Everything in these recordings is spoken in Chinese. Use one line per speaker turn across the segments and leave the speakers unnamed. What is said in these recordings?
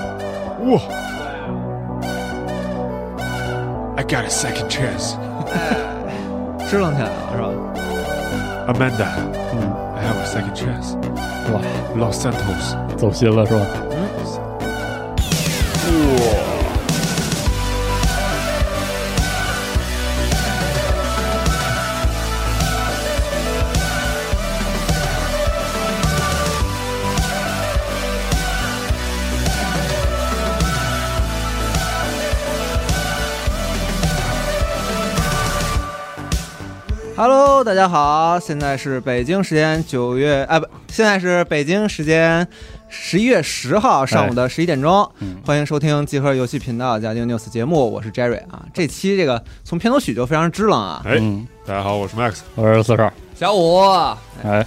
Whoa. I got a second chance.
支棱起来了是吧？
Amanda, I have a second chance.
哇，
Los Santos.
走心了是吧？
Hello，大家好，现在是北京时间九月，哎不，现在是北京时间十一月十号上
哎
午的十一点钟，
嗯
欢迎收听集合游戏频道家庭 news 节目，我是 Jerry 啊。这期这个从片头曲就非常支棱啊，
哎
嗯，
大家好，我是 Max。
我是四十二，
小五，
哎，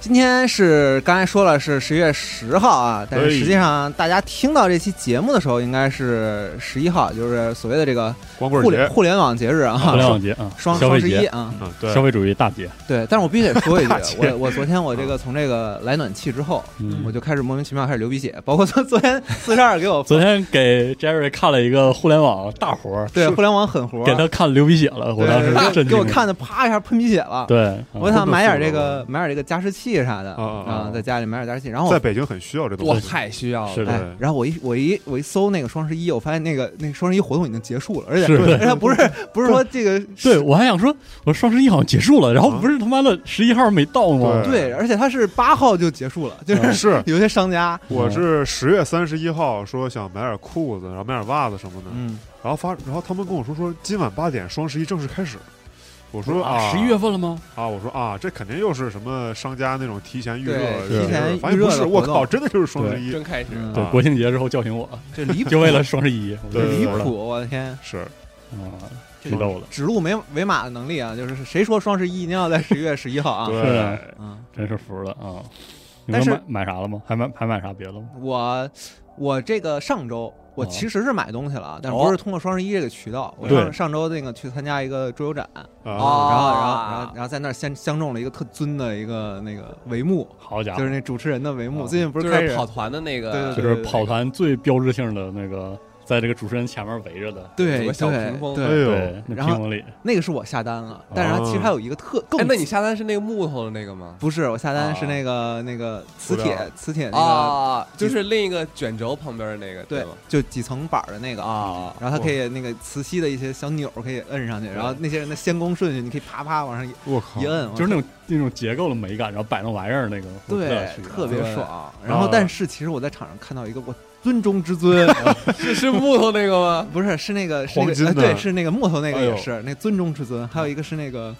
今天是刚才说了是十月十号啊，
哎
但是
对
实际上大家听到这期节目的时候应该是十一号，就是所谓的这个
光棍
互联
节，
互联网节日啊，
互联网
双
节啊，
双
消
双
费
十一
节，
啊。
嗯，对
消，费主义大节，
对，但是我必须得说一
大
句，
姐
我我昨天我这个从这个来暖气之后，
啊嗯
我就开始莫名其妙开始流鼻血，包括昨昨天四十二给我
昨天给 Jerry 看了一个互联网大活儿，
对互联网狠活，
给他看流鼻血了，
对
我当时
他
震惊。
给我，看的啪一下喷鼻血了。
对，啊
我想买点这个买点这个加湿器啥的
哦
啊啊啊
啊，在家里买点加湿器，然后
在
我
北京很需要这东
我
西。
太需要了，
是的
哎然后我一我一我一搜那个双十一，我发现那个那个双十一活动已经结束了，而且
是对
而且不是不是说这个
对，我还想说，我说双十一好像结束了，然后
啊
不是他妈的十一号没到吗？
对
嗯对，而且它是八号就结束了，
嗯
就是
是，
有些商家，
我是十月三十一号说想买点裤子，然后买点袜子什么的，
嗯，
然后发，然后他们跟我说说今晚八点双十一正式开始。我说啊，
十一月份了吗？
啊，我说啊，这肯定又是什么商家那种提前预热，
对
就是
提
前
发现
预热
不是，
的活
我
动
靠，真的就是双十
对
一，
真开始。
嗯
对，
啊
国庆节之后教训我，
这离谱，
就为了双十一，我就
对
离
服了
谱，我的天！
是
啊，挺逗的，
指鹿没为马的能力啊，就是谁说双十一一定要在十一月十一号啊？
对
是，
嗯，
真是服了啊！你
但
们
是
买买啥了吗？还买还买啥别的吗？
我我这个上周我
哦
其实是买东西了，啊，但
哦
不是通过双十一这个渠道。我
对
上上周那个去参加一个桌游展，
啊
哦，
然后然后然后然后在那儿相相中了一个特尊的一个那个帷幕，
好家伙，
就是那主持人的帷幕。
哦
最近不
啊就
开始
是跑团的那
对对
个，
对
就是跑团最标志性的那个，在这个主持人前面围着的，
对
有
对
个小屏风
哎
对，
呦
对，，那
然后
屏幕里
那个是我下单了，但是它
哦
其实还有一个特更
哎，那你啊下单是那个木头的那个吗？
不是我下单是
哦
那个那个磁
塑料
铁磁铁那个
啊，就是另一个卷轴旁边的那个，
对
吗？，
就几层板儿的那个啊。
啊，
然后它可以那个磁吸的一些小钮儿可以摁上去，然后那些人的先攻顺序，你可以啪啪往上一
我靠
一，摁，
就是那种那种结构的美感，然后摆弄玩意儿那个，我不太
对
喜欢
特别
对
爽。然后
啊
但是其实我在场上看到一个我尊中之尊，
是是木头那个吗？
不是是那个是那
黄金
个呃
的
对是那个木头那个
哎呦
也是那尊中之尊，还有一个是那个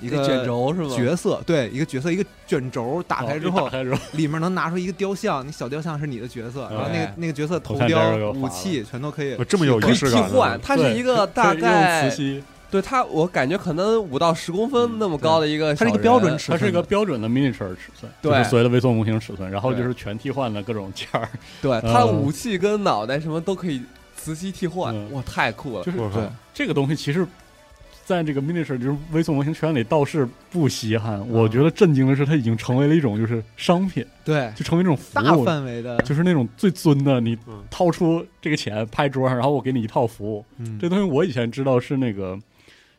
一
一
个
卷。轴是吗？
角色对一个角色一个卷轴打开之
哦打
后，
开之后
里面能拿出一个雕像，你小雕像是你的角色，然后那个
哎
那个角色头
看这
雕
儿又、
武
发
器全都可以
我这么有
可
仪
以
式
替
感的东
换，
西，
它是一个大
可以用
概
磁，吸，
对它，我感觉可能五到十公分那么高的一个
嗯它
小
是
人，
一个标准尺
它是一
寸
个
的
标准的 miniature 尺寸，
对
就是所谓的微缩模型尺寸，然后
对
就是全替换的各种件儿，
对，它的
嗯
武器跟脑袋什么都可以磁吸替换
嗯，
哇，太酷了！
就是
我靠
对
这个东西其实。在这个 miniature 就是微缩模型圈里倒是不稀罕，
啊
我觉得震惊的是它已经成为了一种就是商品，
对
就成为一种服
大
务了，
范围的，
就是那种最尊的，你
嗯
掏出这个钱拍桌上，然后我给你一套服务。
嗯
这东西我以前知道是那个，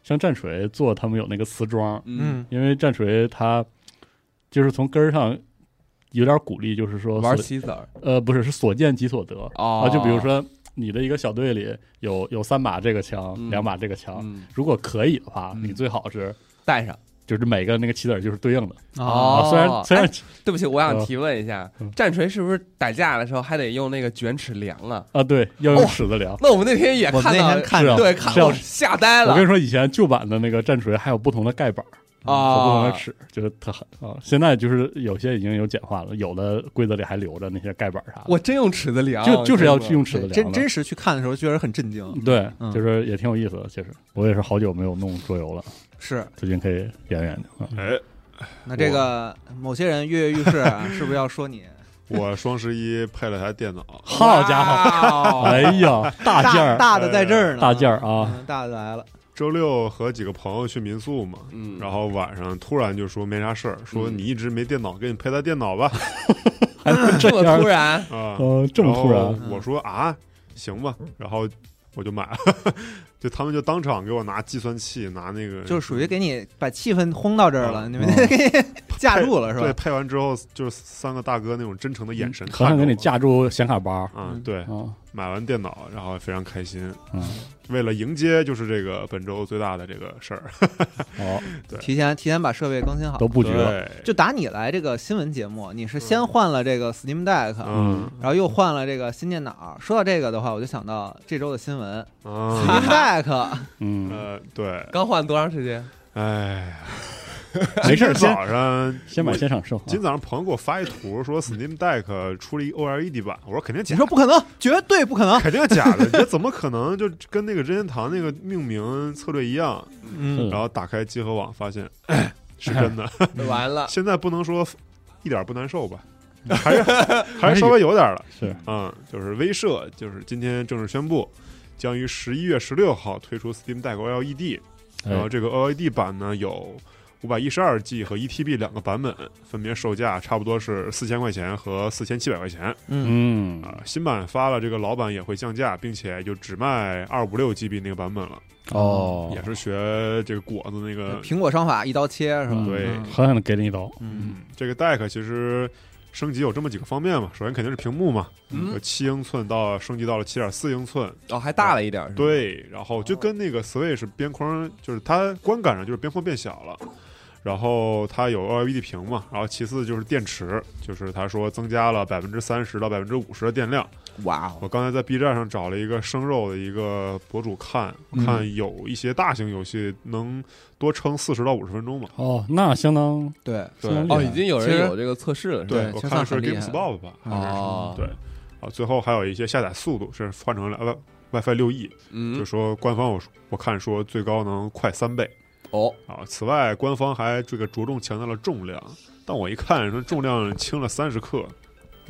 像战锤做他们有那个瓷庄，
嗯，
嗯
因为战锤它就是从根儿上有点鼓励，就是说
玩
所
棋子儿
呃不是是所见即所得啊，
哦
就比如，说你的一个小队里有有三把这个枪，
嗯
两把这个枪，
嗯，
如果可以的话，
嗯
你最好是
带上。
就是每个那个棋子儿就是对应的
啊
哦
啊，虽然虽然
对不起，我想
嗯
提问一下
嗯，
战锤是不是打架的时候还得用那个卷尺量啊？
啊对要
哦
用尺子量。
那我们那天也
我
看
们那
到
天看
是
着
啊
对，看
是要
我吓呆
我跟
了
你说，以前旧版的那个战锤还有不同的盖板儿和不同的
啊！
尺，就是特狠啊。现在就是有些已经有简化了，有的规则里还留着那些盖板儿啥的。
我真用尺子量，
就就是要
真的
用尺
对
子量
真
的。
真实去看的时候，确实很震惊。
对
嗯，
就是也挺有意思的。其实我也是好久没有弄桌游了，
是，
最近可以研究研究。嗯
哎，
那这个某些人跃跃欲试啊，是不是要说你
我双十一配了台电脑，
好家伙，
伙
哎呀，大件
大
儿，
大的在这儿呢？
大件儿啊！
嗯，大的来了，
周六和几个朋友去民宿嘛，
嗯
然后晚上突然就说没啥事儿，说
嗯
你一直没电脑，给你配台电脑吧。
还能这
这么
样
突，然，
啊，
呃，这么突
然
然，
后我说啊，行吧，然后我就买了， 就他们就当场给我拿计算器，拿那个
就是属于给你把气氛轰到这儿了，
嗯
你们 就给你架住了是
对
吧？
配完之后，就是三个大哥那种真诚的眼神
好像
看
嗯给
着
你
我
架住显卡包
啊
嗯，
对，
啊，
买完电脑，然后非常开心。
嗯，
为了迎接就是这个本周最大的这个事儿，
哦，
提前提前把设备更新好
都。布局了，
对，
就打你来这个新闻节目，你是先换了这个 Steam Deck，、
嗯
然后又换了这个新电脑。说到这个的话，我就想到这周的新闻
啊，
，Steam Deck
嗯，
呃，对，
刚换多长时间？
哎，
没事儿，
今天
先
早上
先买
我
现场售，
今早上朋友给我发一图，说 Steam Deck 出了一 OLED E 版，我说肯定
你
假
说不可能，绝对不可能。
肯定假的，这怎么可能？就跟那个任天堂那个命名策略一样。
嗯，
然后打开集合网，发现哎是真的。
完
啊
了，
现在不能说一点儿不难受吧，还是还是稍微有点儿 了。
是
嗯，就是威社，就是今天正式宣布，将于十一月十六号推出 Steam Deck OLED，然 E 后
哎
这个 OLED 版呢有五百一十二 G 和一 TB 两个版本，分别售价差不多是四千块钱和四千七百块钱。
嗯，
嗯，
啊、新版发了，这个老版也会降价，并且就只卖二五六 GB 那个版本了，
哦，哎
也是学这个果子那个。
苹果商法一刀切是吧？
呃
嗯
对
狠狠的给你一刀，
嗯，
嗯，这个 Deck 其实升级有这么几个方面嘛，首先肯定是屏幕嘛，
嗯
有，七英寸到升级到了七点四英寸，
嗯
哦，还大了一点，是吧，
对，然后就跟那个 Switch 边框，就是它观感上就是边框变小了，然后它有 OLED 屏嘛，然后其次就是电池，就是他说增加了百分之三十到百分之五十的电量。
哇哦，
我刚才在 B 站上找了一个生肉的一个博主看，
嗯
我看有一些大型游戏能多撑四十到五十分钟嘛。
哦，那相当
对，
对相当厉害
哦，已经有
其
人
实
有这个测试了，是吧
对
我
其实
看的是
算很厉害
GameSpot 吧，还是什么
哦，
嗯对，啊，最后还有一些下载速度是换成了 Wi WiFi 六 E，就
嗯，
说官方我我看说最高能快三倍
哦，
啊。此外，官方还这个着重强调了重量，但我一看说重量轻了三十克，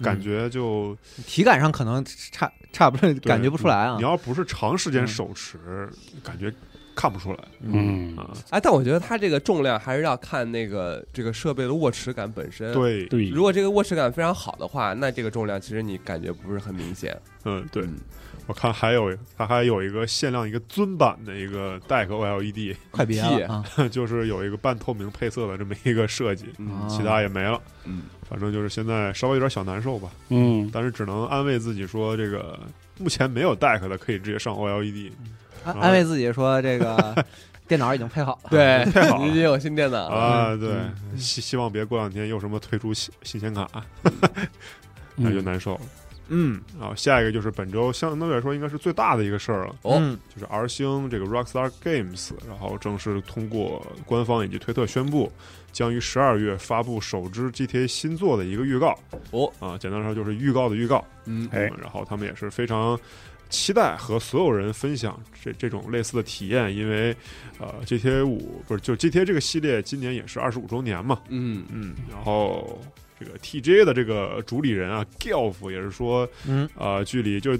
感觉就
体感上可能差差不多，
对
感觉不出来啊
你。要不是长时间
嗯
手持，感觉看不出来。
嗯
啊，
哎，但我觉得它这个重量还是要看那个这个设备的握持感本身。，
对，
嗯对，
如果这个握持感非常好的话，那这个重量其实你感觉不是很明显。
嗯，对
嗯，
我看还有它还有一个限量一个尊版的一个 Deck OLED，
快别
屁
了啊！
就是有一个半透明配色的这么一个设计，
啊
其他也没了。
嗯，
反正就是现在稍微有点小难受吧，
嗯，
但是只能安慰自己说，这个目前没有 Deck 的可以直接上 E OLED，
安安慰自己说这个电脑已经配好了。
对
太好，了
你已经有新电脑了。
啊，对，希希望别过两天又什么推出新新显卡，那就
嗯
难受了。嗯，然后下一个就是本周相对来说应该是最大的一个事儿了，
哦
嗯
就是 R 星这个 Rockstar Games，然后正式通过官方以及推特宣布，将于十二月发布首支 GTA 新作的一个预告。
哦，
啊，简单来说就是预告的预告。
嗯，
哎
嗯然后他们也是非常期待和所有人分享这这种类似的体验，因为呃，GTA 五不是就 GTA 这个系列今年也是二十五周年嘛，
嗯，
嗯，然后这个 TJ 的这个主理人啊 Gelf 也是说，
嗯，
呃，距离就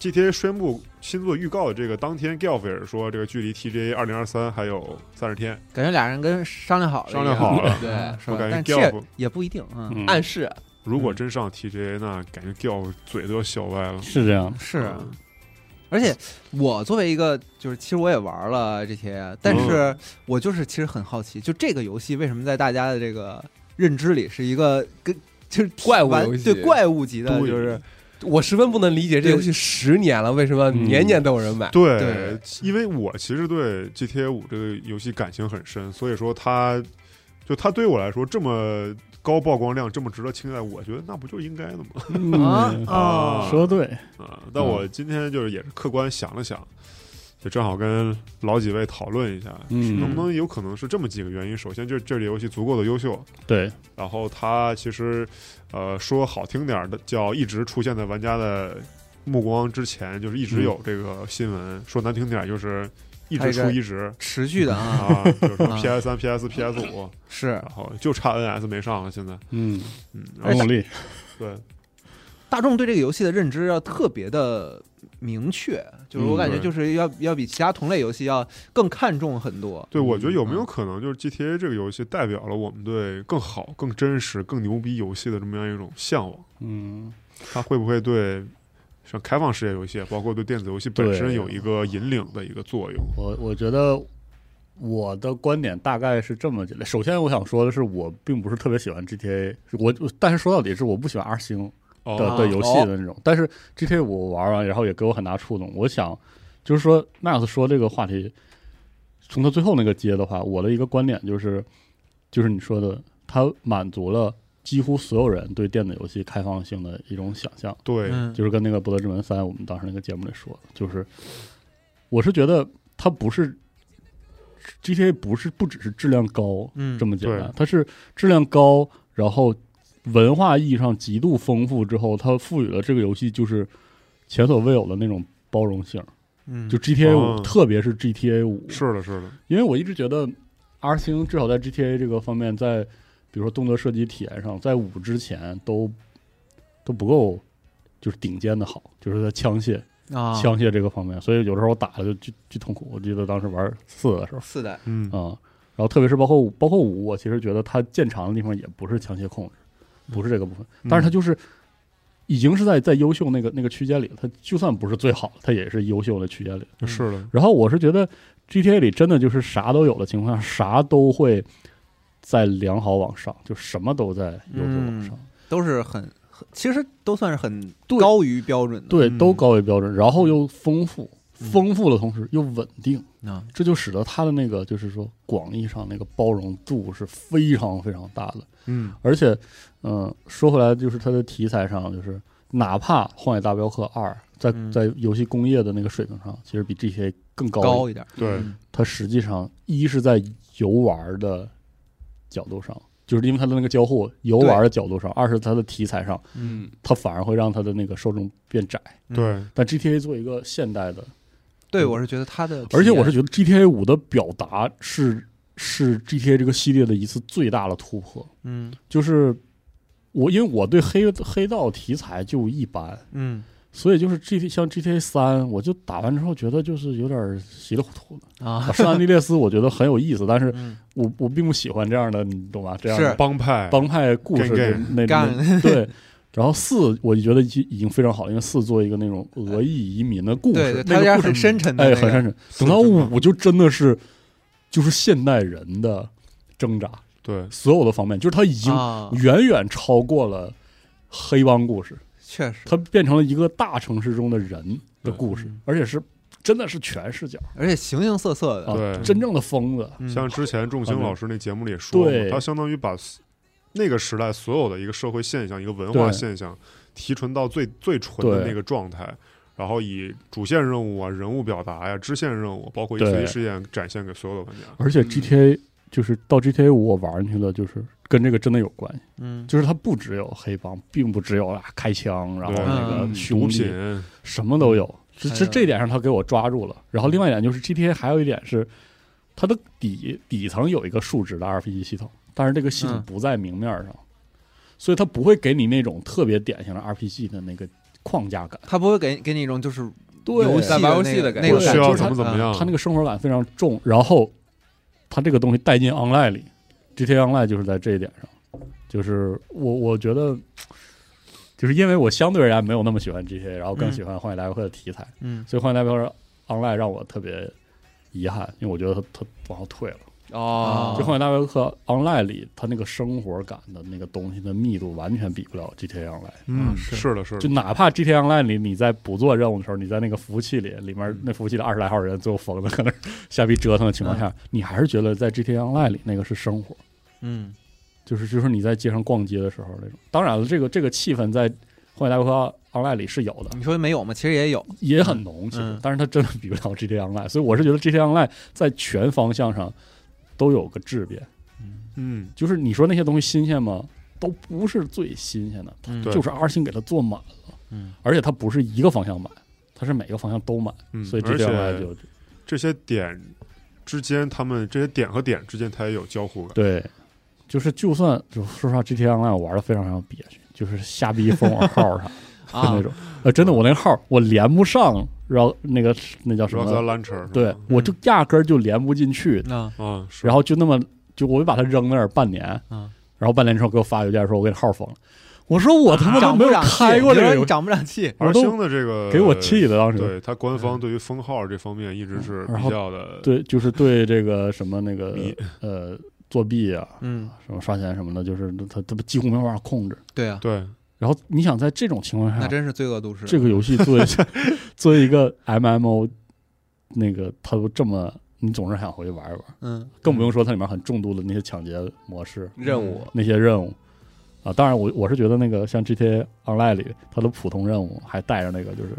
GTA 宣布新作预告的这个当天，Gelf 也是说，这个距离 TJ 二零二三还有三十天，
感觉俩人跟商量好了一
商
样，
量好了嗯
对，
是
我
吧？
感觉
但
Gelf
这也不一定啊。
嗯
暗示
如果真上 TJ，那感觉 Gelf 嘴都要笑歪了。
是这样的，
是啊，
嗯
而且我作为一个，就是其实我也玩了这些，啊但是我就是其实很好奇，就这个游戏为什么在大家的这个认知里是一个跟就是
怪物
完
游戏
对怪物级的，
对
就是
我十分不能理解，这
对
游戏十年了，为什么年年都有人买？
对，
对
因为我其实对 GTA 五这个游戏感情很深，所以说它就它对我来说这么高曝光量，这么值得期待，我觉得那不就应该的 吗？
啊
嗯，
啊
啊
说的对，
啊，但我今天就是也是客观想了想，就正好跟老几位讨论一下，
嗯
能不能有可能是这么几个原因？首先，就是这里游戏足够的优秀，
对，
然后它其实，呃，说好听点儿的叫一直出现在玩家的目光之前，就是一直有这个新闻；说难听点儿就是一直
还有
出
一个
一直。
持续的啊，
啊， 就是
啊
PS 三、PS、PS 五，
是
然后就差 NS 没上了，现在，
嗯，
嗯，然
努
后
力，
对，
大众对这个游戏的认知要特别的明确，就是
嗯
我感觉
对
就是要要比其他同类游戏要更看重很多。
对，我觉得有
嗯
没有可能就是 GTA 这个游戏代表了我们对更好、更真实、更牛逼游戏的这么样一种向往？
嗯，
它会不会对像开放世界游戏，包括对电子游戏本身
对
有一个引领的一个作用？
我我觉得我的观点大概是这么几类。首先，我想说的是，我并不是特别喜欢 GTA，我但是说到底是我不喜欢 R 星的、
哦，
的游戏的那种。但是 GTA 我玩完，然后也给我很大触动。我想就是说，Max 说这个话题，从他最后那个接的话，我的一个观点就是，就是你说的，它满足了。几乎所有人对电子游戏开放性的一种想象，
对，
嗯，
就是跟那个《博德之门三》，我们当时那个节目里说的，就是我是觉得它不是 GTA 不是不只是质量高
嗯
这么简单
对，
它是质量高，然后文化意义上极度丰富之后，它赋予了这个游戏就是前所未有的那种包容性。
嗯
就 GTA 五、
哦
特别是 GTA 五，
是的，是的，
因为我一直觉得 R 星至少在 GTA 这个方面，在比如说动作设计体验上，在五之前都都不够，就是顶尖的好，就是在枪械、
啊，
枪械这个方面，所以有时候我打的就巨巨痛苦。我记得当时玩四的时候
四代，
嗯，
啊、然后特别是包括五包括五，我其实觉得它见长的地方也不是枪械控制，
嗯
不是这个部分，但是它就是。已经是在在优秀那个那个区间里了，它就算不是最好，它也是优秀的区间里。
嗯
是的，
然后我是觉得 GTA 里真的就是啥都有的情况下，啥都会在良好往上，就什么都在优秀往
嗯
上，
都是很很其实都算是很
对
高于标准的
对，
嗯
都高于标准，然后又丰富，
嗯
丰富的同时又稳定，
啊，
这就使得它的那个就是说广义上那个包容度是非常非常大的。
嗯，
而且，嗯、说回来就是它的题材上，就是哪怕《荒野大镖客二》在
嗯
在游戏工业的那个水平上，其实比 GTA 更高一点
高一点。
对，
嗯
它实际上一是在游玩的角度上，就是因为它的那个交互游玩的角度上；
嗯
二是它的题材上，
嗯，
它反而会让它的那个受众变窄。
对，
但 GTA 做一个现代的，
对，我是觉得它的体验，
嗯而且我是觉得 GTA 五的表达是是 GTA 这个系列的一次最大的突破。
嗯
就是我因为我对黑黑道题材就一般，
嗯
所以就是 G T 像 G T A 三，我就打完之后觉得就是有点稀里糊涂的。
啊
啊，圣安地列斯我觉得很有意思，但是
嗯
我我并不喜欢这样的，你懂吧？这样的
是
帮派，
帮派故事
干
那
干
那对。然后四，我就觉得已经已经非常好了，因为四做一个那种俄裔移民的故
对对，
事，
它
那
有
个
点
故事
很深沉的
哎
那个，
很深沉。
是
等到
真的
五就真的是就是现代人的挣扎，
对，
所有的方面，就是他已经
啊，
远远超过了黑帮故事，
确实，
它变成了一个大城市中的人的故事
嗯，
而且是真的是全视角
而且形形色色的，
啊
对，
真正的疯子，
嗯
像之前仲兴老师那节目里也说
对
过，他相当于把 s- 那个时代所有的一个社会现象、一个文化
对
现象提纯到最最纯的
对
那个状态，然后以主线任务啊、人物表达呀、支线任务，包括一
对
随机事件展现给所有的玩家。
而且
嗯
GTA 就是到 GTA 五我玩进去了，就是跟这个真的有关系，
嗯，
就是它不只有黑帮，并不只有啊开枪，然后
对
那个
嗯
毒
兄弟
品，
什么都有，这
还
这
有
这点上他给我抓住了。然后另外一点就是 GTA 还有一点是它的底底层有一个数值的 RPG 系统，但是这个系统
嗯
不在明面上，所以它不会给你那种特别典型的 RPG 的那个框架感。
它不会给给你一种就是
对
游戏
在
的
玩游
那
戏
个
的感
那个
觉
我
对
感
需
觉
要
就是
怎
它
么怎么
嗯
样？
它那个生活感非常重，然后它这个东西带进 online 里，GTA Online 就是在这一点上，就是我我觉得。就是因为我相对而言没有那么喜欢 GTA，然后更
嗯
喜欢《荒野大镖客》的题材，
嗯
所以《荒野大镖客 Online》让我特别遗憾，因为我觉得他他往后退了。
哦
就《荒野大镖客 Online》里，他那个生活感的那个东西的密度完全比不了 GTA Online。
嗯，
嗯是
是的，是
就
的，
哪怕 GTA Online 里你在不做任务的时候，你在那个服务器里，里面那服务器里二十来号人最后疯的搁那儿瞎逼折腾的情况下，你还是觉得在 GTA Online 里那个是生活，
嗯
就是就是你在街上逛街的时候那种。当然了，这个这个气氛在《荒野大镖客 Online》里是有的，
你说没有吗？其实也有，
也很浓，其实，
嗯
但是它真的比不了 GTA Online，所以我是觉得 GTA Online 在全方向上都有个质变，
嗯，
就是你说那些东西新鲜吗？都不是最新鲜的，
嗯
对
就是 R 星给它做满了，
嗯
而且它不是一个方向满，它是每个方向都满，
嗯
所以
而
GTA
且
Online 就
这些点之间，他们这些点和点之间，它也有交互感。
对，就是就算就说实话，GTA Online 啊我玩的非常非常憋屈，就是瞎逼封我号啥的，就
啊
那，种。呃，真的，我那号我连不上，然后那个那叫什
Rockstar 嗯
么？
啊 Launcher，
对，我就压根儿就连不进去，
那
啊，是
然后就那么就我就把它扔那儿半年，
嗯
然后半年之后给我发邮件说我给你号封了，我说我他妈都
啊长
没
不
有
长
开
气？你说
过这个
你
游戏，
长不长气？
我
而
都
星的这个
给我气的当时。嗯
对它官方对于封号这方面一直是
嗯然
比
后
较的，
对，就是对这个什么那个
迷
呃作弊啊，
嗯，
什么刷钱什么的，就是他他几乎没有办法控制。
对啊，
对
然后你想在这种情况
那
下，
真是罪恶都市。
啊这个游戏 作为作为一个 MMO，那个它都这么，你总是想回去玩一玩，
嗯
更不用说它里面很重度的那些抢劫模式、
任务，
那些任务啊。当然我，我是觉得那个像 GTA Online 里它的普通任务还带着那个就是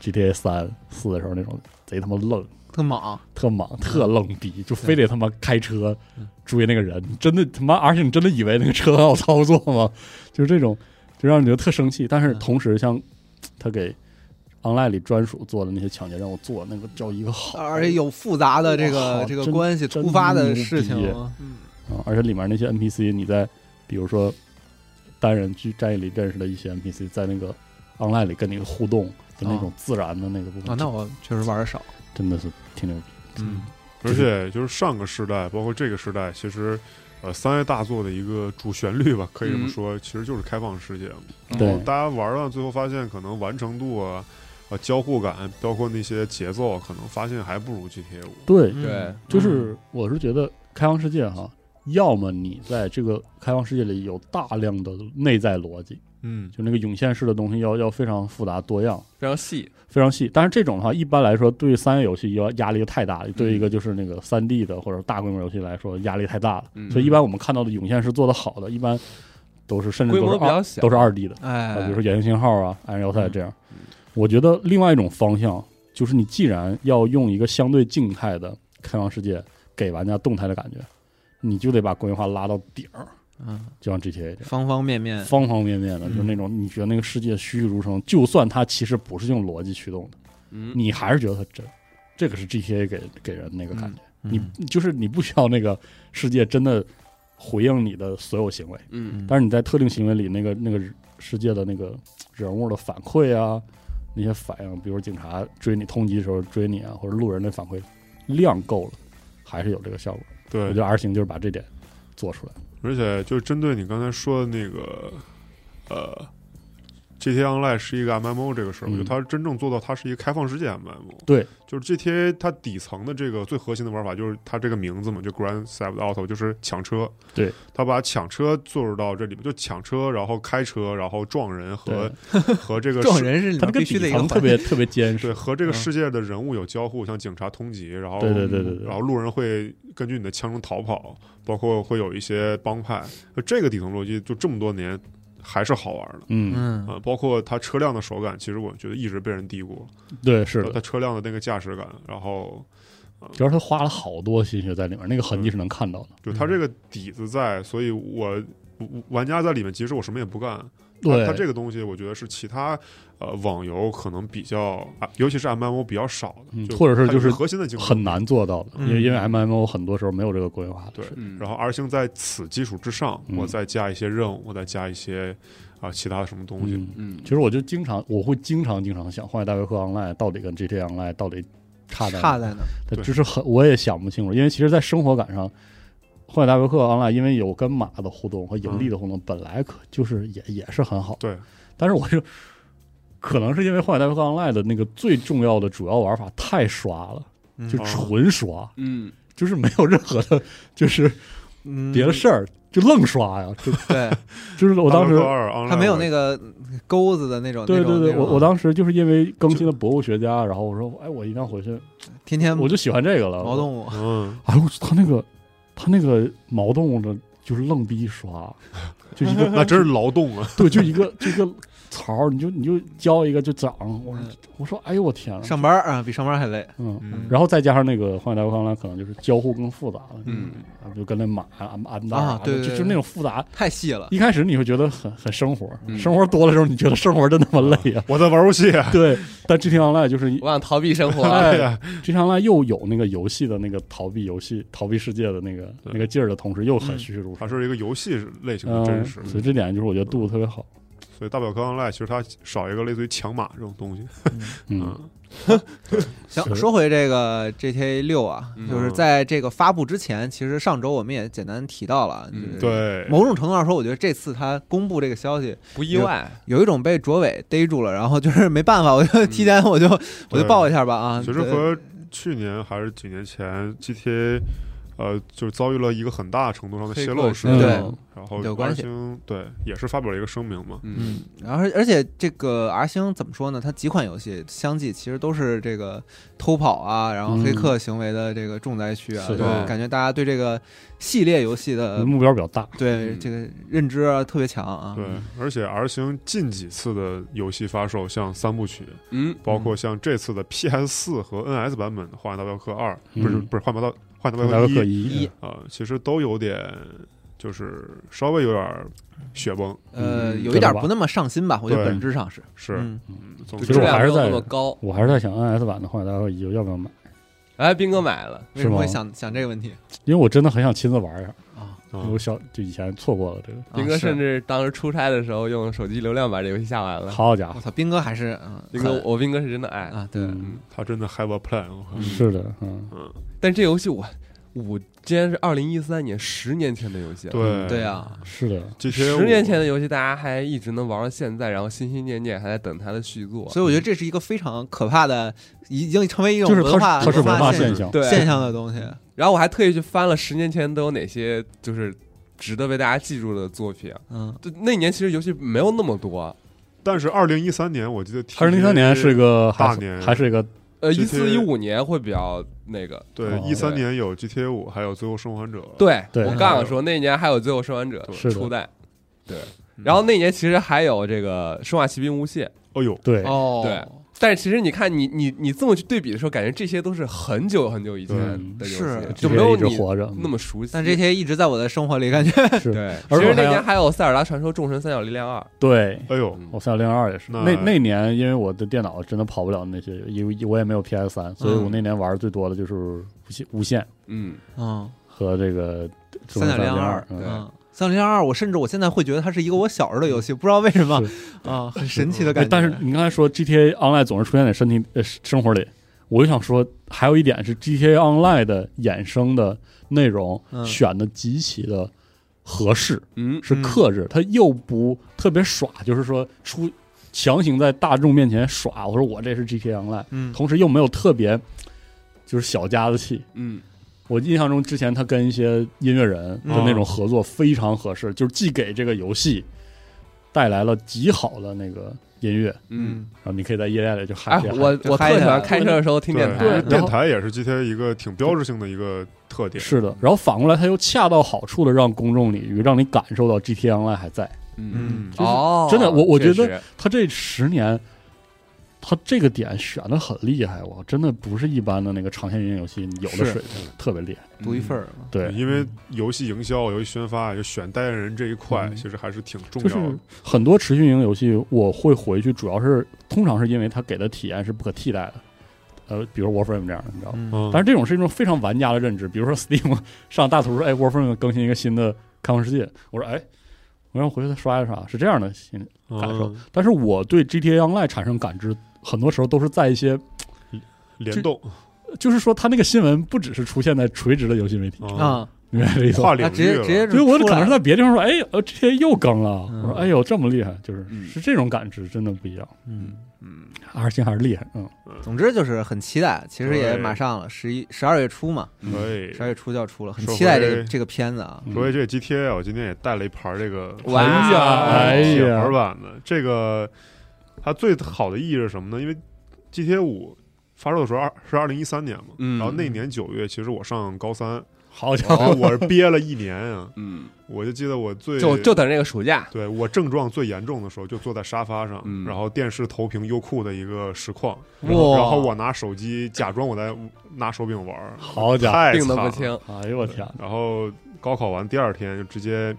GTA 三四的时候那种贼他妈愣。
特莽，
特莽、特愣逼，就非得他妈开车
嗯
追那个人，你真的他妈，而且你真的以为那个车很好操作吗？就是这种，就让你觉得特生气。但是
嗯
同时，像他给 online 里专属做的那些抢劫任务，做那个叫一个好，
而且有复杂的这
哇
个
好
这个
真
关系，
真
突发的
牛
事情
逼
啊，
嗯，
啊而且里面那些 NPC，你在比如说单人去战役里认识的一些 NPC，在那个 online 里跟你互动的那种自然的那个部分，
啊哦那我确实玩的少。
真的是挺牛逼。
嗯，
而且就是上个时代，包括这个时代，其实呃三 A 大作的一个主旋律吧，可以这么
嗯
说，其实就是开放世界嘛。
嗯对
然后大家玩到最后发现，可能完成度啊、呃交互感，包括那些节奏啊，可能发现还不如 GTA 五。
对，
嗯
对，
就是我是觉得开放世界哈，要么你在这个开放世界里有大量的内在逻辑，
嗯，
就那个涌现式的东西要要非常复杂多样，
非常细，
非常细。但是这种的话，一般来说对三 A 游戏要压力就太大了，对一
嗯
个就是那个三 D 的或者大规模游戏来说压力太大了。
嗯
所以一般我们看到的涌现式做的好的，一般都是甚至
规
都
模
是
比较
二
小
都是二 D 的，
哎
啊，比如说《野性信号》啊，《暗人要塞》这样
嗯。
我觉得另外一种方向就是，你既然要用一个相对静态的开放世界给玩家动态的感觉，你就得把国际化拉到顶儿，
嗯，
就像 GTA 这
方方面
样，
嗯
面，
方方面面的，就是那种你觉得那个世界栩栩如生，就算它其实不是用逻辑驱动的，
嗯，
你还是觉得它真。这个是 GTA 给给人那个感觉，
嗯
你就是你不需要那个世界真的回应你的所有行为。
嗯，
但是你在特定行为里，那个那个世界的那个人物的反馈啊，那些反应，比如警察追你通缉的时候追你啊，或者路人的反馈量够了，还是有这个效果。我
对
觉，得 R 型就是把这点做出来。
而且就针对你刚才说的那个，呃。GTA Online 是一个 MMO 这个事儿，
嗯
我觉得它真正做到它是一个开放世界 MMO。
对，
就是 GTA 它底层的这个最核心的玩法就是它这个名字嘛，就 Grand Theft Auto，就是抢车。
对，
它把抢车做入到这里面，就抢车，然后开车，然后撞人和
对，
和 这个
撞
世
人是里
它
面
那个
必须
底
的一个
层
环
特别特别坚
对
实。
和这
嗯
个世界的人物有交互，像警察通缉，然后
对对对对对
然后路人会根据你的枪声逃跑，包括会有一些帮派，呃这个底层逻辑就这么多年还是好玩的。
嗯，
嗯
啊，包括它车辆的手感，其实我觉得一直被人低估。
对，是
它
的，
车辆的那个驾驶感，然后
主要是他花了好多心血在里面，那个痕迹是能看到的。
就它这个底子在，所以我我玩家在里面，即使我什么也不干，
对，
它这个东西，我觉得是其他呃网游可能比较，啊尤其是 MMO 比较少
嗯
的，就
或者是
它
就
有
是
核心的竞争
很。难做到的，因为
嗯
因为 MMO 很多时候没有这个规划。
对
嗯
然后 R 星在此基础之上，
嗯
我再加一些任务，我再加一些啊、其他的什么东西。
嗯，
嗯
其，实我就经常，我会经常经常想，《荒野大镖客 Online》到底跟 GTA Online 到底差在哪
差在哪？
它
对
就是很我也想不清楚，因为其实，在生活感上，《荒野大镖客 Online》因为有跟马的互动和盈利的互动，本来可就是也也是很好，
对，
但是我就可能是因为《荒野大镖客 Online》的那个最重要的主要玩法太刷了，
嗯
就
哦
纯刷，
嗯，
就是没有任何的，就是
嗯，
别的事儿。就愣刷呀，就
对，
就是我当时
大镖客二 online
它没有那
我
个钩子的那种。
对
啊那种
对对，
那种
我我当时就是因为更新了《博物学家》，然后我说，哎，我一定要回去，
天天
我就喜欢这个了。
毛动物，
嗯，
哎我他那个他那个毛动物的，就是愣逼刷，就一个
那真是劳动 啊！
对，就一个就一个槽儿，你就你就浇一个就长。我说
嗯
我说哎呦我天呐，
上班啊比上班还累。
嗯。
嗯
然后再加上那个《荒野大镖客》可能就是交互更复杂了，
嗯
啊，就跟那马安安达
啊对对
就
对
就那种复杂。
太细了，
一开始你会觉得很很生活，
嗯
生活多了之后，你觉得生活真那
啊
么累呀、啊
啊 我在玩游戏，
对，但 GTA Online 就是
我想逃避生活，
哎
呀，
这上来又有那个游戏的那个逃避游戏、逃避世界的那个
对
那个劲儿的同时，又很栩栩如
它
生。
是一个游戏类型
嗯
的真实。
所以这点就是我觉得度特别好。
所以大表哥 online 其实它少一个类似于强码这种东西。
嗯，
行，
是
说回这个 GTA 六啊，
嗯
就是在这个发布之前，其实上周我们也简单提到了，
嗯
就是
对，
某种程度上说，我觉得这次他公布这个消息，
不意外，
有一种被卓伟逮住了，然后就是没办法，我
嗯
就提前我就我就报一下吧啊。
其实
对
和去年还是几年前 GTA，呃，就是遭遇了一个很大程度上的泄露事
黑
件
客，
嗯
然后
有关系
二星对也是发表了一个声明嘛，
嗯
嗯，然后而且这个 R 星怎么说呢？它几款游戏相继其实都是这个偷跑啊，然后黑客行为的这个重灾区啊，
是的
就感觉大家对这个系列游戏的
目标比较大，
对
嗯
这个认知啊特别强啊。
对，而且 R 星近几次的游戏发售，像三部曲，
嗯，
包括像这次的 PS 四和 NS 版本的《幻影大镖客二》，
嗯
不是不是《幻影大镖幻影大
大
镖
镖
客
客
一》
一，嗯
啊、其实都有点就是稍微有点雪崩，
呃，
嗯
有一点不那么上心吧，我觉得
对
本质上是。
是，
嗯
总
就
之啊
其
质
实我
量
还是
没有
在
那么高。
我还是在想 NS 版的《幻影大镖客一》要不要买，
哎，斌哥买了，
为什么
吗
会想想这个问题
因为我真的很想亲自玩一下，
啊？
啊
因为我小就以前错过了这个，
斌
斌
哥甚至当时出差的时候用手机流量把这游戏下完了。
好家
我
伙，
操，斌哥还是嗯，
斌哥，
很
我斌哥是真的爱，
啊，对，
嗯
他真的 have a plan，我靠，
是的，嗯，
但这游戏我我竟然是二零一三年十年前的游戏了，
对
对啊，
是的，嗯
，GTA
嗯十年前的游戏大家还一直能玩到现在，然后心心念念还在等它的续作。
所以我觉得这是一个非常可怕的，已经成为一种
就是
文
它
化
是它是文
化
化
现
象，
对，
现象的东西。
然后我还特意去翻了十年前都有哪些就是值得被大家记住的作品。啊
嗯，
就那年其实游戏没有那么多，啊
但是二零一三年我记得
二零零三年是个
大
还
年
还是一个
呃，一
GTA
四一五年会比较那个。
对
哦
一三年有 GTA 五，还有《最后生还者》，
对
对
我刚想说那年还有《最后生还者》
是的
初代，对。
嗯
然后那年其实还有这个《生化奇兵：无限》，
哦呦，
对，
哦，
对但是其实你看你你你这么去对比的时候，感觉这些都是很久很久以前的游戏，
是
就没有
一直
你
活着，
那么熟悉。
但这些一直在我的生活里，感觉
是
对，其
而且
实
我还
那
要哦
年还有《塞尔达传说：众神三角力量二》
对，
哎呦，
嗯
我三六零二也是。
那
那那年因为我的电脑真的跑不了那些，因为我也没有 PS 三，所以我那年玩的最多的就是无线无线
嗯，
嗯，
和这个
三角
零
零二
二，，
对
嗯，三角零二，我甚至我现在会觉得它是一个我小时候的游戏，不知道为什么啊，很神奇的感
哎
觉。
但是你刚才说 GTA Online 总是出现在身体呃生活里，我就想说，还有一点是 GTA Online 的衍生的内容
嗯
选的极其的合适，
嗯，
是
嗯
克制，它又不特别耍，就是说出强行在大众面前耍，我说我这是 GTA Online，
嗯，
同时又没有特别就是小家子气。
嗯，
我印象中之前他跟一些音乐人的那种合作非常合适，就是既给这个游戏带来了极好的那个音乐，
嗯，
然后你可以在夜店里就嗨
哎，
起来。
我
就
我
嗨
特
一
喜
下
欢开车的时候听
对
电台，
对
电台也是 GTA 一个挺标志性的一个特点，
是的，然后反过来，他又恰到好处的让公众领域让你感受到 GTA Online 还在。
嗯，
就
哦，
真的我我觉得
确实
他这十年，他这个点选的很厉害，我真的不是一般的那个长线运营游戏有的
是
水平，特别厉害。
独一份儿。
对，
因为游戏营销、游戏宣发就选代言人这一块，
嗯
其实还是挺重
就
要
是
的。
很多持续运营游戏，我会回去，主要是通常是因为它给的体验是不可替代的。呃，比如 Warframe 这样的，你知道吗？
嗯，
嗯，
但是这种是一种非常玩家的认知。比如说 Steam 上大图说，哎，Warframe 更新一个新的开放世界，我说，哎，我让我回去再刷一刷，是这样的心理。
嗯
感受但是我对 GTA Online 产生感知，很多时候都是在一些，
联动
就是说它那个新闻不只是出现在垂直的游戏媒体，
啊，
啊，
明白这意思吗？
跨
那
领
直
域
接
了
直接
所以我
出
可
来
能是
了
在别的地方说，哎，呃，GTA 又更了，
嗯
我说，哎呦，这么厉害，就是
嗯
是这种感知，真的不一样。
嗯。
嗯，
R 星还是厉害，嗯，
总之就是很期待，其实也
对
马上了，十一十二月初嘛，
可以
十。二月初就要出了，很
说
期待这个
回
这个片子啊。
嗯
嗯
所以这 GTA 啊我今天也带了一盘这个
哇
哎呀，哎
铁
呀
盘，版的。这个它最好的意义是什么呢？因为 GTA 五发售的时候二是二零一三年嘛，
嗯
然后那年九月，其实我上高三，
好家
然后
伙，
我是憋了一年啊，
嗯，
我就记得我最
就就等这个暑假，
对我症状最严重的时候，就坐在沙发上，
嗯
然后电视投屏优酷的一个实况，
哇
然后然后我拿手机假装我在拿手柄玩儿，
好家伙，
太
病得
惨
不
了。
轻，
哎呦我天，
然后高考完第二天就直接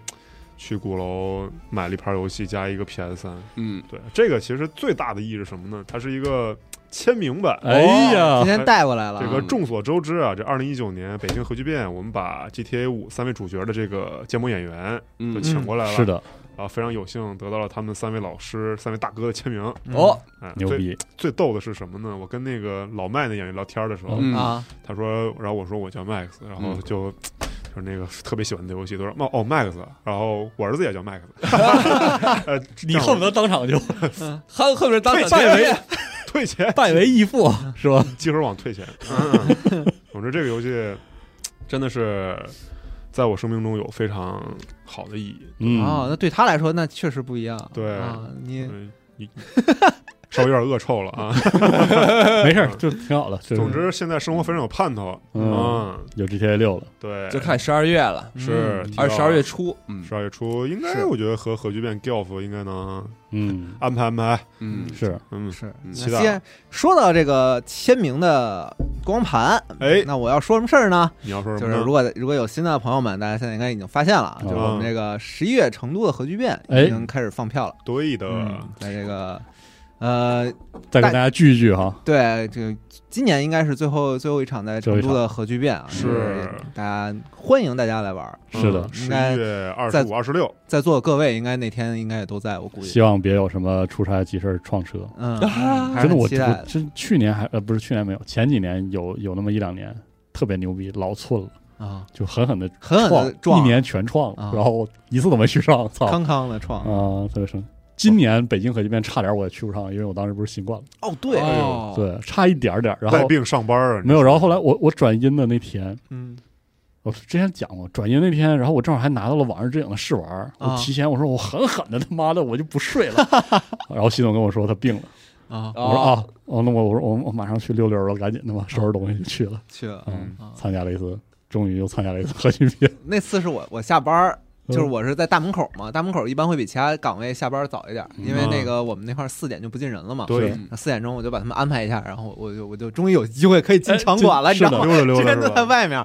去鼓楼买了一盘游戏加一个 PS 三。
嗯，
对，这个其实最大的意义是什么呢？它是一个签名版。
哎呀
今，天带过来了啊，
这个众所周知啊，这二零一九年北京核聚变，我们把 GTA 五三位主角的这个建模演员
嗯
都请过来了。
是，的，
啊，非常有幸得到了他们三位老师、三位大哥的签名。
啊
哦，
哎，
牛
最
逼，
最逗的是什么呢？我跟那个老麦那演员聊天的时候，
嗯
啊，
他说，然后我说我叫 Max，然后
嗯
就、就是那个特别喜欢的游戏，都说哦哦 Max，然后我儿子也叫 Max，呃，
你恨不得当场就
恨恨不得当
退
场绝
拜为
缘
退钱，
拜为义 父，是吧？
集合网退钱。嗯 总之，这个游戏真的是在我生命中有非常好的意义。
嗯
哦，，那对他来说那确实不一样。
对
啊，你
嗯，你稍微有点恶臭了 啊。
没事儿，就挺好的。就是
总之，现在生活非常有盼头。
嗯
嗯，
有 GTA 六了，
对，
就看十二月了，
是
嗯
二十二月初，嗯
十二月初，应该
是
我觉得和核聚变 GILF 应该能
嗯，
安排安排。
嗯，
是，
嗯，
是那
嗯
期待
先说到这个签名的光盘，
哎，
那我要说什么事儿呢？
你要说什
就
么
是
呢？
如果如果有新的朋友们，大家现在应该已经发现了啊，
嗯
就是我们这个十一月成都的核聚变
哎
已经开始放票了，
对的，
嗯
在这个呃，
再跟大家聚一聚哈。
对这个今年应该是最后最后一场在成都的核聚变啊，
最
就
后一场
是大家欢迎大家来玩儿，
是的，
嗯十
应该
一月二
在
十五、二十六，
在座的各位应该那天应该也都在，我估计，
希望别有什么出差急事儿撞车。
嗯，还
真
是
的，
很
我
期待
我真去年还呃不是去年没有，前几年有有那么一两年特别牛逼，老寸了，
啊，
就狠狠的
狠狠的
一
撞，
年全创了
啊，
然后一次都没续上，操
康康的撞，
啊，特别生气。今年北京核聚变差点我也去不上，因为我当时不是新冠了，
哦对，
哦，
对，差一点儿点儿。然
哎带
后
病上班啊，你
没有，然后后来我我转阴的那天，
嗯
我之前讲过，转阴那天，然后我正好还拿到了《往日之影》的试玩儿，
啊
我提前我说我狠狠的他妈的我就不睡了，然后系统跟我说他病了，
啊
我说啊，
哦，
哦那我我说我我马上去溜溜了，赶紧的吧，收拾东西就去了，
去了。
嗯
啊，
参加了一次，终于又参加了一次核聚变，
那次是我我下班儿，
嗯
就是我是在大门口嘛，大门口一般会比其他岗位下班早一点，因
嗯
为那个我们那块儿四点就不进人了嘛。
对
嗯
四点钟我就把他们安排一下，然后我就我就终于有机会可以进场馆了，
哎
你知道
是
吗
的？
溜达溜
之
达
前都
是吧？
在外面，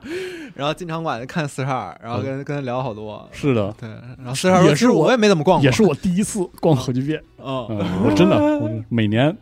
然后进场馆看四十二，然后跟跟他聊好多。
是的，
对，然后四十二
嗯也是
我
我
也没怎么逛过，
也是我第一次逛核聚变，
嗯，
嗯，我真的我
嗯
每年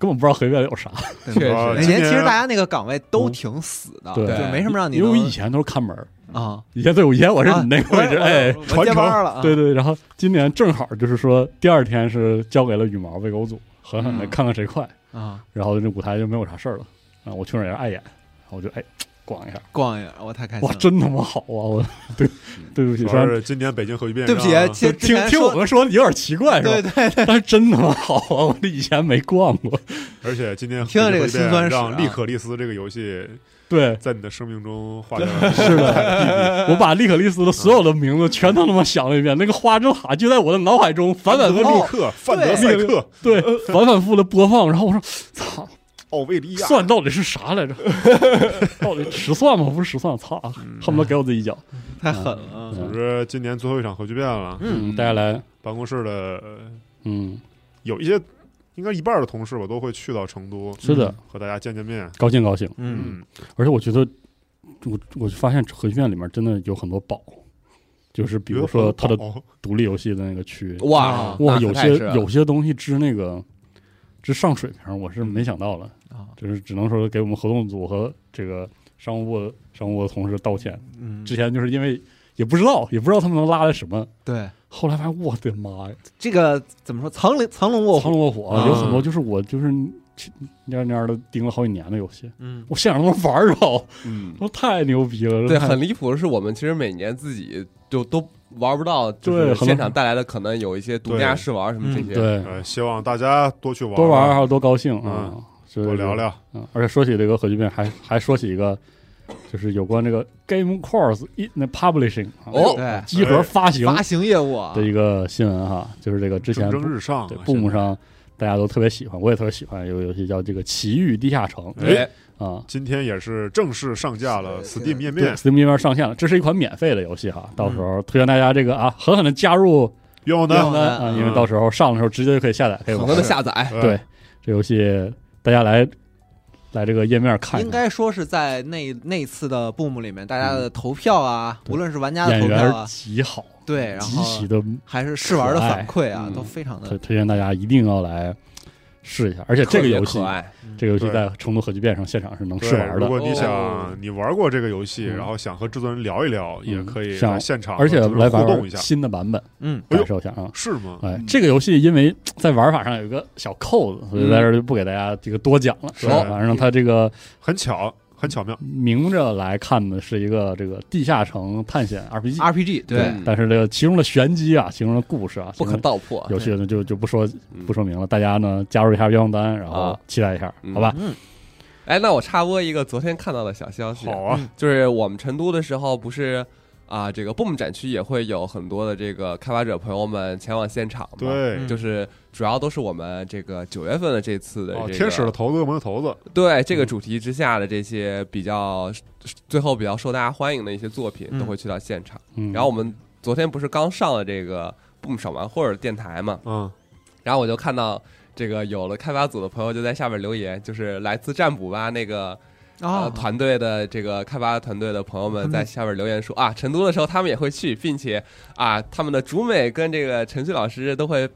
根本不知道核聚变有啥，
对
确实
啊
每
今
年其实
年
大家那个岗位都挺死的，
嗯对
就没什么让你
因为
能
我以前都是看门儿，
啊。
以前对我以前我是你那个位置，
我
哎，
我
传
接
承
班了啊，
对对，然后今年正好就是说第二天是交给了羽毛喂狗组，狠狠的
嗯
看看谁快，
啊，
然后这舞台就没有啥事儿了啊，我去那儿也是碍眼，然后我就哎逛一下，
逛一下，我太开心
哇，
了。
真他妈好啊！ 我对对不起，
主
虽
要
然
是今年北京核聚变
对
让，
不起哎其实之
听
前
听
说
我们说有点奇怪是
对
吧？
对对，
但是真他妈好啊！我以前没逛过，
而且今天
听了这个
北京核聚
辛酸
变
史啊
让利可利斯这个游戏
对，
在你的生命中画下
哦
是的，我把利可利斯的所有的名字全都他妈想了一遍，那个花之塔就在我的脑海中反反复
利
复，
克、范德塞克、
对，反反复复的播放，然后我说，操，
奥维利亚，
蒜到底是啥来着？到底十蒜吗？不是十蒜，操，恨不得给我自己一脚。
太狠了。啊
组织今年最后一场核聚变了，
嗯，大家来，
办公室的呃
嗯，
有一些，应该一半的同事我都会去到成都，
是的，
和大家见见面。
高兴高兴。
嗯，
嗯，
而且我觉得，我我就发现核聚变里面真的有很多宝，就是比如说它的
哦
独立游戏的那个区，
哇
哇，
那可
有
太
些
是了啊
有些东西之那个之上水平，我是没想到了
啊，
就是只能说给我们合同组和这个商务部商务部的同事道歉。
嗯
之前就是因为也不知道，也不知道他们能拉来什么，
对，
后来发现我的妈呀，
这个怎么说？藏龙藏龙卧
藏
虎，
龙卧虎
啊
有很多就是我就是蔫蔫的盯了好几年的游戏，
嗯，
我现场都能玩着，
嗯，
我太牛逼了，
对，
太
很离谱的是，我们其实每年自己就都玩不到，就是
对很
现场带来的可能有一些独家试玩什么这些，
嗯对，
呃，希望大家多去玩，
多玩还有多高兴啊
嗯，
所以
多
就
聊聊。
嗯，而且说起这个核聚变，还还说起一个，就是有关这个 Game Course in 那 Publishing 啊
哦
对
集合发行
发行业务啊
的，一个新闻哈，就是这个之前
蒸蒸日上啊
对，
现在
Boom 上大家都特别喜欢，我也特别喜欢有个游戏叫这个《奇遇地下城》
哎，
啊，
今天也是正式上架了 Steam 页
对
面，
，Steam 页面上线了，这是一款免费的游戏哈，到时
嗯
候推荐大家这个啊，狠狠的加入
愿望
愿
单
望
单啊，因为到时候上的时候直接就可以下载，可以
狠
玩
狠。的下载，
呃
对，这游戏大家来来这个页面看
应
一看，
该说是在那那次的 Boom 里面，大家的投票啊，
对
无论是玩家的
演
投票
员
啊，
极好，
对，然
极
后
其的
还是试玩的
可爱
反馈啊
嗯，
都非常的
推推荐大家一定要来试一下。而且这个游
特
戏
别可，爱，
这个游戏
对
在成都核聚变上现场是能试
对
玩
如
的，
果你
哦
想你玩过这个游戏，
嗯
然后想和制作人聊一聊，也可以
像
在现
啊
场，
而且
就是
来
互
玩
动一
玩
下，
新的版本，
嗯，
哎呦
感受一下啊。
是吗？
嗯
哎，这个游戏因为在玩法上有一个小扣子，所以
嗯哦
在这儿就不给大家这个多讲了。
是
吧反正它这个
很巧，很巧妙。
明着来看呢，是一个这个地下城探险 RPG，
RPG 对
嗯
但是这个其中的玄机啊，其中的故事啊，
不可
其中
道破
的。游戏呢就就不说
嗯
不说明了，大家呢加入一下愿望单，然后
啊
期待一下，
嗯
好吧？
嗯
哎，那我插播一个昨天看到的小消息，
好啊，
就是嗯我们成都的时候，不是啊，这个 BOOM 展区也会有很多的这个开发者朋友们前往现场 嘛，，
对
嗯，
就是主要都是我们这个九月份的这次的这
哦，
个
天使的头子，恶魔的头子，
对这个主题之下的这些比较最后比较受大家欢迎的一些作品，
嗯
都会去到现场。
嗯，
然后我们昨天不是刚上了这个 BOOM 赏玩会儿电台嘛，
嗯，
然后我就看到。这个有了开发组的朋友就在下面留言，就是来自占卜吧那个呃，
啊，
团队的这个开发团队的朋友们在下边留言说啊，成都的时候他们也会去，并且啊，他们的竹美跟这个陈旭老师都会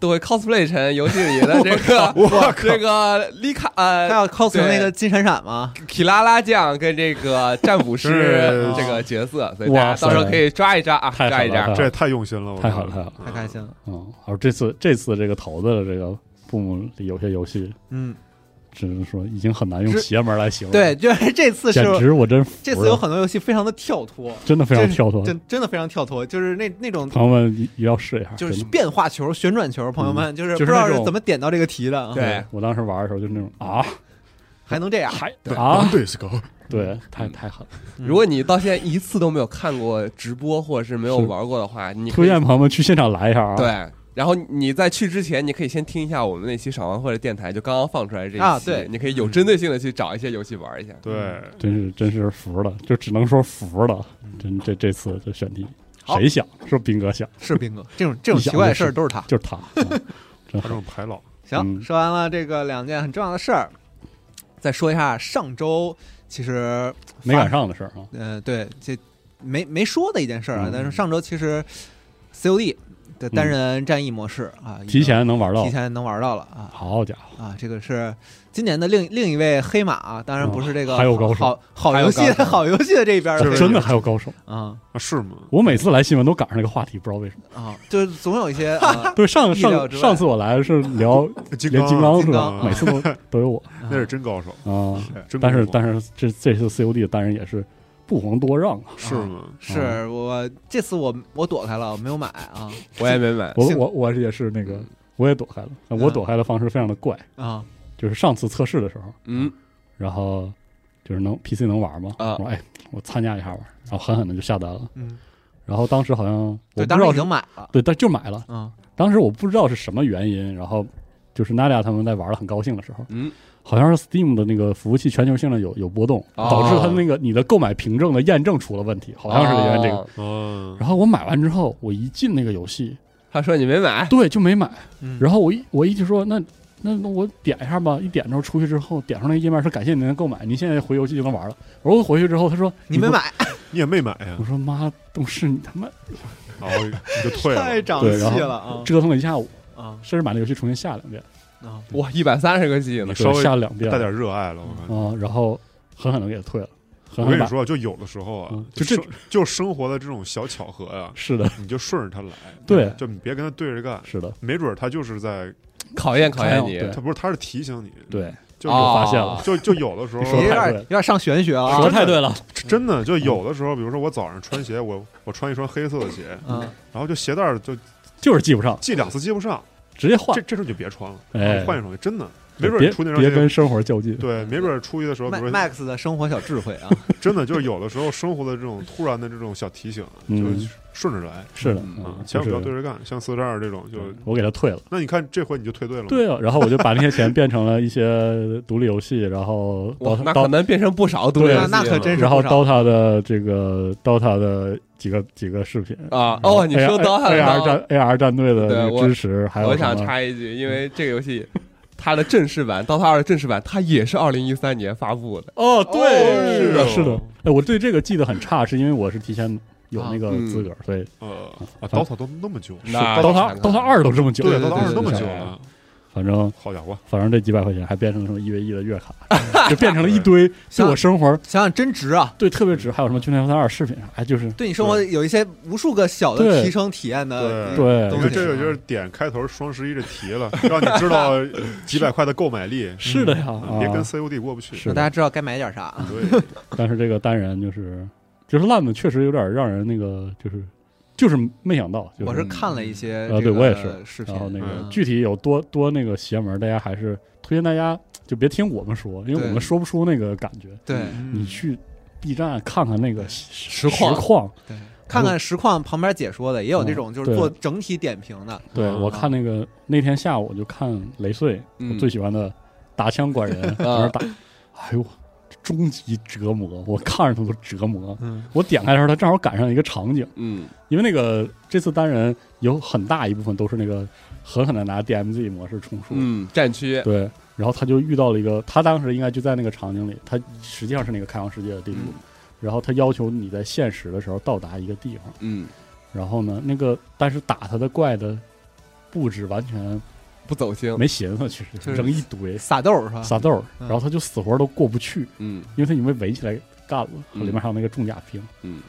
都会 cosplay 成游戏里的这个
我
这个丽卡
他
呃
要 cos 成
对
那个金闪闪吗？
k 拉拉酱跟这个占 卜师
是
这个角色，所以大
哇
家
塞
到时候可以抓一抓啊，
太好
抓一抓
了。
这也太用心了，我
太好了
觉得
太好了，
太开心了，
嗯，好，这次这次这个头子的这个父母里有些游戏，
嗯，
只能说已经很难用
是
邪门来形容，
对，，就是这次是
简直我真服
这次有
了
很多游戏非常的跳脱，
真的非常跳脱，
真真的非常跳脱，就是那那种
朋友们一一定要试一下，
就是
真的嗯
变化球、旋转球，朋友们就是不
就是
知道
那
是
种
怎么点到这个题的，啊
对
我当时玩的时候就是那种啊
还能这样，
还啊，
对，是个
对，
嗯
太太狠了。
如果你到现在一次都没有看过直播或者是没有
是
玩过的话，你可
推
以
荐朋友们去现场来一下啊！，
对，然后你在去之前，你可以先听一下我们那期赏玩会的电台，就刚刚放出来这一期，
啊对
你可以有针对性的去找一些游戏玩一下。
对，
真是真是服了，就只能说服了。真这这次的选题，
嗯好
谁想？ 是斌哥想，
是斌哥，这种这种奇怪的事儿都是他。
就是他。嗯真
他这
好，
种排老，
行，
嗯
说完了这个两件很重要的事儿，再说一下上周其实
没赶，上的事儿啊，
呃，对，这没没说的一件事儿啊
嗯，
但是上周其实 COD 的单人战役模式啊，
提前能玩
已经提，
到
前能玩到了啊
好家伙，
啊，这个是今年的另另一位黑马啊，当然不是这个
哦还有高手
好好
还有
游戏
高手
好游戏的这一边的
就
黑
是
马
真的还有高手。
啊
啊是吗？
我每次来新闻都赶上这个话题，不知道为什么。
啊，就是总有一些 啊
对，上
意料
上
之外
上次我来是聊
金
连金刚是
金
吧？
刚
每次都都有我
那是真高手，
啊。
真
但是
高手
但是这这次 COD 的单人也是不遑多让啊。
是吗？
是
哦
我这次我我躲开了，我没有买啊
我也没买，
我
幸
我我也是那个，我也躲开了。我躲开的方式非常的怪，
啊
就是上次测试的时候，
嗯，
然后就是能 PC 能玩吗？
啊
我说哎，我参加一下玩，然后狠狠的就下单了。
嗯，
然后当时好像我
对，
不
当
知
时已
道是
经买了
对，但就买了。
啊
当时我不知道是什么原因，然后就是娜 a 他们在玩的很高兴的时候，
嗯，
好像是 Steam 的那个服务器全球性的有有波动，
哦
导致它那个你的购买凭证的验证出了问题，好像是因为这个。
哦。
嗯，
然后我买完之后，我一进那个游戏，
他说你没买，
对，就没买。
嗯，
然后我一我一直说那那那我点一下吧，一点之后出去之后，点上那个页面说感谢您的购买，您现在回游戏就能玩了。我说我回去之后，他说
你没
不，
买，
你也没买呀
我，说妈，动视你他妈
然后你就退
太
了，
长
对然
气
后
了啊
折腾了一下午，
啊
甚至把那游戏重新下两遍，
啊！
哇，一百三十个 G 呢
你，稍微
对下了两遍，
带点热爱了，我感觉。
啊、然后狠狠的给它退了，狠
我
狠
跟
地
你
把
说，就有的时候啊
嗯，
就
就这
生就生活的这种小巧合呀，
是的，
你就顺着它来，
对
就你别跟它对着干，
是的，
没准儿它就是在，
考验考验你。
对
它不是，它是提醒你，
对，
就
哦
有
我发现了，
啊
就就有的时候
你
你
说
有
太
点
对了
有点上玄学
哦
啊
说得太对了，
真的就有的时候，比如说我早上穿鞋，我我穿一双黑色的鞋，
嗯
啊！
然后就鞋带儿就
就是记不上，
系两次系不上，
直接换
这，这时候你就别穿了，
哎
换一双，真的，没准儿
别
你出那
别
双
跟
鞋，
生活较劲，
对，没准儿出去的时候，比
麦
如说
Max 的生活小智慧啊，
真的就是有的时候生活的这种突然的这种小提醒，就
嗯
顺着来
是的，
嗯
啊
嗯，，
千万不要
就
对
是
着干，像四十二这种就，
我给他退了。
那你看这回你就退队了吗，
对啊，然后我就把那些钱变成了一些独立游戏，然后
哇，那
DOTA
可
DOTA
能变成不少独 立
对
游戏了
那可真是
然
不
后
少
DOTA 的这个 DOTA 的几个几个视频
啊！哦，你说
AR AR
到
战 AR 战队的
对
这
我
个支持，还有
我
什么
想插一句，因为这个游戏它的正式版《DOTA 二》的正式版，它也是二零一三年发布的。
哦，
哦
对，是的，
是
是
的
的，哎，我对这个记得很差，是因为我是提前有那个
啊嗯
资格，所以
呃，啊，DOTA 都那么久，
那
DOTA DOTA 二都这么久，
对啊
对
，DOTA
对
二
对
那么
对
久
对
了，
反正
好家伙，
反正这几百块钱还变成了什么一 v 一的月卡，就变成了一堆对我生活
想想真值啊！
对特别值，还有什么去年 F 三二视频啥，哎，就是
对你生活有一些无数个小的
对
提升体验的，
对
你
东
看
西
这个就是点开头双十一这题了，让你知道几百块的购买力，
是的呀，
嗯别
啊
跟 COD 过不去。
是
让
的
大家知道该买点啥。
对，
但是这个单人就是就是烂的，确实有点让人那个就是就是没想到，就
我
是
是看了一些
呃
这个
对我也是
视频
然后那个
嗯
具体有多多那个邪门，大家还是推荐大家就别听我们说，因为
对
我们说不出那个感觉，
嗯
对
你去 B 站看看那个实
况
实况，
对，看看实况旁边解说的，也有那种就是
嗯对
做整体点评的，嗯
对、
啊
我看那个那天下午我就看雷碎，
嗯啊
我最喜欢的打枪管 人在那儿打，哎呦，终极折磨，我看着他都折磨。
嗯
我点开的时候，他正好赶上一个场景，
嗯
因为那个这次单人有很大一部分都是那个狠狠的拿 DMZ 模式充数，
嗯，战区
对，然后他就遇到了一个，他当时应该就在那个场景里，他实际上是那个开放世界的地图，
嗯
然后他要求你在现实的时候到达一个地方。
嗯
然后呢，那个但是打他的怪的布置完全
不走心，
没寻思，其实
就是
扔一堆
撒豆是吧？
撒豆儿，
嗯
然后他就死活都过不去，
嗯
因为他已经被围起来干了，
嗯
里面还有那个重甲兵。
嗯，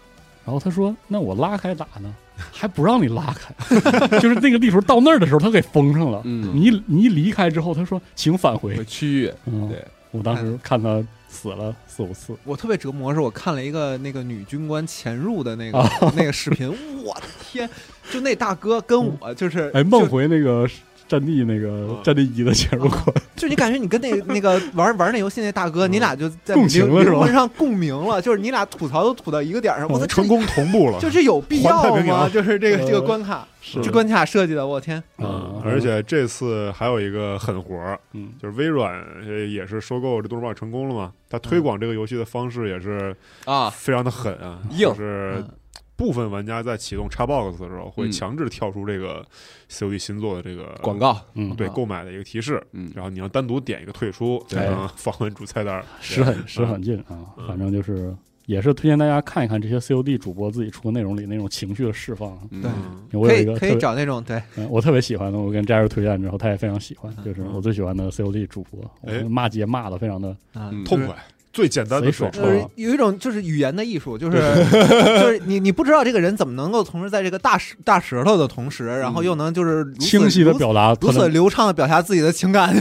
然后他说：“那我拉开打呢，还不让你拉开，就是那个地图到那儿的时候，他给封上了。
嗯
你一你一离开之后，他说请返回
回。区域，
嗯，
对，
我当时看他死了四五次，
我特别折磨，是我看了一个那个女军官潜入的那
啊
个、那个视频，我的天！就那大哥跟我就是，
哎，
就
梦回那个战地那个
嗯
战地一的切入口，
就你感觉你跟那那个玩玩那游戏那大哥，
嗯
你俩就在
共情
灵
了是吧
灵魂上共鸣了，就是你俩吐槽都吐到一个点儿上，我
嗯
操，
成功同步了
这，就这有必
环太
要
平
吗？
洋
就是这个
呃
这个关卡，
是
这关卡设计的，我天！
嗯
啊，
而且这次还有一个狠活儿，
嗯，
就是微软呃也是收购这动视暴也成功了嘛，它
嗯
推广这个游戏的方式也是
啊，
非常的狠啊，
硬
就是
嗯
部分玩家在启动 Xbox 的时候会
嗯
强制跳出这个 COD 新作的这个
广告，
嗯，
对
啊
购买的一个提示，
嗯
然后你要单独点一个退出，
对
才能访问主菜单儿。
使很使很劲啊，
嗯
反正就是也是推荐大家看一看这些 COD 主播自己出的内容里那种情绪的释放啊。
嗯
对
嗯
我
可
有一
以
个
可
特
以
别，
找那种对，
嗯我特别喜欢的，我跟 Jerry 推荐之后，他也非常喜欢，就是
嗯
我最喜欢的 COD 主播，我
哎
骂街骂的非常的
啊
嗯，
痛快，最简单的
贼爽
退
就
出
是有一种就是语言的艺术，就是就是你你不知道这个人怎么能够同时在这个大舌大舌头的同时，然后又能就是如此
嗯清晰的
如此
表达，
如
他
此
的
流畅的表达自己的情感，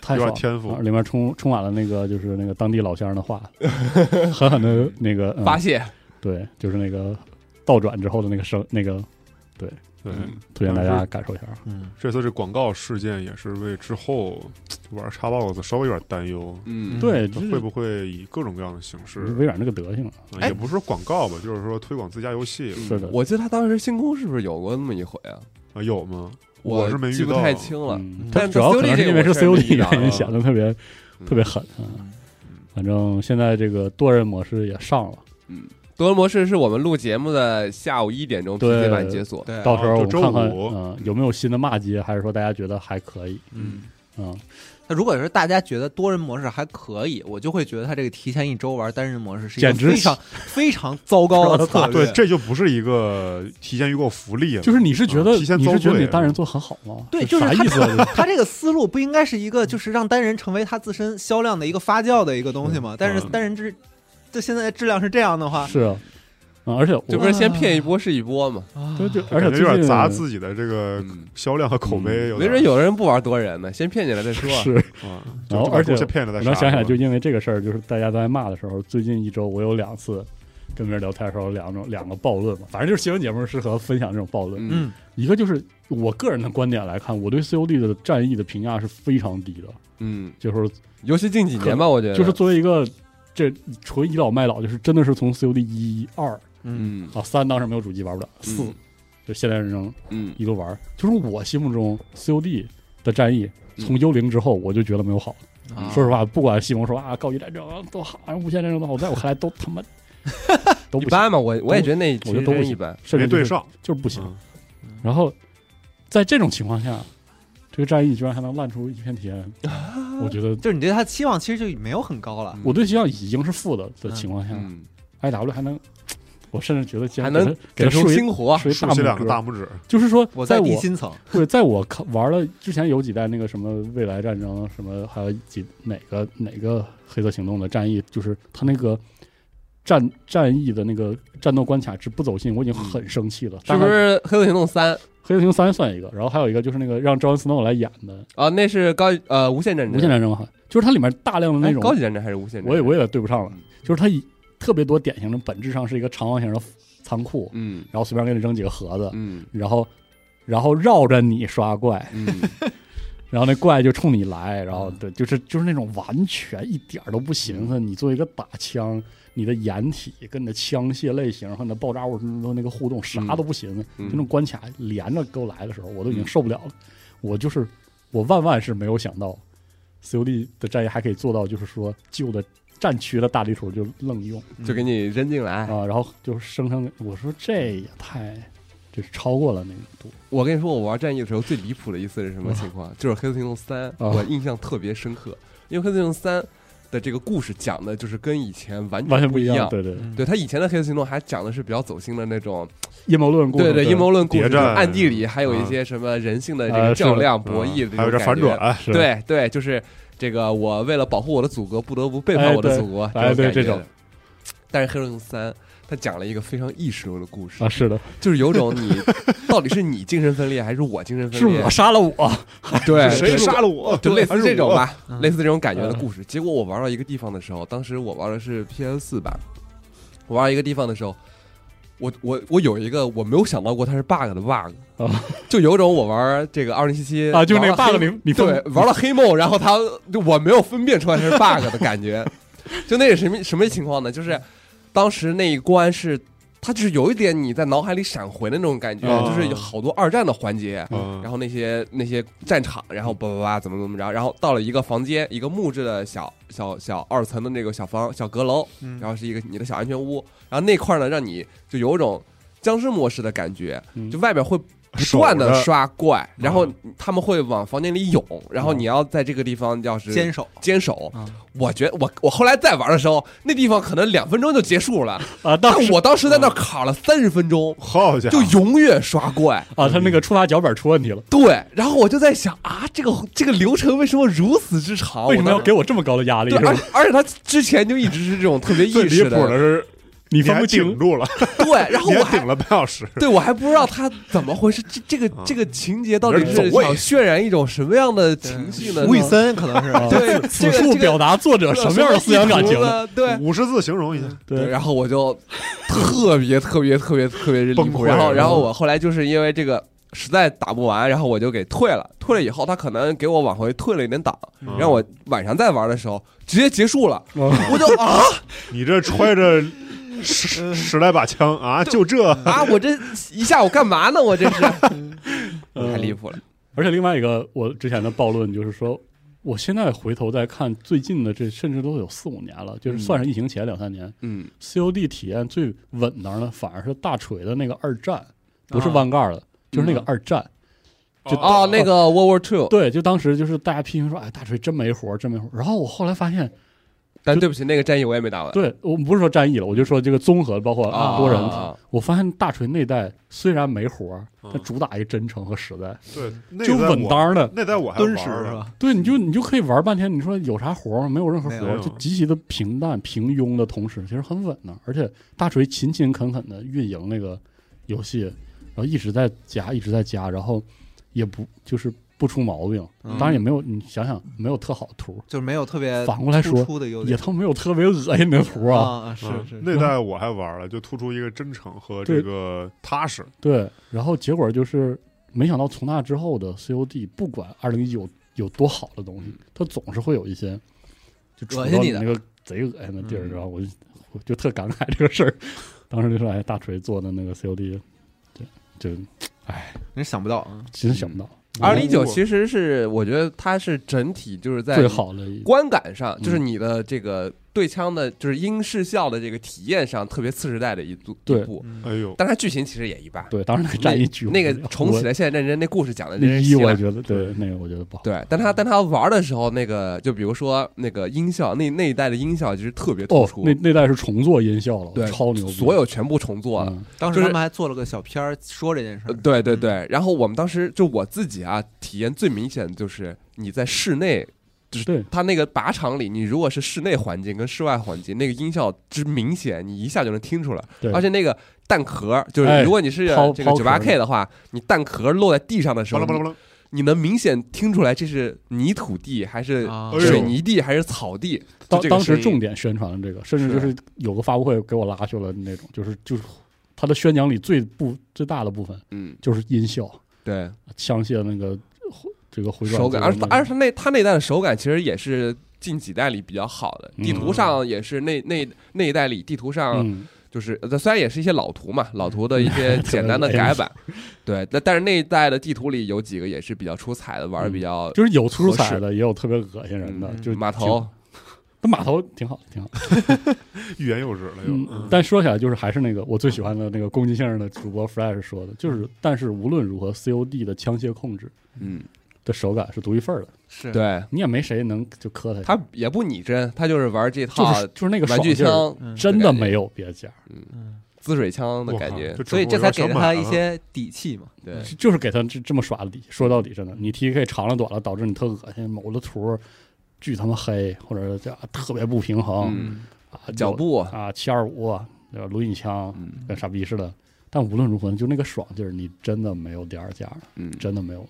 太
有点
爽了。
天赋
啊里面充充满了那个就是那个当地老乡 的话，狠狠的那个、嗯
发泄，
对，就是那个倒转之后的那个声，那个
对，
嗯
推荐大
但
家
是
感受一下。啊
嗯，
这次这广告事件也是为之后就玩 Xbox 稍微有点担忧，
嗯
对，
它
这是
会不会以各种各样的形式，
微软这个德行啊，
嗯
哎
也不是说广告吧，就是说推广自家游戏
是的，
嗯我记得他当时星空是不是有过那么一回啊？
啊，有吗？
我
是没
记
遇
不
到，啊
太清了。
嗯，它
但
主要
COD
可能
这
是
个
因为
我
是
是没
COD
遇到
原因
啊
显得特别
嗯
特别狠啊。反正现在这个多人模式也上了，
多人模式是我们录节目的下午一点钟
对
PC 版解锁，
对
到时候我们
哎就周
看看
五
嗯有没有新的骂街，还是说大家觉得还可以？
嗯，
嗯，
那如果是大家觉得多人模式还可以，我就会觉得他这个提前一周玩单人模式是一个
简直
非常非常糟糕的策略。
啊对，这就不是一个提前预购福利了，
就是你是觉得
嗯提前
你
遭
是觉得
罪
你单人做很好吗？
对就
这
是
啥
他
意思啊？
他这个思路不应该是一个就是让单人成为他自身销量的一个发酵的一个东西吗？但是单人质这现在的质量是这样的话
嗯这，是啊，嗯而且
这
我
不是先骗一波是一波嘛？
啊
就就而
感
且
觉有
最
点
近
砸自己的这个
嗯，
销量和口碑，有
没
点
准有人不玩多人呢，先骗进来再说。
是，
啊，
然后而且
先骗了再
我
杀
能想起来，
是吧
就因为这个事儿，就是大家都在骂的时候，最近一周我有两次跟别人聊天的时候，两种两个暴论嘛，反正就是新闻节目适合分享这种暴论。
嗯
嗯
一个就是我个人的观点来看，我对 COD 的战役的评价是非常低的，
嗯，
就是
尤其近几年吧，我觉得嗯
就是作为一个这纯倚老卖老，就是真的是从 COD 一二
嗯
嗯
啊三当时没有主机玩不了，四、
嗯
就现代战争
嗯
一路玩，就是我心目中 COD 的战役。
嗯
从幽灵之后，我就觉得没有好的。
啊
说实话，不管西蒙说啊，高级战争啊多好，啊无限战争多好，在我看来都他 妈都
一
不行，
般吧，我我也觉得那其
我觉
实
得都不
真
行
一般。
甚至
没
就是
对上，
就是不行。
嗯
然后在这种情况下，这个战役居然还能烂出一片天，我觉得
就是你对他期
啊嗯
望其实就没有很高了。
我对希望已经是负的的情况下、
嗯
i w 还能我甚至觉得，
还能
给它
出
竖一
星火，
竖一
竖起两
大拇
个大
哥
拇指，啊
就是说，
我
在
在
我
地心层，
或者在我看玩了之前有几代那个什么未来战争，什么还有几哪个哪个黑色行动的战役，就是他那个战战役的那个战斗关卡是不走心，我已经很生气了。
是不是《黑色行动三》
黑色行动三算一个？然后还有一个就是那个让 Jon Snow 来演的
啊？那是高呃无限战争，
无限战争哈，就是它里面大量的那
哎
种，
高级战争还是无限战争？嗯
我也我也对不上了，就是它以特别多典型的本质上是一个长方形的仓库，
嗯
然后随便给你扔几个盒子，
嗯
然后然后绕着你刷怪。
嗯，
然后那怪就冲你来，然后对，就是就是那种完全一点儿都不
嗯
寻思，你作为一个打枪，你的掩体跟你的枪械类型和你的爆炸物中的那个互动，啥都不寻思，
嗯
就那种关卡连着给我来的时候，我都已经受不了了。我就是我万万是没有想到，COD 的战役还可以做到，就是说旧的战区的大地图就愣用
就给你扔进来。
啊，然后就生成我说这也太，这是超过了那个度
我跟你说，我玩战役的时候最离谱的一次是什么情况？就是《黑色行动三》，
啊
我印象特别深刻，因为《黑色行动三》的这个故事讲的就是跟以前完
完
全
全
不
不一
样。
对对，
对他以前的《黑色行动》还讲的是比较走心的那种，
阴谋论故事，
对对，阴谋论故事，
谍
就是
战
暗地里还有一些什么人性的这个
呃是的
较量、博弈的，
还有这反转，，哎
是吧
对对，就是这个我为了保护我的祖国，不得不背叛
哎
我的
对
祖国，
哎对
这
这
种感
种
觉。但是《黑色行动三》它讲了一个非常意识流的故事
啊，，是的，
就是有种你到底是你精神分裂还是我精神
是
分裂？
我杀了我。
对
谁
对哦
杀了我？
就类似这种
还
吧
是我，嗯
类似
啊
这种感觉的故事。结果我玩到一个地方的时候，当时我玩的是 PS 四版，我玩到一个地方的时候，我我我有一个我没有想到过它是 bug 的 bug，
哦
就有种我玩这个二零七七
啊，就是那个
玩了
bug，
黑
你你分
对玩了黑梦，然后它就我没有分辨出来它是 bug 的感觉， 就那是什么什么情况呢？就是当时那一关是。它就是有一点你在脑海里闪回的那种感觉，
哦
就是有好多二战的环节，
嗯，
然后那些那些战场，然后叭叭叭怎么怎么着，然后到了一个房间，一个木质的小小小二层的那个小房小阁楼，
嗯
然后是一个你的小安全屋，然后那块儿呢让你就有一种僵尸模式的感觉，
嗯
就外边会不断的
守着
刷怪，然后
嗯
他们会往房间里涌，然后你要在这个地方要是
坚守
坚守
嗯，
我觉得我我后来再玩的时候，那地方可能两分钟就结束了，
啊，
但
当时
我当时在那儿卡了三十分钟，
好家伙，
就永远刷怪。
啊，他那个触发脚本出问题了，
对，然后我就在想啊，这个这个流程为什么如此之长？
为什么要
啊我当时
给我这么高的压力？
对，
是
而
吧？
且而且他之前就一直是这种特别
最
意
离
识
谱的是，
你分
还
不
顶
清，
住了，
对，然后
你
我
还顶
还
了半小时，
对我还不知道他怎么回事，这这个
啊
这个情节到底
你这
是
走位
想渲染一种什么样的情绪呢？
吴宇森可能是
啊
对这
此
个
处
这个
表达作者什么样的思想感情？
呢？对。
五十字形容一下，
对，
对，
然后我就特别特别特别特别离
崩
谱，
溃
然后
了
嗯
然后我后来就是因为这个实在打不完，然后我就给退了。退了以后，他可能给我往回退了一点档，
嗯
让我晚上再玩的时候直接结束了。
啊
我就啊
你这揣着
嗯
十十来把枪啊，就这，
啊！我这一下午干嘛呢？我这是
嗯
太离谱了。
而且另外一个我之前的暴论就是说，我现在回头再看最近的这，甚至都有四五年了，就是算是疫情前两三年
嗯
，COD 体验最稳当的反而是大锤的那个二战，不
啊
是弯盖儿的，就是那
嗯
个二战。就
哦，那个 World War Two，
对，就当时就是大家批评说，哎，大锤真没活儿，真没活儿。然后我后来发现，
但对不起，那个战役我也没打完。
对我们不是说战役了，我就说这个综合，包括
啊
多人
啊
体
啊
我发现大锤那代虽然没活儿，
嗯
但主打一真诚和实在，
对，那
就
在
稳
我，
当的。
那在我还
敦
玩
实是
呢，
吧？
对，你就你就可以玩半天，你说有啥活儿吗？没有任何活
没
儿，
有
就极其的平淡平庸的同时，其实很稳当。而且大锤勤勤恳恳的运营那个游戏，然后一直在加，一直在加，然后也不就是不出毛病。
嗯
当然也没有，你想想没有特好的图，
就是没有特别
反过来
突
说
出的优
也
点
他妈没有特别恶心的图啊。
啊，啊是
嗯
是，
那代我还玩了，就突出一个真诚和这
对
个踏实，
对，然后结果就是没想到从那之后的 COD，不管二零一九有多好的东西，
嗯
它总是会有一些就戳
恶心
到
你的
那个贼恶心的地儿，
嗯
然后我就我就特感慨这个事儿。当时就说，哎，大锤做的那个 COD，对，就哎
人想不到啊，
真想不到，
嗯二零一九其实是我觉得它是整体就是在
最好的一
观感上，
嗯
就是你的这个对枪的，就是英视效的这个体验上特别次时代的一部
对
一部，
哎
嗯
呦，
但是它剧情其实也一般。
对，当时那个
那
战役巨无
那个
聊
重启
我
了现在认真，那故事讲的真
那
是
一
稀
我嗯
烂。
觉得对那个我觉得不好。
对，但他但他玩的时候，那个就比如说那个音效，那那一代的音效其实特别突
哦
出，，
那那代是重做音效了，
对
超牛逼，
所有全部重做了。
嗯
当时
就是
他们还做了个小片儿说这件事
呃
儿，
对对对，然后我们当时就我自己啊，体验最明显的就是你在室内，就是
对
它那个靶场里，你如果是室内环境跟室外环境，那个音效之明显，你一下就能听出来。
对
而且那个弹壳，就是
哎
如果你是
抛
这个
抛壳
九八 K 的话，你弹壳落在地上的时
巴拉，
候
巴拉巴拉，
你能明显听出来这是泥土地还是
啊
哎呦
水泥地还是草地。就
当
这个
当时
声音
重点宣传了这个，甚至就是有个发布会给我拉去了那种，就是就是他的宣讲里最不最大的部分
嗯，
就是音效，
对，
枪械那个回这个回转
手感，而
这个
而且它那它那一代的手感其实也是近几代里比较好的，
嗯
地图上也是那那那一代里地图上
嗯
就是、呃虽然也是一些老图嘛，老图的一 些简单的改版， 对，但但是那一代的地图里有几个也是比较出彩的，玩的比较、
嗯就是有出
合
彩
适
的，也有特别恶心人的，
嗯
就是
码头，哎
那码头挺好，挺好。
欲言又止了又。
嗯
嗯，
但说起来就是还是那个我最喜欢的那个攻击性的主播 Flash 说的，就是但是无论如何，COD 的枪械控制
嗯，
的手感是独一份儿的，
是，
对，
你也没谁能就磕它一下，
它也不拟真，它就是玩这套
就是就是那个
玩
爽
具
劲儿，
枪、
嗯
真
的
的
感觉
没有别家，
嗯，
滋水枪的
我
感
靠
觉，
就
所以
整
这
我要
才给
想
了
买
他一
了
些底气嘛，
对。
就就是给他这这么耍底。说到底，真的，你 TK 长了短了，导致你特恶心，某的图儿巨他妈黑，或者这特别不平衡、
嗯，
啊，
脚
有
步，
啊，七二五，对吧？轮椅枪
嗯
跟傻逼似的。但无论如何，就那个爽劲儿，你真的没有第二家，
嗯，
真的没有。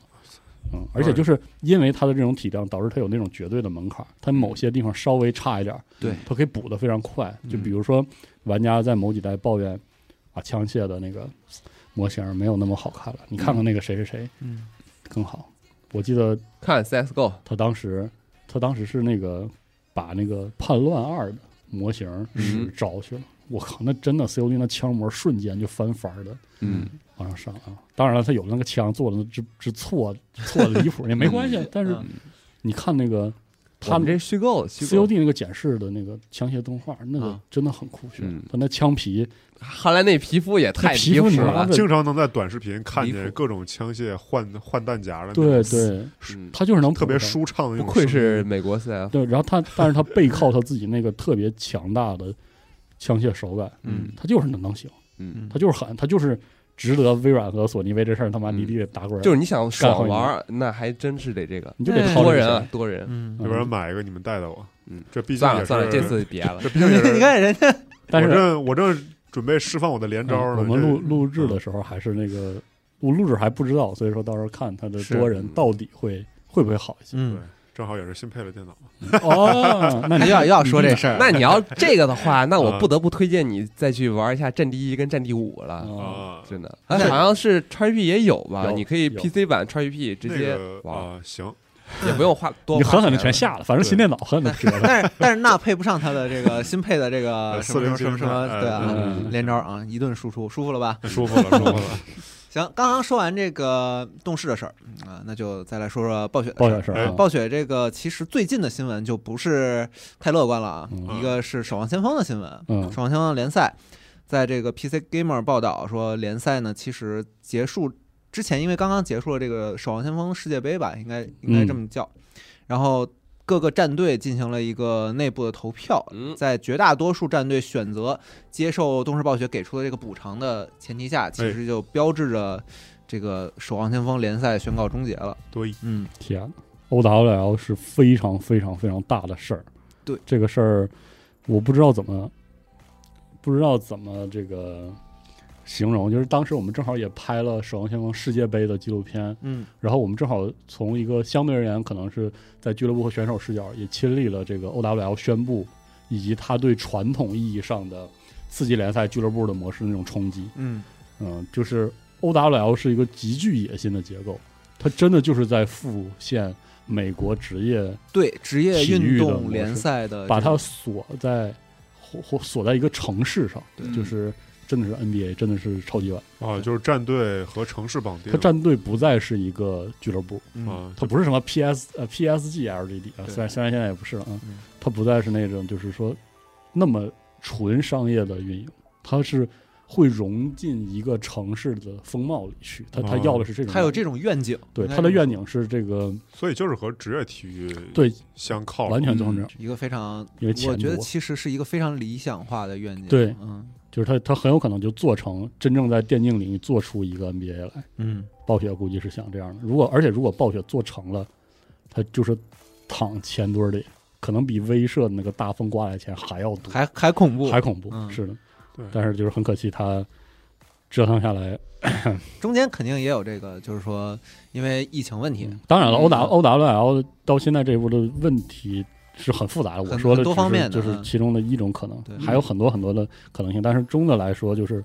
嗯，而且就是因为它的这种体量，导致它有那种绝对的门槛儿，它某些地方稍微差一点儿，
对
它可以补得非常快。就比如说，玩家在某几代抱怨啊，枪械的那个模型儿没有那么好看了，你看看那个谁谁谁
嗯，
更好。我记得
看 CSGO，
他当时，他当时是那个把那个《叛乱二》的模型儿
嗯
使招去了，我靠，那真的 COD 那枪模瞬间就翻番儿的
嗯，
往上上啊！当然了，他有那个枪做的之之错错的离谱也没关系
嗯，
但是
嗯
你看那个他
他们这是虚构的虚构的
COD 那个展示的那个枪械动画，那个
啊
真的很酷炫
嗯，
他那枪皮
后来那皮肤也太
那皮肤你
皮实
妈
了，
的，
经常能在短视频看
离
见
谱
各种枪械换换弹夹的，
对，对，
嗯
他就是能
特别
补的
舒畅的那
不
种声音。
愧是美国 CF，
对，然后他，但是他背靠他自己那个特别强大的枪械手感，
嗯
他就是能能行，
嗯，
他就是狠，他就是值得微软和索尼为这事儿他妈你得打滚儿，
嗯就是你想爽
干
玩
好
儿，那还真是得这个
你就得
哎
掏这
多
个
人啊
钱，
多人，
嗯
要不然买一个你们带带我。
嗯，
这毕竟
算了
也
算了，
是
这次别了
这，毕竟也是
你看人家
但
我
是
正我正准备释放我的连招呢。
嗯我们
这
录录制的时候还是那个我录制还不知道，所以说到时候看他的
是
多人到底会会不会好一些。
对
嗯，
正好也是新配了电脑嘛。
哦，那
又
你
要又要说这事儿，啊
那你要这个的话，那我不得不推荐你再去玩一下《战地一》跟《战地五》了，
啊，
啊，
真的，
哎
那好像是 XGP 也有吧？
有
你可以
有
PC 版 XGP 直
那
接
个
玩，
啊，行，
也不用花多
你
花钱
狠
了，
狠的全下了，反正新电脑狠狠的折了。
但是但是那配不上他的这个新配的这个
呃
什么什么什么什么
4070
对啊，
嗯
连招啊，一顿输出，舒服了吧？
舒服了，舒服了。
行，刚刚说完这个动视的事儿嗯啊，那就再来说说暴雪的
抱
事
怨
儿。
事儿啊，
暴雪这个其实最近的新闻就不是太乐观了啊，
嗯
一个是《守望先锋》的新闻，
嗯
守望先锋》的联赛，在这个 PC Gamer 报道说，联赛呢其实结束之前，因为刚刚结束了这个《守望先锋》世界杯吧，应该应该这
嗯
么叫，然后各个战队进行了一个内部的投票，
嗯
在绝大多数战队选择接受东视暴雪给出的这个补偿的前提下，其
哎
实就标志着这个《守望先锋》联赛宣告终结了。
对，
嗯，
天呐 o w l 是非常非常非常大的事儿。
对
这个事儿，我不知道怎么，不知道怎么这个形容。就是当时我们正好也拍了《守望先锋》世界杯的纪录片，
嗯，
然后我们正好从一个相对而言可能是在俱乐部和选手视角，也亲历了这个 OWL 宣布以及他对传统意义上的次级联赛俱乐部的模式那种冲击。
嗯，
嗯，就是 OWL 是一个极具野心的结构，它真的就是在复现美国职业，
对，职业
体育
运
的
动
模
联
式
赛的
把
呃这
它
个
锁在或或锁在一个城市上，
对
就是真的是 NBA，真的是超级碗。
啊，就是战队和城市绑定
它。战队不再是一个俱乐部，
嗯
啊，
它不是什么 PS 呃 PSG LGD 啊，
对
虽然虽然现在也不是了啊
嗯，
它不再是那种就是说那么纯商业的运营，它是会融进一个城市的风貌里去。它它
哦
要的是这种，
他有这种愿景，
对
啊应该
它
这么
的愿景是这个
所以就是和职业体育
对
相靠
完全
嗯
就是这样，
说一个非常，
因为钱
我觉得
多
其实是一个非常理想化的愿景，
对
嗯
就是它它很有可能就做成真正在电竞领域做出一个 NBA 来。
嗯，
暴雪估计是想这样的。如果而且如果暴雪做成了，它就是躺钱堆儿里，可能比威社那个大风刮来的钱还要多，
还还恐怖，
还恐怖。
嗯
是的
对，
但是就是很可惜，它折腾下来。
中间肯定也有这个，就是说因为疫情问题，
当然了，O
嗯
W O W L 到现在这一步的问题是很复杂的。
很
我说
很多
的只是
方面的
就是
嗯
其中的一种可能
对，
还有很多很多的可能性。但是中的来说，就是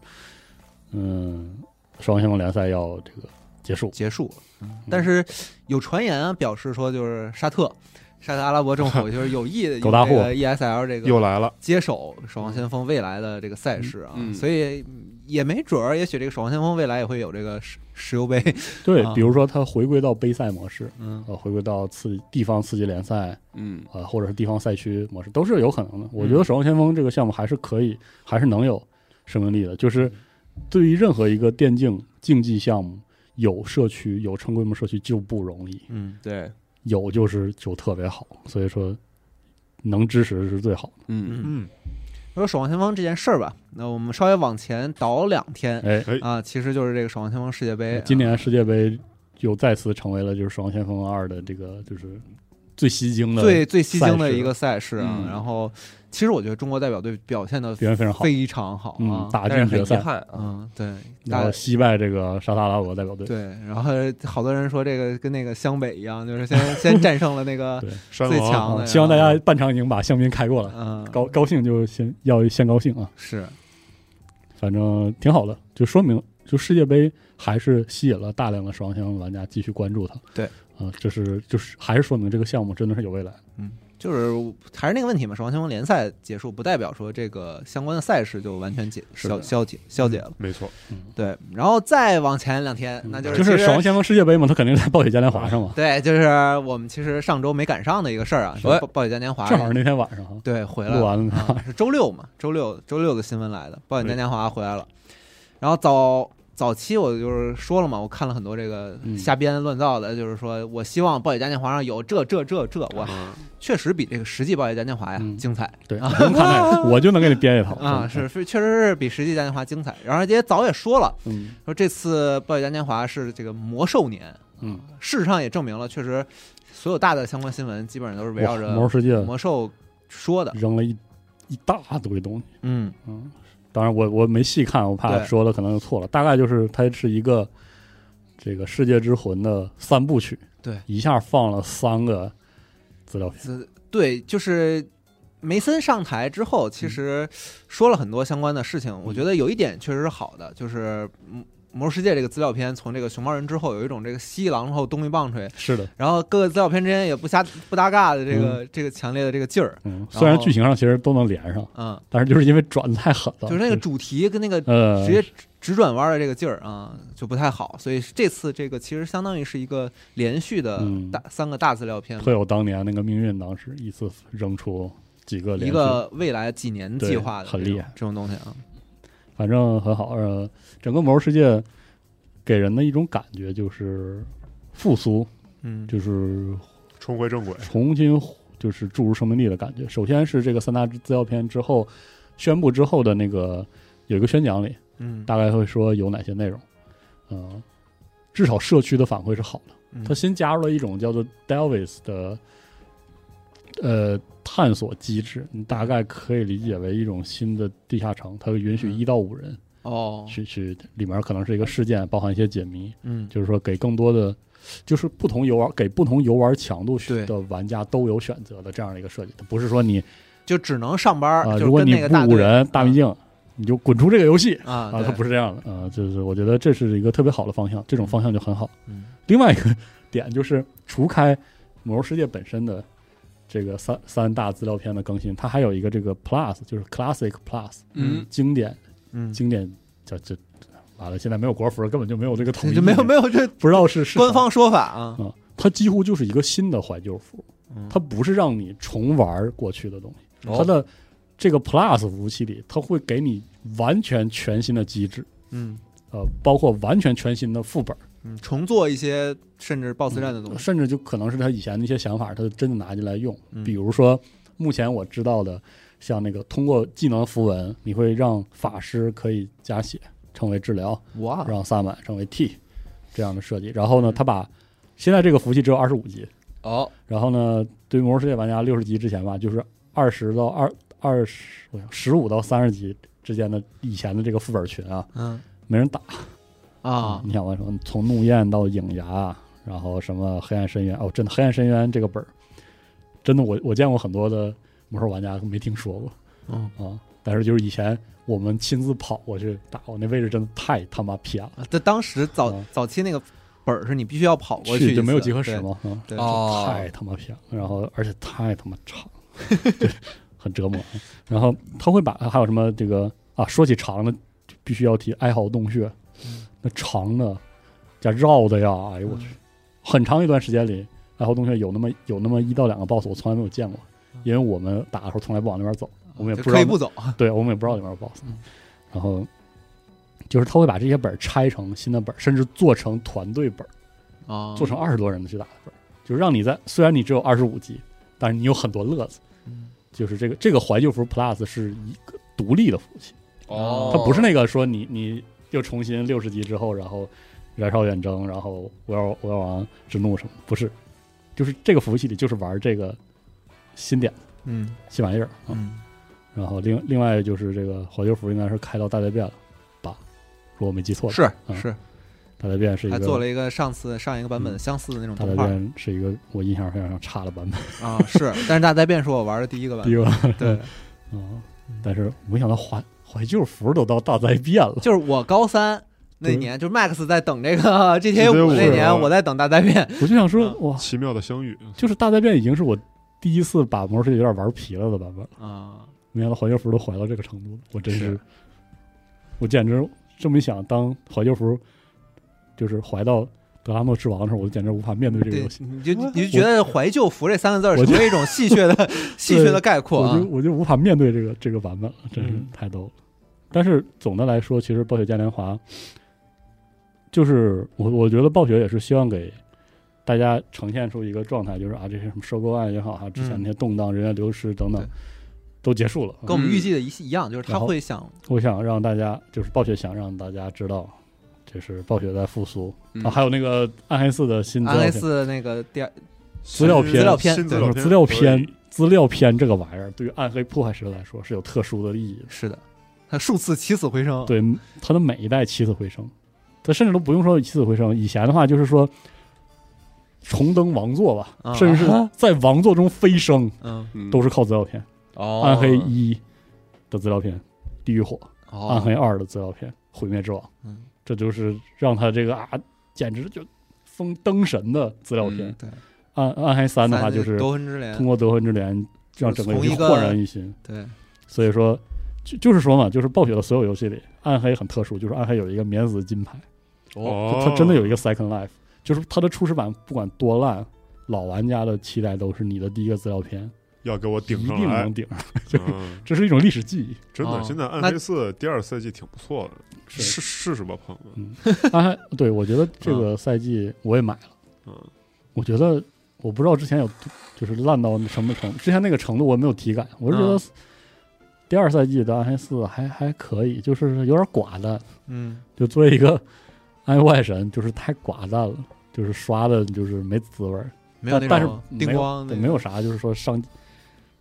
嗯，双星盟联赛要这个结束。
结束。
嗯
但是有传言啊，表示说就是沙特，沙特阿拉伯政 府就是有意
狗大户
用这个 ESL 这
又
个
来了，
接手《守望先锋》未来的这个赛事啊，
嗯嗯
所以也没准儿，也许这个《守望先锋》未来也会有这个石石油杯，
对
啊，
比如说它回归到杯赛模式，
嗯
呃，回归到次地方次级联赛
嗯
啊、呃或者是地方赛区模式，都是有可能的。我觉得守望先锋这个项目还是可以，还是能有生命力的。就是对于任何一个电竞竞技项目，有社区有成规模社区就不容易，
嗯，
对，
有就是就特别好。所以说，能支持是最好
嗯
嗯，
说《守望先锋》这件事儿吧，那我们稍微往前倒两天
的。哎，嗯
哎，
啊，其实就是这个《守望先锋》世界杯，啊
今年世界杯又再次成为了就是守望先锋二的这个就是最吸睛的，
最最吸睛的
赛事
一个赛事啊。
嗯
然后，其实我觉得中国代表队表现的
表现非常好，
非常好啊
嗯，，打
但是
进
很
决
遗
赛。
憾啊，
嗯，对，
然
大
后惜败这个沙特阿拉伯代表队，啊
对，然后好多人说这个跟那个湘北一样，就是先 先战胜了那个，
对
山
最
王
强
啊
的
希望大家半场已经把香槟开过了，
嗯，
高高兴就先要先高兴啊，
是，
反正挺好的，就说明就世界杯还是吸引了大量的守望先锋玩家继续关注它。
对
啊、这是就是还是说明这个项目真的是有未来。
就是还是那个问题嘛，守望先锋联赛结束不代表说这个相关的赛事就完全解
是
消
的嗯
消解消解了，
没错，
对，然后再往前两天，那就是
就
其
是
实
守望先锋世界杯嘛，它肯定在暴雪嘉年华上嘛，
对，就是我们其实上周没赶上的一个事儿啊，
是
就是暴暴雪嘉年华
哎正好那天晚上啊，
对回来
录
了。
完了呢，
啊，是周六嘛，周六周六的新闻来的，暴雪嘉年华回来了。然后早早期我就是说了嘛，我看了很多这个
嗯
瞎编乱造的，就是说我希望暴雪嘉年华上有这这这这，我
嗯
确实比这个实际暴雪嘉年华呀
啊嗯
精彩
对，不用看那个，我就能给你编一套嗯
啊，
真
是
的
是确实是比实际嘉年华精彩。然后也早也说了，
嗯
说这次暴雪嘉年华是这个魔兽年，啊
嗯，
事实上也证明了，确实所有大的相关新闻基本上都是围绕
哇魔兽
着
世界
魔兽说的，
扔了一一大堆东西。
嗯
嗯，当然我我没细看，我怕
对
说了可能就错了。大概就是它是一个这个《世界之魂》的三部曲，
对
一下放了三个资料片，
呃，对，就是梅森上台之后，其实说了很多相关的事情。
嗯
我觉得有一点确实是好的，就是嗯《魔兽世界》这个资料片从这个熊猫人之后，有一种这个西狼后东一棒槌，
是的，
然后各个资料片之间也不瞎不搭嘎的这个、这个强烈的这个劲儿，
嗯，
后
虽然剧情上其实都能连上，
嗯，
但是就是因为转的太狠了，
就是那个主题跟那个
呃，
直接直转弯的这个劲儿啊、就不太好。所以这次这个其实相当于是一个连续的
嗯
大、三个大资料片嘛，
特有当年那个命运，当时一次扔出几个
一
连续，
个未来几年计
对
划的
很
这种
厉害
这种东西啊，
反正很好。呃，整个《魔兽世界》给人的一种感觉就是复苏，
嗯，
就是
重回正轨，
重新就是注入生命力的感觉。首先是这个三大资料片之后宣布之后的那个有一个宣讲里，
嗯，
大概会说有哪些内容，嗯、至少社区的反馈是好的。
嗯
它新加入了一种叫做 Davis 的呃探索机制，你大概可以理解为一种新的地下城，它允许
嗯
一到五人
哦，
去去，里面可能是一个事件，包含一些解谜，
嗯，
就是说给更多的，就是不同游玩给不同游玩强度
对
的玩家都有选择的这样的一个设计，不是说你
就只能上班儿，
啊、
就是
如果
跟
你
那个大
不五
队嗯
人大秘境，你就滚出这个游戏
啊，
啊，它
对
不是这样的啊、就是我觉得这是一个特别好的方向，这种方向就很好。
嗯
另外一个 点就是，除开《魔兽世界》本身的这个三三大资料片的更新，它还有一个这个 Plus，就是 Classic Plus
嗯
经典
嗯，
经典叫这。完了，现在没有国服了，根本就没有这个统一，
就没有没有这
不知道是是
官
啥
方说法啊，
啊，它几乎就是一个新的怀旧服
嗯，
它不是让你重玩过去的东西，
哦
它的这个 Plus 服务器里，它会给你完全全新的机制，
嗯
呃，包括完全全新的副本，
嗯，重做一些甚至 BOSS 战的东西，
甚至就可能是他以前的一些想法，他就真的拿进来用。
嗯
比如说，目前我知道的，像那个通过技能符文，你会让法师可以加血成为治疗，
哦
哇，
让萨满成为 T 这样的设计。然后呢，他把现在这个服务器只有二十五级，
哦，
然后呢，对于魔兽世界玩家六十级之前吧，就是二十到二二十，我想十五到三十级之间的以前的这个副本群啊，
嗯
没人打
啊，
你想玩什么？从怒焰到影牙，然后什么黑暗深渊？哦，真的黑暗深渊这个本儿，真的我我见过很多的魔兽玩家没听说过
嗯，
啊、但是就是以前我们亲自跑过去打，我那位置真的太他妈偏了，
啊这当时早
啊
早期那个本儿是你必须要跑过一
去
次
就没有集合时，嘛，嗯，
对对
哦
太他妈偏了，然后而且太他妈长， 对，很折磨。然后他会把还有什么这个啊，说起长的，就必须要提哀嚎洞穴，那长的加绕的呀，哎呦我去，
嗯
很长一段时间里，哀嚎洞穴有那么有那么一到两个 boss，我从来没有见过，因为我们打的时候从来不往那边走，我们也
啊就
不知
可
道
以不走，
对，我们也不知道里面有 BOSS。然后就是他会把这些本儿拆成新的本儿，甚至做成团队本儿，
哦
啊，
做成二十多人的去打的本儿，就让你在虽然你只有二十五级，但是你有很多乐子。
嗯
就是这个这个怀旧服 Plus 是一个独立的服务器，
哦，
它不是那个说你你又重新六十级之后，然后燃烧远征，然后我要我要王之怒什么的，不是，就是这个服务器里就是玩这个新点
嗯
新玩意儿啊。
嗯，
然后另另外就是这个怀旧服应该是开到大裂变了吧，如果我没记错的话，
是
嗯
是，
大裂变是一
还
个嗯
做了一个上次上一个版本相似的那种
大裂
动画
变是一个我印象非常差的版本，
啊，是，但是大灾变是我玩的第一个版
第一
本，
个
对，
啊，但是没想到怀怀旧服都到大灾变了，
就是我高三。那
对
年就是 Max 在等这个 GTA
GTA
五那
是
年，
啊
吧
我在等大灾 变。
我就想说哇，
奇妙的相遇，
就是大灾变已经是我第一次把魔兽世界有点玩疲了的版本了，
啊，
没想到怀旧服都怀到这个程度了，我真是
是，
我简直这么一想，当怀旧服就是怀到德拉诺之王的时候，我就简直无法面对这个
对
游戏，。
你就你就觉得“怀旧服”这三个字儿
我
成为一种戏谑 的戏谑的概括
我
啊
就。我就无法面对这个这个版本了，真是
嗯
太逗了。但是总的来说，其实暴雪嘉年华就是我我觉得暴雪也是希望给大家呈现出一个状态，就是啊，这些什么收购案也好，还有之前那些动荡、人员流失等等
对，
都结束了。
跟我们
嗯
预计的一一样，就是他
然后
会想
我想让大家，就是暴雪想让大家知道，就是暴雪在复苏、
嗯
啊，还有那个暗黑四的新资
安
料
S
片，
那个第二，
资料片
新
资料片
新资料片，
资料片
可以，
资料片这个玩意儿对于暗黑破坏神来说是有特殊的意义的。
是的，他数次起死回生。
对，他的每一代起死回生，他甚至都不用说起死回生。以前的话就是说重登王座吧，
啊
甚至是在王座中飞升，
嗯，
嗯
都是靠资料片。
哦，
暗黑一的资料片，《地狱火》暗
哦，
黑二的资料片，《毁灭之王》
嗯
这就是让他这个啊，简直就封灯神的资料片。
嗯
对，
暗暗黑三的话就是
夺魂之莲
通，过德魂之镰让整个游戏
从一个
焕然一新。
对，
所以说，就就是说嘛，就是暴雪的所有游戏里，暗黑很特殊，就是暗黑有一个免死金牌。
哦，
哦
它真的有一个 second life，就是它的初始版不管多烂，老玩家的期待都是你的第一个资料片
要给我
一
顶上
定
来
能，顶，
嗯，
这是一种历史记忆。
真
哦
的，现在暗
那
黑四第二赛季挺不错的，
是
试试试吧，朋友们，
啊，对，我觉得这个赛季我也买了，
嗯，
我觉得我不知道之前有就是烂到什么程度，之前那个程度我没有体感，我是觉
嗯
得第二赛季的暗黑四还还可以，就是有点寡淡，
嗯
就作为一个 暗黑外神，就是太寡淡了，就是刷的就是没滋味儿。
没有那
但但是
种
没
叮
有
咣那
对
个，
没有啥就是说伤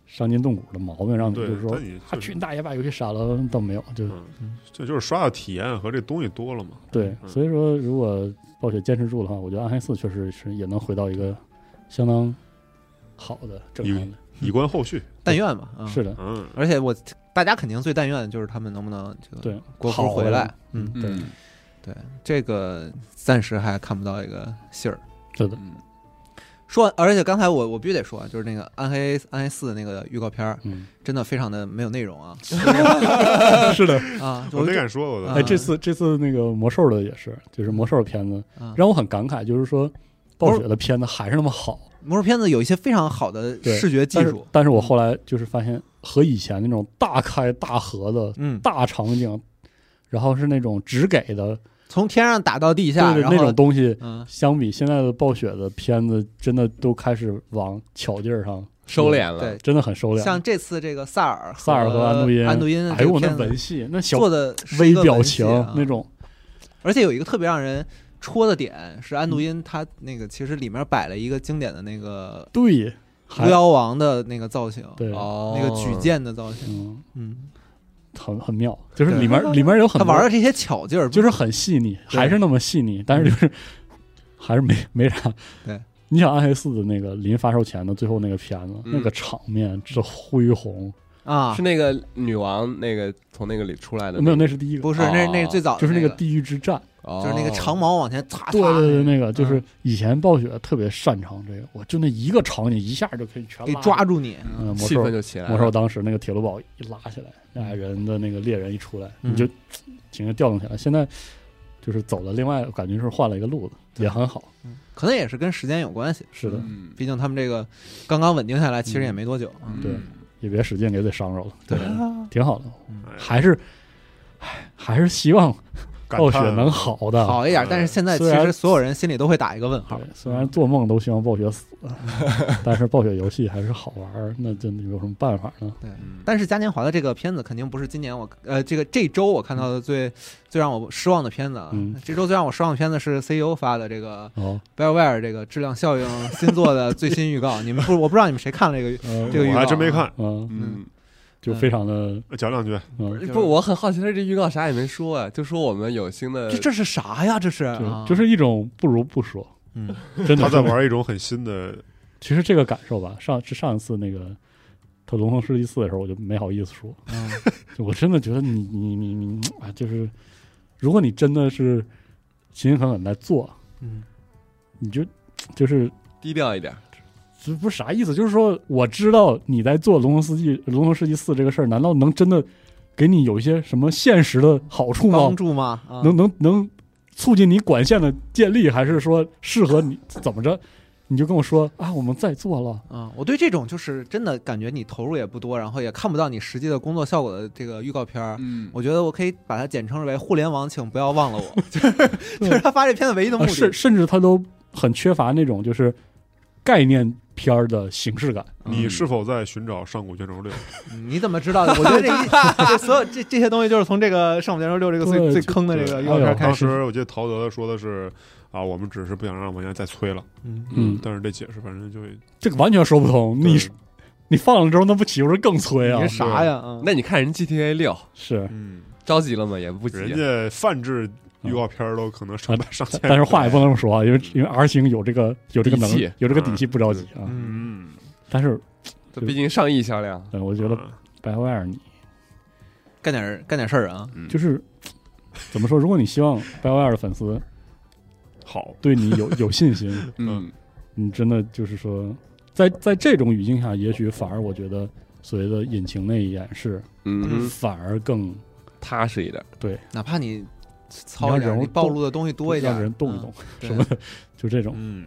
伤筋动骨的毛病，让你就
对
是，说
但你
啊
就
去
是
你大爷把游戏删了倒没有，就是
嗯，这就是刷的体验和这东西多了嘛，
对。
嗯
所以说，如果暴雪坚持住的话，我觉得暗黑四确实是也能回到一个相当好的正常的，
以观后续，
但愿吧，啊
是。的，
嗯，
而且我大家肯定最但愿的就是他们能不能这个
对，
国
好
服回来
了，，
嗯，
对
嗯，
对，这个
嗯
暂时还看不到一个信儿。
是的，
嗯
说完，而且刚才我我必须得说啊，就是那个《暗黑暗黑四》那个预告片儿，
嗯，
真的非常的没有内 容啊
是的。
啊！
我没
就
敢说我的，
哎，这次这次那个魔兽的也是，就是魔兽的片子
啊
让我很感慨，就是说
不
暴
是
雪的片子还是那么好，
魔兽片子有一些非常好的
对
视觉技
但是
术，嗯
但是我后来就是发现，和以前那种大开大合的
嗯，
大场景，然后是那种只给的，
从天上打到地
对
下，
对
然
那种
后
东西，
嗯，
相比现在的暴雪的片子，真的都开始往巧劲儿上，
收敛了。
对，
真的很收敛。
像这次这个萨尔
萨尔和
安
安度因，
安度因的
哎
这
呦
个
我那
片子
文戏，那小
做的是一
微
个
表
文戏
情
啊
那种，
而且有一个特别让人戳的点是安度因，他那个其实里面摆了一个经典的那个
对，还
狐妖王的那个造型，
对，
哦
那个举，剑的造型，
嗯，
嗯，
很很妙，就是
对
里面里面有很
他
多
玩的这些巧劲儿，
就是很细腻，
对
还是那么细腻，但是就是还是没没啥。
对，
你想暗黑四的那个临发售前的最后那个片子，
嗯
那个场面之恢宏，
啊
是，那个女王那个从那个里出来的，
没有，那是第一个，
不是那
哦
那是最早的
就是那
啊那
个地狱之战，
哦
就是那个长矛往前擦
对
擦，
对对，那个就是以前暴雪特别擅长这个，我就那一个场景一下就可以全
给
拉
抓
住，
住你，
嗯，魔
气
兽
氛就起来了。
魔兽当时那个铁路堡一拉起来，那俩人的那个猎人一出来，
嗯
你就整个调动起来。现在就是走了另外，感觉是换了一个路子，
对
也很好。
可能也是跟时间有关系，
是的，
嗯，
毕竟他们这个刚刚稳定下来，其实也没多久，嗯
嗯
对也别使劲给自己伤着了，
对，
挺好的。
哎
还是，唉还是希望
感
暴雪
叹啊
能好的。
好一点
嗯。
但是现在其
虽然
实所有人心里都会打一个问号
对，，虽然做梦都希望暴雪死，但是暴雪游戏还是好玩儿，那真的有什么办法呢？
对。
嗯
但是嘉年华的这个片子肯定不是今年我呃这个这周我看到的最、最让我失望的片子啊。
嗯
这周最让我失望的片子是 CEO 发的这个
哦，
BioWare 这个质量效应新作的最新预 告。你们不我不知道你们谁看了这个
呃
这个预
我
告、
还真没。看，呃
嗯，
嗯，
就非常的，
讲两句。
嗯，
就是
不，我很好奇，他这预告啥也没说啊，就说我们有新的
这这是啥呀？呃这是啊
就就是一种不如不说，
嗯，
真的
他在
是
玩一种很新的，
其实这个感受吧，上是上一次那个他《龙腾世纪四》的时候，我就没好意思说，
嗯
就我真的觉得你你你你啊，就是如果你真的是勤勤恳恳在做，
嗯
你就就是
低调一点。
这不是啥意思，就是说我知道你在做《龙腾世纪》《龙腾世纪四》这个事儿，难道能真的给你有一些什么现实的好 处吗
帮？助吗？啊、
能能能促进你管线的建立，还是说适合你怎么着？你就跟我说啊，我们在做了。
啊、我对这种就是真的感觉你投入也不多，然后也看不到你实际的工作效果的这个预告片儿，
嗯，
我觉得我可以把它简称为“互联网，请不要忘了我”， 就是就是他发这片子唯一的目
啊，
的。
甚甚至他都很缺乏那种就是概念片儿的形式感。
嗯
你是否在寻找上古卷轴六？
你怎么知道的？我觉得这 一这所有这这些东西就是从这个《上古卷轴六》这个最
对
最
就
坑的这
对
个预告片开
当
始。
时我记得陶德说的是啊，我们只是不想让玩家再催了，
嗯
嗯，
但是这解释反正就
这个完全说不通。你
对
你放了之后，那不岂不是更催啊
你是？啥呀？嗯，
那你看人 GTA 六
是，
嗯，
着急了吗？也不急。
人家泛制预告片儿都可能上百上千，
啊但是话也不能这么说啊，因
嗯
为因为 R 星有这个有这个能
底气
有这个底气，不着急啊。
嗯，
嗯，
但是
这毕竟上亿销量，
呃我觉得
嗯
啊
白外尔你
干点儿干点事儿啊！
嗯
就是怎么说？如果你希望白外尔的粉丝
好，
对你有有信心，
嗯
你真的就是说，在在这种语境下，也许反而我觉得所谓的引擎内演示，
嗯，
反而更
踏实一点。
哪怕你操一
你让
点，
人
你暴露的东西多一点，
让人动一动，
嗯
什么的，就这种。
嗯。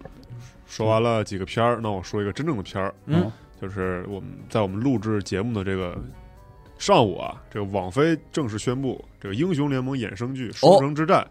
说完了几个片儿，那我说一个真正的片儿，
嗯
啊
就是我们在我们录制节目的这个上午啊，这个网飞正式宣布，这个《英雄联盟》衍生剧《
哦
双城之战》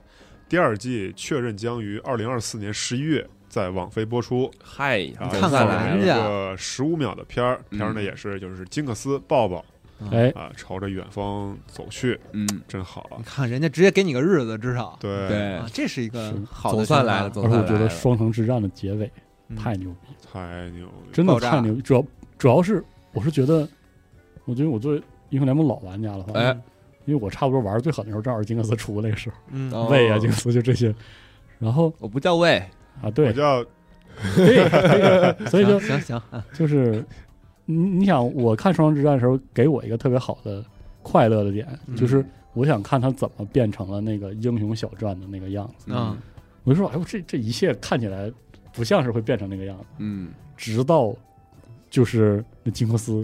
第二季确认将于二零二四年十一月在网飞播出。
嗨，
嗯
啊
你
看看
算
放
来
了
人
一
家
个十五秒的片儿，片儿呢
嗯
也是就是金克斯抱抱
嗯
哎，
啊，朝着远方走去，
嗯，
真好啊
你！看人家直接给你个日子，至少
对，
对
啊，，这是一个
是
好的
总算
想法
来了总
而且我觉
来
得《
了
双城之战》的结尾
嗯
太牛逼，
太牛了！
真的
爆炸
太牛逼。主要主要是我是觉得，我觉得我作为英雄联盟老玩家的话，
哎，
因为我差不多玩最狠的时候，正好是金克斯出那个时候，
嗯
哦
魏啊金克斯就这些。然后
我不叫喂，
啊，对
我，叫
对对所以就
行行行，啊
就是你你想，我看《双城之战》的时候，给我一个特别好的快乐的点，
嗯
就是我想看他怎么变成了那个英雄小传的那个样子。
嗯
我就说，哎呦，这这一切看起来不像是会变成那个样子，
嗯，
直到就是那金克斯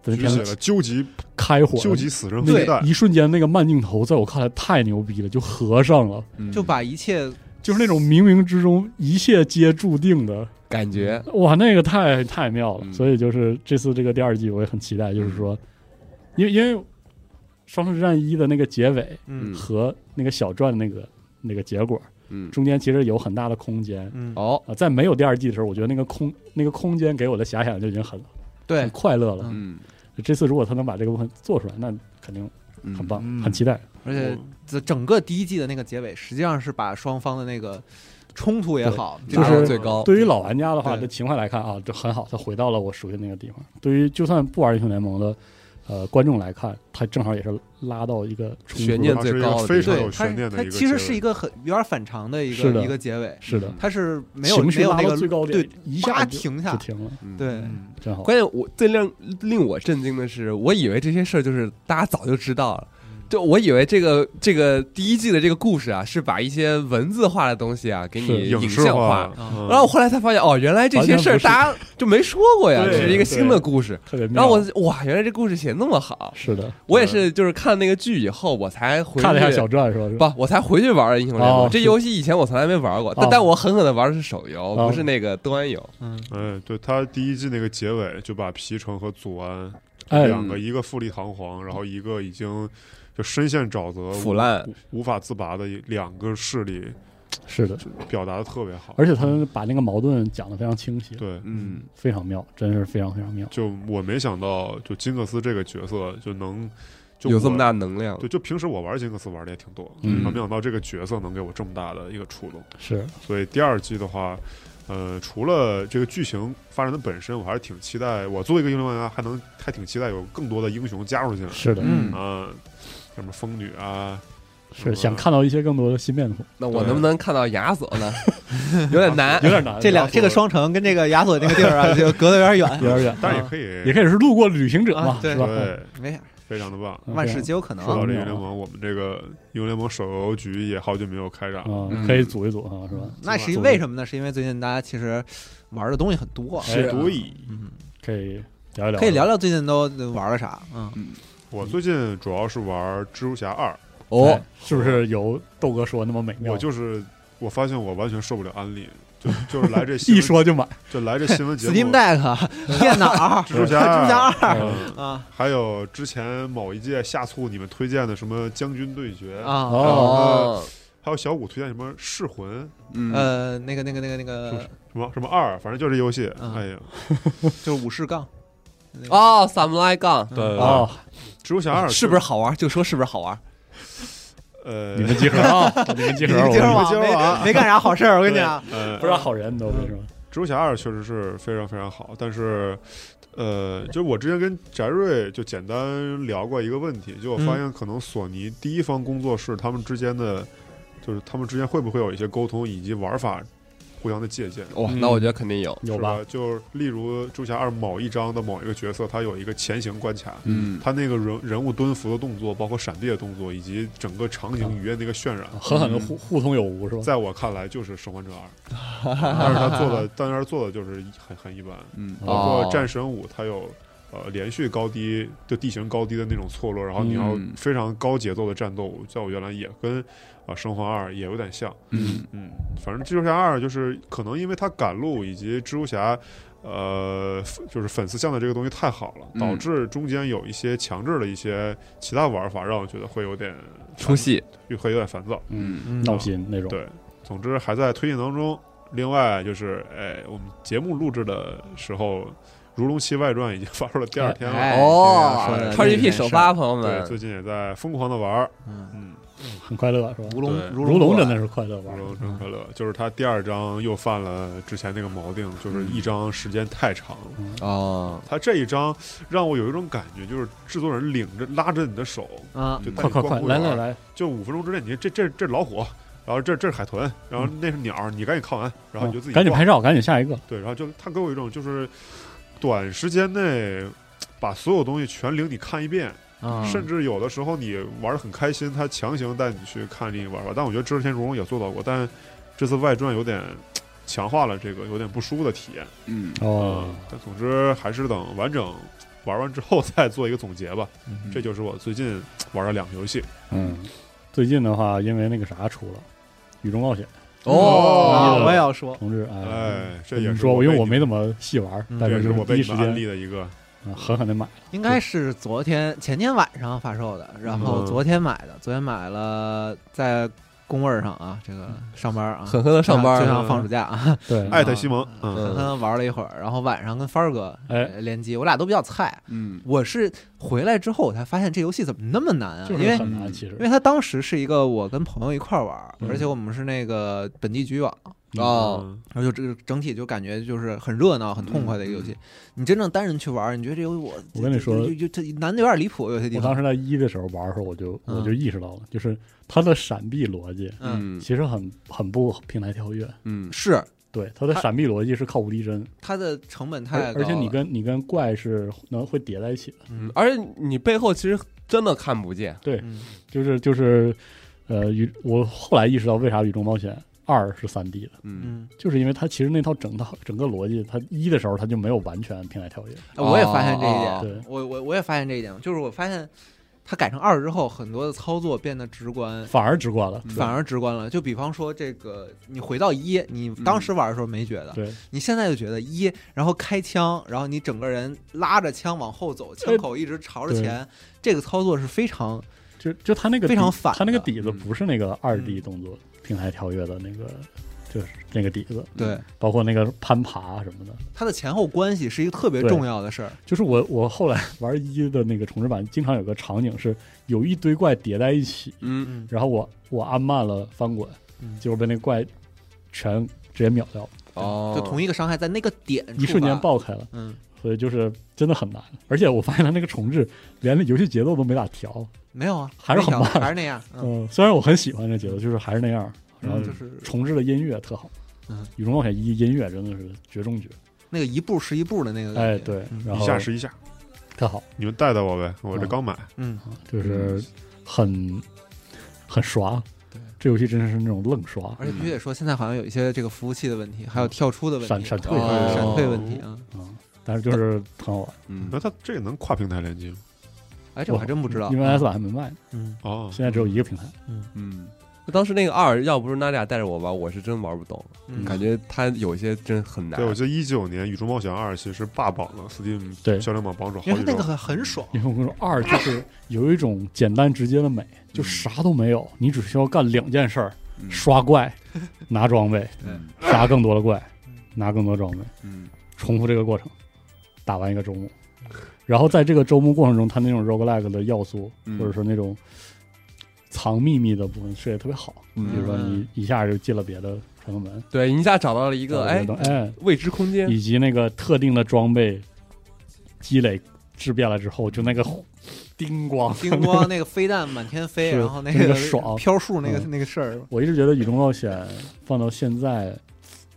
在那
举
片
起
子
了究极
开火，
究极死神
那
飞
个
弹，
一瞬间那个慢镜头，在我看来太牛逼了，就合上了。
嗯
就把一切
就是那种冥冥之中一切皆注定的，
感觉
哇，那个太太妙了。
嗯
所以就是这次这个第二季，我也很期待，就是说，因为因为《双城之战一》的那个结尾
嗯
和那个小传那个那个结果
嗯
中间其实有很大的空间。
嗯，
哦
啊，在没有第二季的时候，我觉得那个空那个空间给我的遐想就已经很很
对，
快乐了。
嗯
这次如果他能把这个部分做出来，那肯定
嗯
很棒，
嗯
很期待。
而且这整个第一季的那个结尾，实际上是把双方的那个冲突也好，
对
拿
就
到
是
最高
对于老玩家的话，
哦对
这情怀来看啊，这很好，他回到了我熟悉的那个地方。对于就算不玩英雄联盟的呃观众来看，他正好也是拉到一个冲突
悬念
它是一
最高
个
的
非常
对
有
它
悬念的
它
一个
其实
结
是
尾
一个很有点反常的一
是
个
的
一个结尾，
是的，
它是没有
情
没
绪
有
拉
那
到
个
最高点
对，，
一
叭
下就
停
就
下，
停了，
嗯
对，
嗯
真好。
关键我最令令我震惊的是，我以为这些事儿就是大家早就知道了，
嗯
就我以为这个这个第一季的这个故事啊，是把一些文字化的东西啊给
是
你
影视
像
化
化。，
嗯
然后我后来才发现，哦，原来这些事儿
完全不是
大家就没说过呀，
对
只是一个新的故事。
特别妙。
然后我哇，原来这故事写那么好！
是的，
我也是，就是看那个剧以后，我才回去
看了一下小传是吧？
不，我才回去玩了英雄联盟。
哦
这
是
游戏以前我从来没玩过，但
哦
但我狠狠的玩的是手游，
哦
不是那个端游。
嗯，
哎，对他第一季那个结尾就把皮城和祖安
哎，
两个，一个富丽堂皇，然后一个已经就深陷沼泽、
腐烂
无、无法自拔的一两个势力，
是的，
表达的特别好。
而且他把那个矛盾讲得非常清晰，
对，
嗯，
非常妙，真是非常非常妙。
就我没想到，就金克斯这个角色就能就
有这么
我
大。能量。
对，就平时我玩金克斯玩的也挺多，
嗯
啊没想到这个角色能给我这么大的一个触动。
是，
所以第二季的话，呃，除了这个剧情发展的本身，我还是挺期待。我作为一个英雄玩家，还能还挺期待有更多的英雄加入进来。
是的，
嗯
啊，什么风女啊，
是的想看到一些更多的新面孔，
那我能不能看到亚索呢？有点难
有。点难，
这两
亚索
这个双城跟这个亚索那个地儿 啊，就隔得有点远，
有点远，
但是也可以，
啊也可以是路过旅行者嘛，
啊对
是吧？
对，
没啥，
非常的棒。
嗯
万事皆有可能
说到
啊。
这英雄联盟，我们这个英雄联盟手游局也好久没有开展了。
啊
嗯，
可以组一组啊，是吧？
那是因为什么呢？是因为最近大家其实玩的东西很多，
哎
啊
是
所以，
嗯，
可以聊一聊，哎
可以聊聊最近都玩了啥？嗯，
我最近主要是玩蜘蛛侠二，
哦
哎，是不是有豆哥说那么美妙？
我就是我发现我完全受不了安利，就就是来 这新
一
闻，
说就买，
就来这 新闻节
Steam
目，
Deck、电啊 脑、
蜘蛛侠
蜘蛛侠二
嗯
啊
还有之前某一届下促你们推荐的什么将军对决，
啊，
哦
哦，
还有小五推荐什么噬魂
嗯，
呃，那个那个那个那个，
什么什么二，反正就这游戏。
啊
嗯
哎呀，
就是武士杠，
哦，Samurai Gun
对
哦，
蜘蛛侠二
是不是好玩？就说是不是好玩？
呃
你，们集合 啊，你们集
你
合，
个今儿
我
网
晚
今儿晚
没没干啥好事儿，我跟你讲，
呃，
不知道好人都是吧？
蜘蛛侠二确实是非常非常好，但是，呃，就是我之前跟翟瑞就简单聊过一个问题，就我
嗯
发现可能索尼第一方工作室他们之间的，就是他们之间会不会有一些沟通以及玩法互相的借鉴，
哇，
嗯
那我觉得肯定哦
有
有。
是
吧
吧？？就是例如蜘蛛侠二某一章的某一个角色，他有一个前行关卡。
嗯，
他那个人人物蹲伏的动作，包括闪避的动作，以及整个场
嗯
景语言那个渲染，
狠狠的互互通有无是吧？
嗯在我看来就是《生还者二》，但是他做的，但是他做的就是很很一般。
嗯，
包
哦
括战神五，它有呃连续高低就地形高低的那种错落，然后你要
嗯
非常高节奏的战斗，在我原来也跟啊、呃生化二也有点像，
嗯
嗯，反正蜘蛛侠二就是可能因为它赶路以及蜘蛛侠。呃，就是粉丝向的这个东西太好了，
嗯
导致中间有一些强制的一些其他玩法，让我觉得会有点
出，戏。
又 会有点烦躁。
嗯，
嗯
闹心那种，
对，总之还在推进当中。另外就是，哎，我们节目录制的时候，《如龙七外传》已经发售了第二天了，
哎
哦
哎
超 GP 首发，朋友
对，
们，
最近也在疯狂的玩儿，
嗯，
嗯，
很快乐是吧？
如龙
对
如龙真的
是
是快乐
《
玩
如
儿，
龙真快乐》就是他第二章又犯了之前那个毛病，
嗯
就是一章时间太长了。
哦，
他这一章让我有一种感觉，就是制作人领着拉着你的手，
啊，
就带
快
你
快
逛
快，
公
来
园
来，来，
就五分钟之内，你这这这是老虎，然后这这是海豚，然后那是鸟儿，你赶紧看完，然后你就自己
啊嗯赶紧
逛
拍照，赶紧下一个，
对，然后就他给我一种就是短时间内把所有东西全领你看一遍，
嗯
啊
甚至有的时候你玩的很开心，他强行带你去看另一玩法。但我觉得《之前如龙》也做到过，但这次外传有点强化了这个有点不舒服的体验。
嗯，
哦
嗯，，但总之还是等完整玩完之后再做一个总结吧。
嗯
这就是我最近玩的两个游戏。
嗯，最近的话，因为那个啥出了《雨中冒险》
啊
哦
我也要说，
同志，哎，
哎，这
跟
也
你
是
说，因为我
被
没怎么细玩
嗯，
你
但
们，这
是就是
我
第
被
一
你
时
们
间
安利的一个，
嗯狠狠的买，
应该是昨天前天晚上发售的，然后
嗯
昨天买的，昨天买了在工位上啊，这个上班啊，
狠狠的上班
就
儿，
像放暑假啊，
对，
艾特西蒙，嗯，
狠狠地玩了一会儿，然后晚上跟帆儿哥
哎
联机，我俩都比较菜。
嗯，
我是回来之后我才发现这游戏怎么那么难啊，
就
因为
是很难，其实
因为他当时是一个我跟朋友一块儿玩儿，
嗯
而且我们是那个本地局域网，
哦，
嗯
然后就这个整体就感觉就是很热闹、很痛快的一个游戏。你真正单人去玩儿，你觉得这游戏我
嗯我跟你说
就就就这难的有点离谱，有些地
我
方
当。时在一的时候玩的时候，我就我就意识到了，就是它的闪避逻辑
嗯，
嗯
其实很很不平台跳跃，
嗯
是
对，它的
它
闪避逻辑是靠无敌帧，
它的成本太
而
高
而且你
了
跟你跟怪是能会叠在一起的，
嗯，而且你背后其实真的看不见，
对，
嗯
就是就是，呃，宇我后来意识到为啥《宇宙冒险二》是三 D 的，
嗯，
嗯，
就是因为它其实那套整套整个逻辑，它一的时候它就没有完全平台跳跃，
哎我也发现这一
哦
哦哦
点，我我我也发现这一点，就是我发现它改成二之后，很多的操作变得直观。
反而直观了，
嗯
反而直观了，就比方说这个，你回到一，你
嗯
当时玩的时候没觉得，
对，
你现在就觉得一，然后开枪，然后你整个人拉着枪往后走，枪口一直朝着前，这个操作是非常
就就它那个
非常
底
反
它那个
的
底子
嗯
不是那个二 D 动作平台跳跃的那个，就是那个底子，
对
包括那个攀爬什么的。
它的前后关系是一个特别
对
重要的事儿。
就是我我后来 玩一的那个重置版，经常有个场景是有一堆怪叠在一起，
嗯
嗯，
然后我我按慢了翻滚
嗯，
结果被那怪全直接秒掉，
哦，
就同一个伤害在那个点
一瞬间
爆，
爆开了。
嗯，
所以就是真的很难，而且我发现它那个重置连那游戏节奏都没咋调，
没有啊，
还是
那条
很慢
还是那样，嗯，
嗯，虽然我很喜欢这节奏，就是还是那样，然后
嗯就是
重置的音乐特好，
嗯
《雨中冒险一》音乐真的是绝中绝，
那个一步是一步的那个感觉
哎，，对，然
一
后
下是一下，
特好，
你们带带我呗，我这
嗯
刚买，
嗯，
就是很很刷
对，
这游戏真的是那种愣刷，
而且必须得说，现在好像有一些这个服务器的问题，还有跳出的问题，
闪闪退
哦
哦
闪退问题啊，
嗯，但是就是很好玩，
嗯
那它这个能跨平台联机吗？
哎，这我还真不知道
因，为 S 版还没卖呢，
嗯，
哦，
现在只有一个平台，
嗯，那当时那个二，要不是娜俩带着我玩，我是真玩不懂，
嗯
感觉它有些真很难
对，。我记得一九年《宇宙冒险二》其实霸榜了 Steam
对
销量榜榜首好
因为它
几
那个
周。
很很爽，
因为我跟你说，二就是有一种简单直接的美，就啥都没有，你只需要干两件事儿：
嗯
刷怪、拿装备、
嗯
杀更多的怪、拿更多装备，
嗯
重复这个过程，打完一个周目。然后在这个周目过程中，它那种 roguelike 的要素，
嗯
或者说那种藏秘密的部分设计得特别好。
嗯
比如说你一下就进了别的传送门，
对，你一下找到了一
一
个哎
哎，
未知空间，
以及那个特定的装备积累质变了之后，就那个叮咣
叮咣，那个飞弹满天飞，
是
然后那
那
个
个爽
飘树那个
嗯
那个事儿，
我一直觉得《雨中冒险》放到现在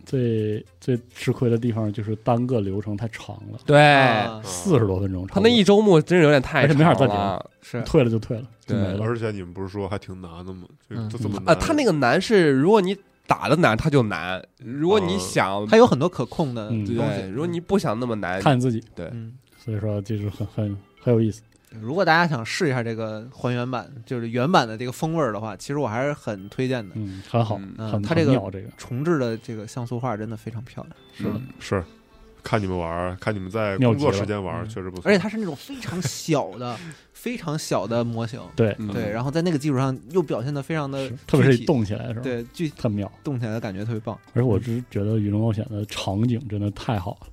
最最吃亏的地方就是单个流程太长了，
对
啊
四十多分钟差
嗯他
不多，
那一周目真是有点太
而且没法
长
暂
了
是
退了就退了，就
对
没了。
而且你们不是说还挺难的吗？就
嗯
都这么
啊！
难，
他那个难是，如果你打的难，它就难；如果你
哦
想
它有很多可控的
嗯
东
对，
西。
如果你不想那么难，
看自己，
对
嗯，
所以说就是很很很有意思。
如果大家想试一下这个还原版，就是原版的这个风味儿的话，其实我还是很推荐的。
嗯，很好，
嗯
嗯
很
它这个
很妙这个
重置的这个像素画真的非常漂亮，
是的，
嗯
是看你们玩儿，看你们在
妙
工作
极了
时间玩儿，
嗯
确实不错。
而且它是那种非常小 的、非常小的模型，
对，
嗯
对，然后在那个基础上又表现的非常的
是特别
呃具
是
体，
动起来的时候，，
对，嗯具
特妙。
动起来的感觉特别棒。
而且我只是觉得《雨中冒险》的场景真的太好了。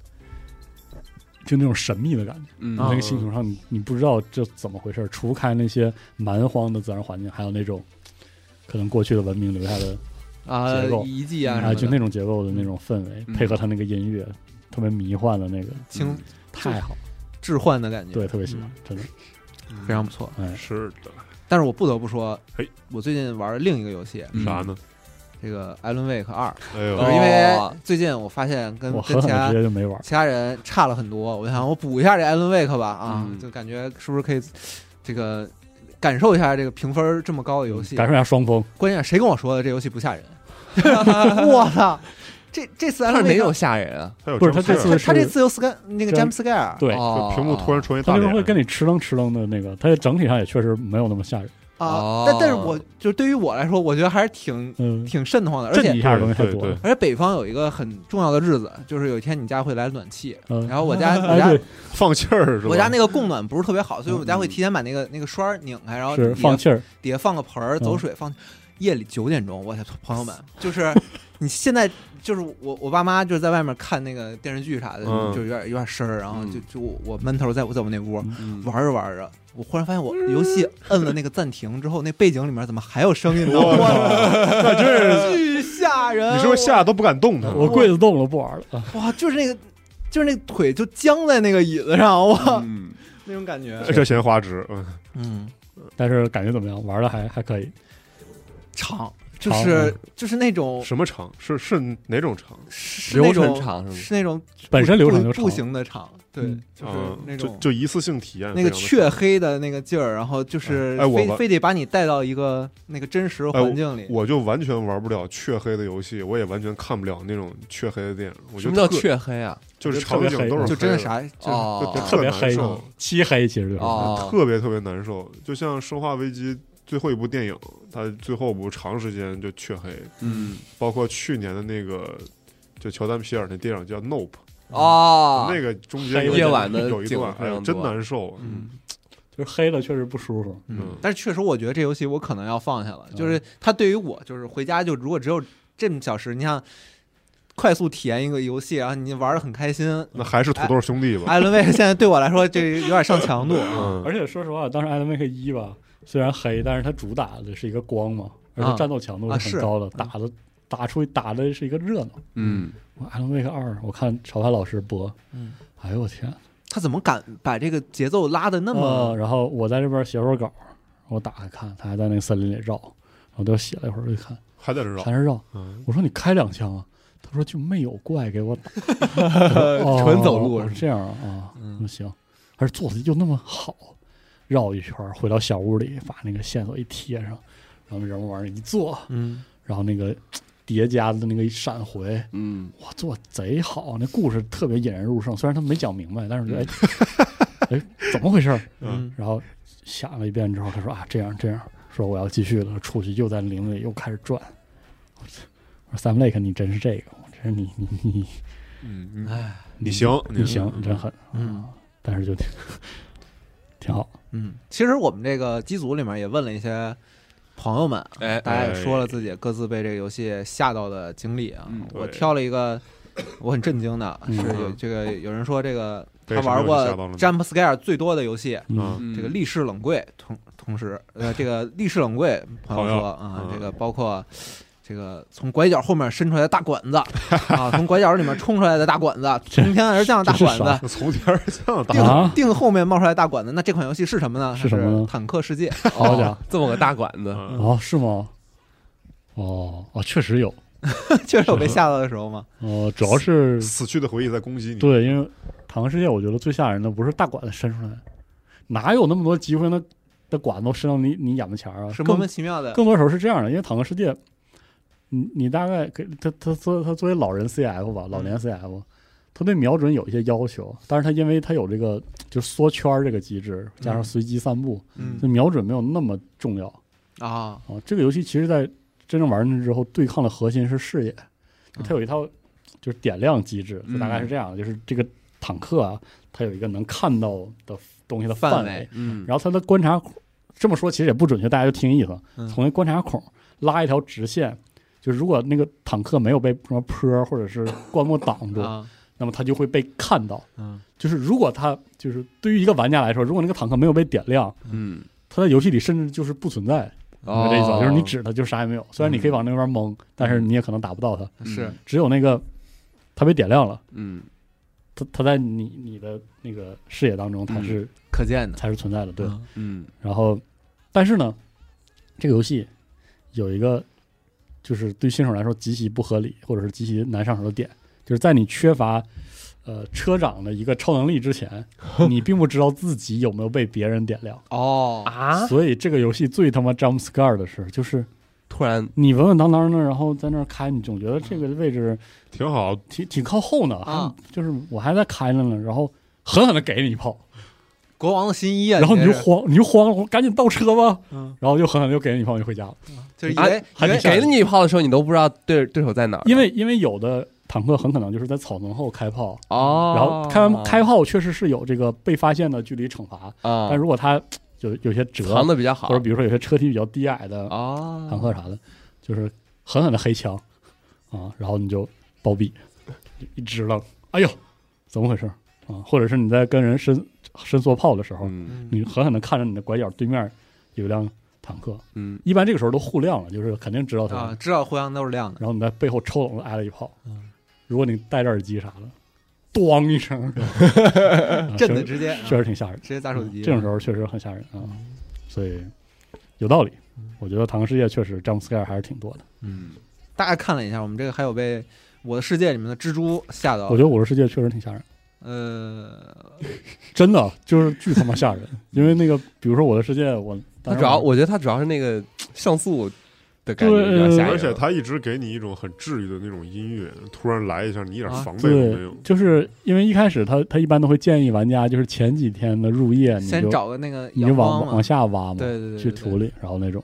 就那种神秘的感觉，
嗯
那个星球上你你不知道这怎么回事，除开那些蛮荒的自然环境，还有那种可能过去的文明留下的
啊
结构，
遗迹啊
嗯啊，
什
就
么的，
那种节奏的那种氛围，
嗯
配合他那个音乐，特别迷幻的那个，
轻
太好，
置换的感觉，
对，特别喜欢
嗯，
真的，
非常不错。
哎，
嗯是的，
但是我不得不说
嘿，
我最近玩了另一个游戏，
嗯
啥呢？
这个《艾伦 Wake 二》，
哎
就
呦，
是因
哦
为最近我发现跟
我
嗯跟
狠
其
狠的
他
直接就没玩儿，
其他人差了很多，我就想我补一下这《艾伦 Wake》吧，啊
嗯，
就感觉是不是可以这个感受一下这个评分这么高的游戏？
感受一下双峰，
关键谁跟我说的这游戏不吓人？我操！这这次《艾
它
伦
是没
Wake
有》吓人啊，
他有
不是
僵
他这
尸
次
他他这
是
次有 scan 那个 jump scare，
对，
哦
就屏幕突然出现大
他
啊
就是
脸，
会跟你哧楞哧楞的那个，它整体上也确实没有那么吓人，
啊
哦。
但但是我就对于我来说，我觉得还是挺
嗯，
挺瘆得慌的，而
这
且
一下东西太多了。
而且北方有一个很重要的日子，就是有一天你家会来暖气，
嗯
然后我家我
哎
家
对，
放气儿是吧？
我家那个供暖不是特别好，所以我家会提前把那个那个栓儿拧开，然后
是
底下
放气儿，
底下放个盆儿，走水放。夜里九点钟，我的朋友们，就是 你现在就是我我爸妈就是在外面看那个电视剧啥的，
嗯
就是有点有点声儿，然后就
嗯
就我我闷头在我在我那屋
嗯
玩着玩着，我忽然发现我游戏摁了那个暂停之后，那背景里面怎么还有声音呢？
我
哇，
靠，那真哎 是，
巨吓人！
你是不是吓得都不敢
嗯
动它？
我柜子动了，不玩了。啊
哇，就是那个，就是那个腿就僵在那个椅子上，哇，
嗯，
那种感觉。
这钱花值，嗯，
嗯，
但是感觉怎么样？玩的还还可以，
长，就
长
是就是那种
什么长？是是哪种长？
是那
流程
种
长嗯是吗？
是那种
本身流程就
不
长
不。行的长，对
嗯，
就是
嗯
那
就
种
就一次性体验，
那个
非常地
黢黑的那个劲儿，然后就是
哎哎我
非
玩
非得把你带到一个那个真实
哎我
环境里。
我就完全玩不了黢黑的游戏，我也完全看不了那种黢黑的电影。我
什
觉
么
得
叫
特
黢黑啊？
就是
特
场
别
景
黑
都是
就真
黑
的
的
啥，就
哦
就，
特别
特难
黑
受，
漆黑其实就是。
哦，
特别特别难受。就像《生化危机》最后一部电影，它最后不长时间就黢黑，
嗯，
包括去年的那个。就乔丹皮尔那电影叫《Nope
哦，》，
那个中间有
黑夜
晚的
有一
景
段，
非
哎呦，
常
真
多
难受。
嗯，
就是黑了确实不舒服。
嗯
嗯，
但是确实我觉得这游戏我可能要放下了，
嗯
就是它对于我就是回家就如果只有这么小时，你想快速体验一个游戏，然后你玩的很开心。
那还是土豆兄弟吧。
艾伦威现在对我来说这有点上强度，
嗯，
而且说实话，当时《艾伦威克一》吧，虽然黑，但是它主打的是一个光嘛，而
啊
且战斗强度
啊
是
是
很高的，打的打出打的是一个热闹。
嗯，
《艾伦威克二》，我看潮牌老师播，
嗯，
哎呦我天，
他怎么敢把这个节奏拉的那
啊
么？
然后我在这边写会儿稿，我打开看，他还在那个森林里绕，然后就写了一会儿，我就看
还在这绕
还。是绕。
嗯，
我说你开两枪啊，他说就没有怪给我打，哦
呃纯走路
哦
是吧嗯
这样啊啊，那行，而且做的又那么好，绕一圈儿回到小屋里，把那个线索一贴上，然后人往那一坐，
嗯，
然后那个叠加的那个一闪回，
嗯，
哇，做得贼好，那故事特别引人入胜。虽然他没讲明白，但是我觉得 哎哎怎么回事儿？
嗯
然后想了一遍之后，他说啊这样这样，说我要继续了，出去又在林里又开始转。我说 Sam Lake，你真是这个，我真是你你你
嗯，嗯
哎，
你行，
你行，你真狠，
嗯
但是就挺挺好。
嗯，其实我们这个机组里面也问了一些朋友们，啊
哎，
大家也说了自己各自被这个游戏吓到的经历啊
嗯。
我
对
挑了一个 我很震惊的，
嗯
是有这个有人说这个
被
他
什么
玩
游戏
过
吓到了呢
jump scare 最多的游戏，
嗯
嗯
这个立式冷柜同同时呃这个立式冷柜朋友
朋友
说啊
嗯，
这个包括。这个从拐角后面伸出来的大管子啊，从拐角里面冲出来的大管 子，从天而降的大
这是
管子
啥，
从天而降打
腚
啊
腚后面冒出来大管子，那这款游戏是什么呢？
是什么呢
它坦克世界，
好家伙，
这么个大管子，
嗯
哦是吗？哦哦，确实有。
确实有被吓到的时候吗？
哦，主要是
死去的回忆在攻击你。
对，因为《坦克世界》，我觉得最吓人的不是大管子伸出来，哪有那么多机会那那管子都伸到你你眼巴前儿啊？
是莫
更
名其妙的，
更多时候是这样的，因为《坦克世界》，你你大概给他他作他作为老人 CF 吧，老
嗯
年 CF，他对瞄准有一些要求，但是他因为他有这个就是缩圈儿这个机制，加上
嗯
随机散步，
嗯
就瞄准没有那么重要
啊，
啊。这个游戏其实在真正玩进去之后，对抗的核心是视野，就
嗯
它有一套就是点亮机制，就大概是这样的，就是这个坦克啊，它有一个能看到的东西的
范
围，
围
嗯，
然后它的观察孔，这么说其实也不准确，大家就听意思，
嗯
从那观察孔拉一条直线。就是如果那个坦克没有被什么坡或者是灌木挡住，
啊，
那么它就会被看到。
嗯
就是如果它就是对于一个玩家来说，如果那个坦克没有被点亮，
嗯，
它在游戏里甚至就是不存在。明白这意思吧？
哦
就是你指它就啥也没有，虽然你可以往那边蒙，但是你也可能打不到它。
是
嗯
只有那个它被点亮了，
嗯
它它在你你的那个视野当中，
嗯
它是、
可见的，
才是存在的。对，
嗯
嗯
然后但是呢，这个游戏有一个就是对新手来说极其不合理，或者是极其难上手的点，就是在你缺乏。呃，车长的一个超能力之前，你并不知道自己有没有被别人点亮，
哦，
啊，
所以这个游戏最他妈 jump scare 的事就是
突然
你稳稳当当的，然后在那儿开，你总觉得这个位置
挺好，
挺挺靠后呢，
啊
还就是我还在开着呢，然后狠狠的给你一炮，
国王的新衣啊，
然后你
这
就是慌，你就慌了，赶紧倒车吧，
嗯，
然后就狠狠地又给女朋友就回家了。
就是以
啊
为以
还
为
得
给了你一炮的时候，你都不知道对对手在哪儿，
因为因为有的坦克很可能就是在草丛后开炮，
哦，
然后开完开炮确实是有这个被发现的距离惩罚，
啊
但，如果它有有些折
藏，的比较好
或者比如说有些车体比较低矮的
啊，
坦克啥的，就是狠狠的黑枪啊，然后你就暴毙，一直愣，哎呦，怎么回事啊？或者是你在跟人伸伸缩炮的时候，
嗯
你狠狠的看着你的拐角对面有一辆坦克，
嗯，
一般这个时候都互亮了，就是肯定知道它
啊，知道互相都是亮的，
然后你在背后抽冷子挨了一炮。
嗯
如果你戴着耳机啥的，咣 一声，啊
震的
确实
直接
确
啊
实挺吓人。
直接砸手机，嗯
这种时候确实很吓人啊，所以有道理。我觉得《坦克世界》确实 jump scare 还是挺多的。
嗯，
大概看了一下，我们这个还有被《我的世界》里面的蜘蛛吓到
我觉，得《我的世界》确实挺吓人，
呃，
真的就是巨他妈吓人。因为那个，比如说《我的世界》，我
他
当时
主要我觉得他主要是那个像素的感觉
对
比较吓人，
而且他一直给你一种很治愈的那种音乐，突然来一下，你一点
啊
防备都没
对
有，。
就是因为一开始他他一般都会建议玩家，就是前几天的入夜你
先
就
找个那个
你就
阳
往
光
往
嘛，
下挖嘛，
对对对，对
去土，里，然后那种，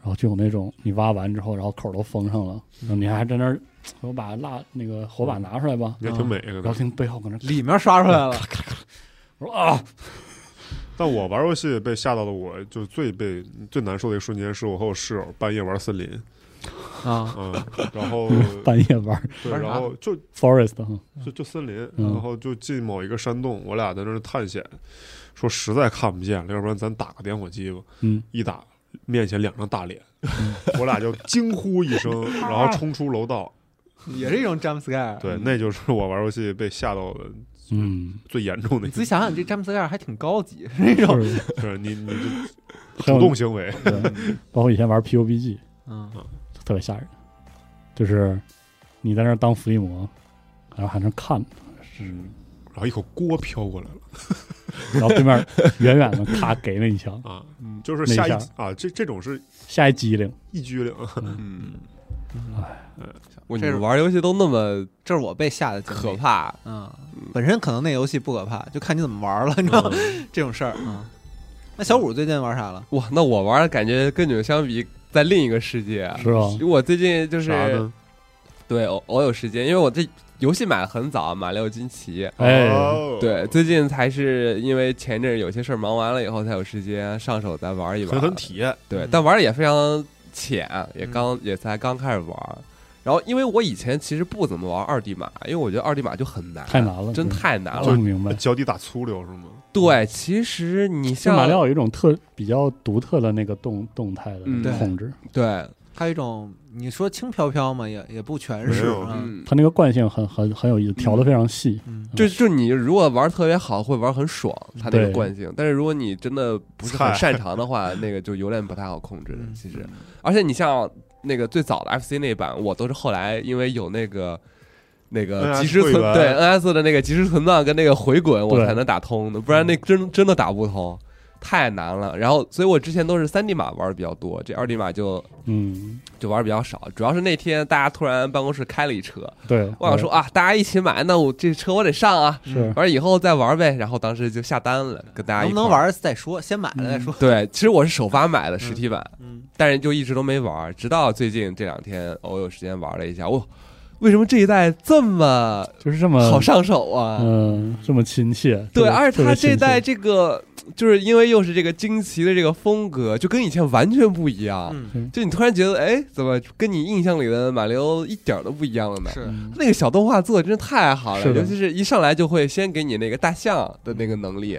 然后就有那种你挖完之后，然后口都封上了，然后你还在那儿，我把蜡那个火把拿出来吧，
嗯
你还挺美的
然后，听背后搁那
对里面刷出来 了，
我说啊，
但我玩游戏被吓到的我，就最被最难受的一个瞬间，是我和我室友半夜玩森林，
啊，
嗯，然后
半夜玩
对，
玩啥
然后就
forest 哈，
就就森林，
嗯
然后就进某一个山洞，我俩在那儿探险，说实在看不见了，要不然咱打个点火机吧。
嗯，
一打，面前两张大脸，我俩就惊呼一 声，然后冲出楼道。
也是一种 jump scare。
对，那就是我玩游戏被吓到的
嗯，
最严重的一
你仔
次。
细想
嗯
想，这 jump scare 还挺高级， 那种，
是
是你你 这
很
主
有
动，行为，
对包括以前玩 PUBG
嗯，
特别吓人，就是你在那儿当伏地魔，然后还在那儿看，
嗯，然后一口锅飘过来了
然后对面远远的咔给了一枪，
啊，
嗯
就是
那
下一
一下
啊，这这种是
吓一机灵，
一激灵，
嗯，
哎，
我你
这是
玩游戏都那么
这是我被吓的经历
可。怕，
嗯，本身可能那游戏不可怕，就看你怎么玩了，你知道吗？
嗯
这种事儿啊。那小五最近玩啥了？
哇，那我玩的感觉跟你们相比，在另一个世界啊。
是吧？
哦
我最近就
啥
是
呢？
对偶偶有时间，因为我这游戏买的很早，马里奥军旗。
哎，
哦，
对，最近才是因为前阵儿有些事儿忙完了以后才有时间上手再玩一玩，
狠狠体验，
对
嗯，
但玩的也非常浅，也刚、也才刚开始玩。然后，因为我以前其实不怎么玩二 D 码，因为我觉得二 D 码就很难，
太难了嗯
真太难
我
了。
明白。
脚底打粗溜是吗？
对，其实你
就
像
马里奥有一种特比较独特的那个动动态的
嗯
对
控制，
对，
还有一种，你说轻飘飘嘛，也也不全
没
是
有
啊。
嗯，
它那个惯性很很很有意思，调的非常细。
嗯，
就就你如果玩得特别好，会玩很爽，它那个
对
惯性。但是如果你真的不是
菜
很擅长的话，那个就有点不太好控制
嗯。
其实，而且你像那个最早的 FC 那版，我都是后来因为有那个。那个
NS
即时存
会员
对 NS 的那个即时存档跟那个回滚，我
对
才能打通的，不然那真真的打不通，太难了。然后，所以我之前都是三 D 码玩的比较多，这二 D 码就
嗯，
就玩的比较少。主要是那天大家突然办公室开了一车，
对。
我想说啊，大家一起买，那我这车我得上啊，
是
玩以后再玩呗。然后当时就下单了，跟大家
嗯能
一
不
嗯块儿
能？玩儿再说，先买了再说。
对，其实我是首发买的实体版，
嗯，
但是就一直都没玩，直到最近这两天偶有时间玩了一下。哇，为什么这一代这么
就是这么
好上手啊？
嗯，这么亲切。特
对，
别
而且
特
它
别
这
亲切
代这个，就是因为又是这个惊奇的这个风格，就跟以前完全不一样。
嗯，
就你突然觉得，哎，怎么跟你印象里的马里奥一点儿都不一样了呢？
是
嗯
那个小动画做的真是太好了，
是的
尤其是一上来就会先给你那个大象的那个能力。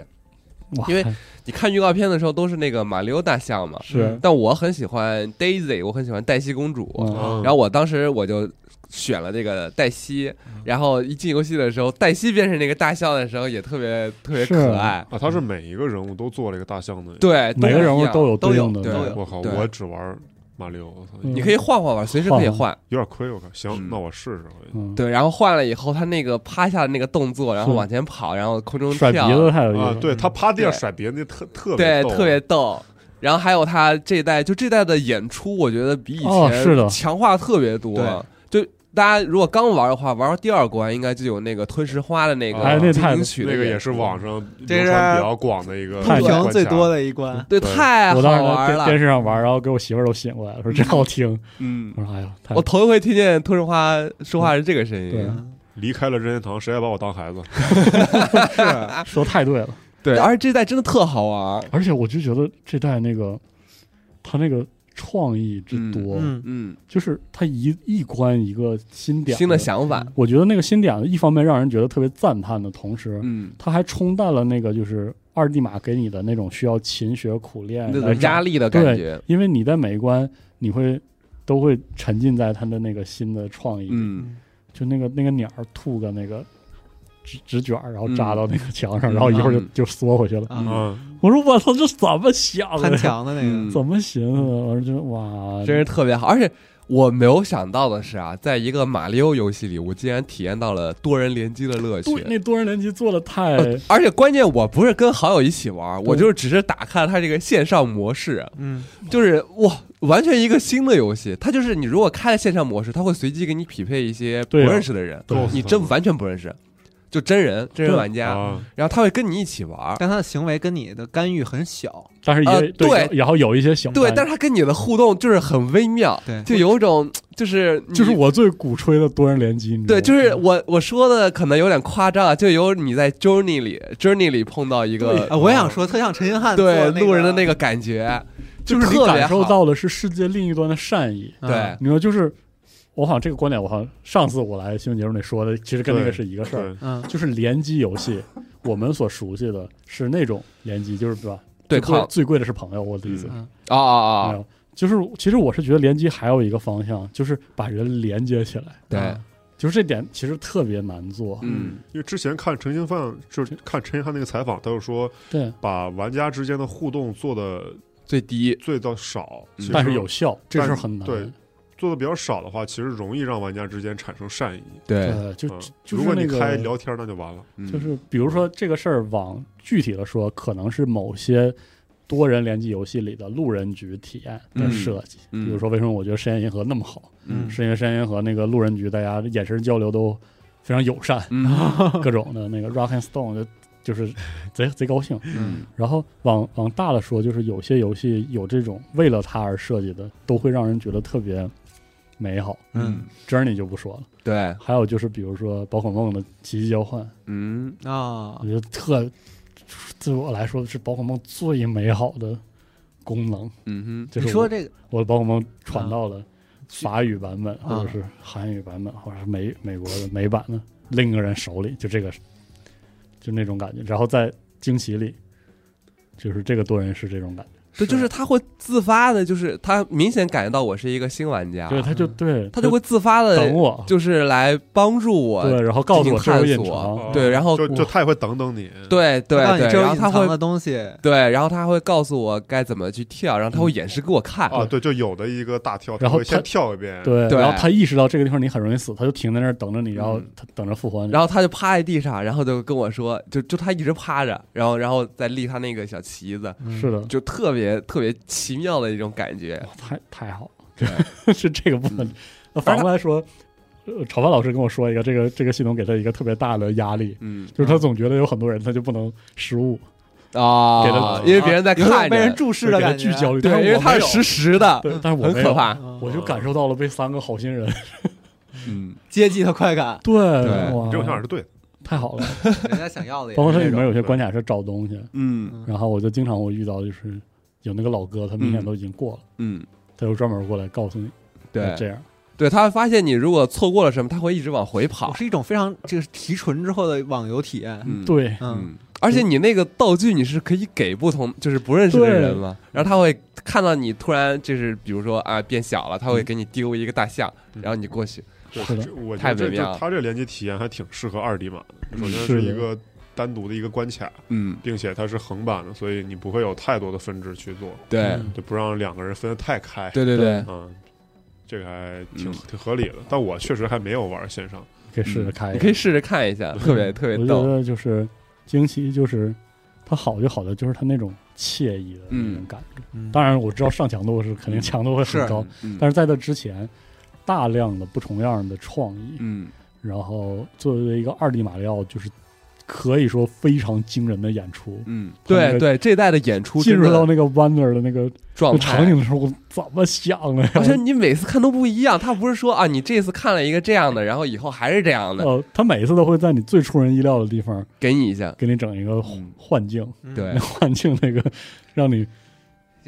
哇，
因为你看预告片的时候都是那个马里奥大象嘛，
是
但我很喜欢 Daisy，我很喜欢黛西公主。
嗯
嗯
啊然后我当时我就选了这个黛西，
嗯
然后一进游戏的时候，黛西变成那个大象的时候也特别特别
是
可爱。
啊，他是每一个人物都做了一个大象的，
对，
每个人物
都
都
有。
有对应的
都有
那
对
个
我靠，
对
我只玩马里奥，我操，
嗯
你可以换换玩，随时可以
换
换。
有点亏，我靠。行
嗯，
那我试试回去。
嗯，
对，然后换了以后，他那个趴下的那个动作，然后
是
往前跑，然后空中
甩
跳
鼻子太有意思
啊
了。，
对他趴地上
对
甩别人那特特别
对，
逗啊
特别逗。然后还有他这一代，就这代的演出，我觉得比以
哦是的
前强化特别多。
对
就大家如果刚玩的话，玩到第二关应该就有那个吞食花的那个
哎那
进
太
行啊曲的
那个也
演
是
出
网上
这
流
是
传比较广的一个
太
通
关
屏最
卡
多的一关，
对，
对
太好
我当时在
玩
电
了
电。视上玩，然后给我媳妇儿都醒过来了，说真好听。
嗯，
我说哎呀，太
我头一回听见吞食花说话是这个声
嗯
音。
对，
离开了任天堂，谁还把我当孩子？
是
说太对了。
对，而且这代真的特好玩。
而且我就觉得这代那个他那个创意之多，
嗯
嗯，
就是他一一关一个新点嗯
新的
子
想法。
我觉得那个新点子一方面让人觉得特别赞叹的同时，
嗯，
它还冲淡了那个就是二地马给你的那种需要勤学苦练
那
来
种压
找，
力的感觉。
因为你在每一关你会都会沉浸在他的那个新的创意，
嗯，
就那个那个鸟儿吐个那个纸纸卷儿，然后扎
嗯
到那个墙上，
嗯
然后一会儿就、
嗯
就缩回去了。
啊，
嗯，
我说我操，这怎么想的
攀
呀？
墙的那
嗯
个，
怎么寻思的？我说就哇，
真是特别好。而且我没有想到的是啊，在一个马里奥游戏里，我竟然体验到了多人联机的乐
对
趣。
那多人联机做的太、
呃而且关键，我不是跟好友一起玩，我就是只是打开了它这个线上模式，
嗯，
就是哇，完全一个新的游戏。它就是你如果开了线上模式，它会随机给你匹配一些不
对啊
认识的人，
对
你真完全不认识，就真人真人
对
玩家，
啊，
然后他会跟你一起玩。
但他的行为跟你的干预很小，
但是也、
呃对
然后有一些小
对，但是他跟你的互动就是很微妙，
对
就有一种就是
嗯
你
就是我最鼓吹的多人联机，你知道吗
对，就是我我说的可能有点夸张，啊，就有你在 Journey 里 Journey 里碰到一个，
啊，我也想说，特像陈星汉
呃对路人的那
个，
个感觉，
就是你
特别
感受
好
到的是世界另一端的善意。
啊
对
你说，就是我好像这个观点，我好像上次我来新闻节目里说的，其实跟那个
对
是一个事儿，
对，
嗯，
就是联机游戏，我们所熟悉的是那种联机，就是对吧？
对
最贵
抗
最贵的是朋友，我的意思
嗯。
啊
没
啊啊，
有就是其实我是觉得联机还有一个方向，就是把人连接起来，嗯
对
啊，
就是这点其实特别难做。
嗯，
因为之前看陈星范，就是看陈星汉那个采访，他就说
对，
把玩家之间的互动做的
最低，
最到少，
嗯
其实
但是有效，这
但
事儿
是
很难。
对做的比较少的话，其实容易让玩家之间产生善意。
对，
呃，就
嗯
就
如
是
果
那
你开
个
聊天，那就完了。
嗯
就是比如说这个事儿，往具体的说，可能是某些多人联机游戏里的路人局体验的设计。
嗯嗯，
比如说，为什么我觉得《深渊银河》那么好，
嗯
是因为《深渊银河》那个路人局大家眼神交流都非常友善
嗯
各种的那个 Rock and Stone 就就是贼贼高兴。
嗯
然后往往大了说，就是有些游戏有这种为了它而设计的，都会让人觉得特别美好。
嗯，
Journey 就不说了，
对，
还有就是比如说宝可梦的奇迹交换。
嗯
啊
我，觉得特对我来说是宝可梦最美好的功能。
嗯
就
你
是
说
我
这个
我的宝可梦
啊
传到了
是
法语版本，
啊
或者是韩语版本，或者是美美国的美版的另一个人手里，就这个就那种感觉。然后在惊奇里，就是这个多人是这种感觉，
哼，对，就是他会自发的，就是他明显感觉到我是一个新玩家，
对，他就
嗯
对
啊他就会自发
等
的，
我，
就是来帮助我，
对，然后告诉我
进行
这有
探
隐
索
藏，
对然后
嗯就就
我
他也会等等你。
对对
让你
对，
这
然
有
后
隐
他
藏
会
的东西，
对，然后他会告诉我该怎么去跳，然后他会演示给我看。
啊，对，就有的一个大跳，
然
他
后
会先
他
跳一遍，
对，
对
然后他意识到这个地方你很容易死，他就停在那儿等着你，然后
嗯
他等着复活你。
然后他就趴在地上，然后就跟我说，就就他一直趴着，然后然后再立他那个小旗子，
嗯
是的，
就特别特别奇妙的一种感觉。
哇太太好
对嗯
了， 是这个部分。那反过来说，呃炒饭老师跟我说一个，这个这个系统给他一个特别大的压力，
嗯
就是他总觉得有很多人他就不能失误，给
啊
他，
因为别人在
有种
看
被人
着，
注视的
给他
感
巨
觉，
焦虑。
对，
但
因
是
为
我
他
没
是
有，
实时的，
对，但是我
很
没
可
有，
怕。
嗯
我就感受到了被三个好心人
嗯，
接济的快感，
对，
对
你这种想法
哇，
是对的。
太好了。
人家想要的也
包括它
是
里
这
面
种，
有些关卡是找东西，
嗯
然后我就经常会遇到，就是有那个老哥，他明显
嗯
都已经过了，
嗯，
他就专门过来告诉你，
对
这样
对，他会发现你如果错过了什么，他会一直往回
我
跑。
是一种非常这个提纯之后的网游体验，
嗯，
对。
嗯，
嗯，而且你那个道具你是可以给不同就是不认识的人嘛，然后他会看到你突然就是比如说啊变小了，他会给你丢一个大象，
嗯
然后你过去，
对
是的
这我觉
太
得这
美
就
妙了
他这连接体验还挺适合二 D 码的。首先
嗯是的
是一个单独的一个关卡，
嗯，
并且它是横版的，所以你不会有太多的分支去做，
对，
嗯
就不让两个人分得太开。
对 对对，
嗯，这个还挺、
嗯
挺合理的。但我确实还没有玩线上，
可以试着开一
你
下，
可以试着看 一下，特别特别
我觉
逗，
得就是惊奇，就是它好就好的就是它那种惬意的那种感觉。
嗯
当然我知道上强度是肯定强度会很
是
高，
嗯
但是在这之前，大量的不重样的创意，
嗯，
然后作为一个二 D 马里奥，就是可以说非常惊人的演出。
嗯，
他那
对
个
对，这一代的演出
进
真
入到
的
那个 Wonder 的那个
状
场
态，
景的时候，我怎么想的呀？
而且 你每次看都不一样，他不是说啊，你这次看了一个这样的，然后以后还是这样的，
呃，他每一次都会在你最出人意料的地方
给你一下，
给你整一个
嗯
幻境，
嗯
对
那，幻境那个让你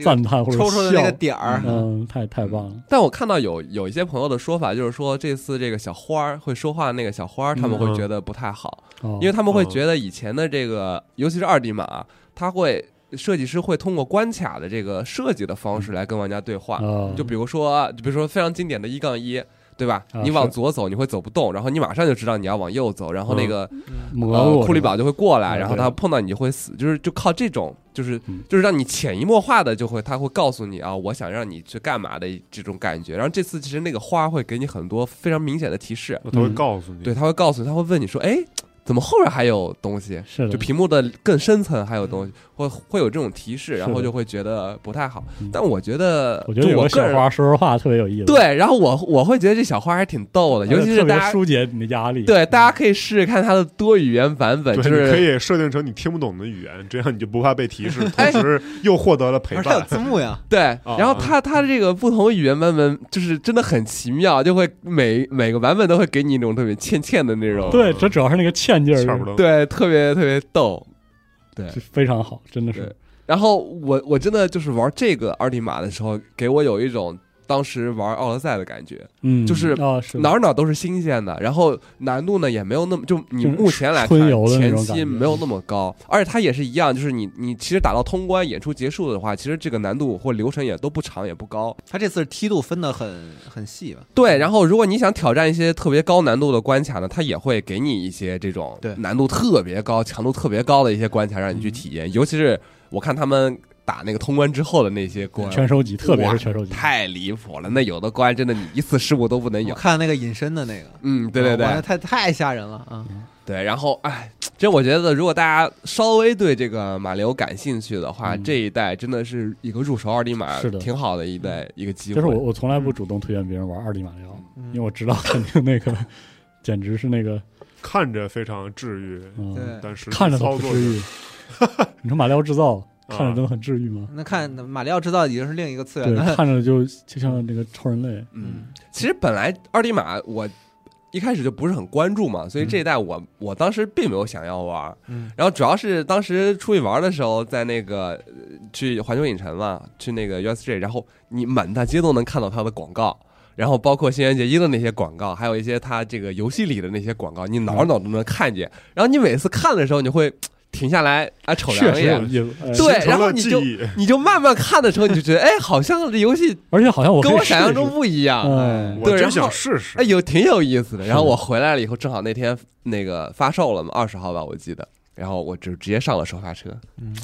赞叹或者
抽出的那
笑
个，点儿，
嗯，太太棒了，
但我看到有有一些朋友的说法，就是说这次这个小花儿会说话那个小花儿，他们会
嗯
觉得不太好，
哦
因为他们会
嗯
觉得以前的这个，尤其是二 D 码，它会设计师会通过关卡的这个设计的方式
嗯
来跟玩家对话，
啊，
就比如说，就比如说非常经典的一杠一。对吧
啊？
你往
是
左走，你会走不动，然后你马上就知道你要往右走，然后那个
嗯
嗯
蘑
呃
菇
库里堡就会过来，
嗯
然后
对
他碰到你就会死，就是就靠这种，就是
嗯
就是让你潜移默化的就会，他会告诉你啊，我想让你去干嘛的这种感觉。然后这次其实那个花会给你很多非常明显的提示，
他会
嗯
告诉你，
对，他会告诉你，他会问你说，哎，怎么后边还有东西？
是
就
的，嗯
屏幕的更深层还有东西，会会有这种提
是
示，
的
然后就会觉得不太好
嗯。
但我觉得，
我觉得
就
有
我
个小
个人
花说说话特别有意思，
对，然后我我会觉得这小花还挺逗
嗯
的，
而且
尤其是
特别
大家
疏解你的压力，
对大家可以试试看它的多语言版本，
对，
就
你可
是
以设定成你听不懂的语言，这样你就不怕被提示，同
哎
时又获得了陪
而且它有
伴。
字幕呀，
对。
啊
然后它它的这个不同语言版本就是真的很奇妙，就会每每个版本都会给你一种特别欠欠的那种，
嗯对，这主要是那个欠劲
欠不
儿，
愣，
对，特别特别逗。对
就非常好，真的
对
是，
然后我我真的就是玩这个二 D 码的时候，给我有一种当时玩奥德赛的感觉，
嗯，
就是
啊，是的
哪儿哪儿都是新鲜的，然后难度呢也没有那么就你
就是
目前来看
春游的那
前
种感
期
觉
没有那么高，而且它也是一样，就是你你其实打到通关演出结束的话，其实这个难度或流程也都不长也不高。
它这次梯度分的很很细吧？
对，然后如果你想挑战一些特别高难度的关卡呢，它也会给你一些这种
对
难度特别高、强度特别高的一些关卡让你去
嗯
体验，尤其是我看他们打那个通关之后的那些关。
全收集，特别
哇
是全收集，
太离谱了！那有的关真的你一次失误都不能
我
有。
看那个隐身的那个，啊
嗯，哎对对对，
完了太太吓人了啊！
对，然后哎，真我觉得如果大家稍微对这个马里奥感兴趣的话，
嗯
这一代真的是一个入手二 D 码
是的嗯
挺好的一代一个机
就
会嗯
是。我我从来不主动推荐别人玩二 D 马里奥，
嗯
因为我知道肯定那个简直是那 个，
看着非常治愈，
嗯，
对，
但是
看着都
操
不
作
治
是
愈。 你说马里奥制造
啊
看着真的很治愈吗？
那看马里奥制造已经是另一个次元
对，
啊
的，
看着就就像那个超人类，
嗯，其实本来二 D 码我一开始就不是很关注嘛，
嗯
所以这一代我、我当时并没有想要玩。
嗯，
然后主要是当时出去玩的时候，在那个呃去环球影城嘛，去那个 USJ，然后你满大街都能看到它的广告。然后包括《新垣结衣》的那些广告，还有一些它这个游戏里的那些广告，你哪儿哪儿都能看见。然后你每次看的时候，你会嘖停下来啊瞅
确
两
实有
眼，
意思。哎
对
形成
然后
了
你
记
就
忆
你就慢慢看的时候，你就觉得哎，好像这游戏
而且好像我可
跟
以
我想
试
象
试
中不一样。
哎，
我
然
真
后
想试试
哎，。有挺有意思的。然后
是的
我回来了以后，正好那天那个发售了嘛，二十号吧，我记得。然后我就直接上了首发车，
嗯，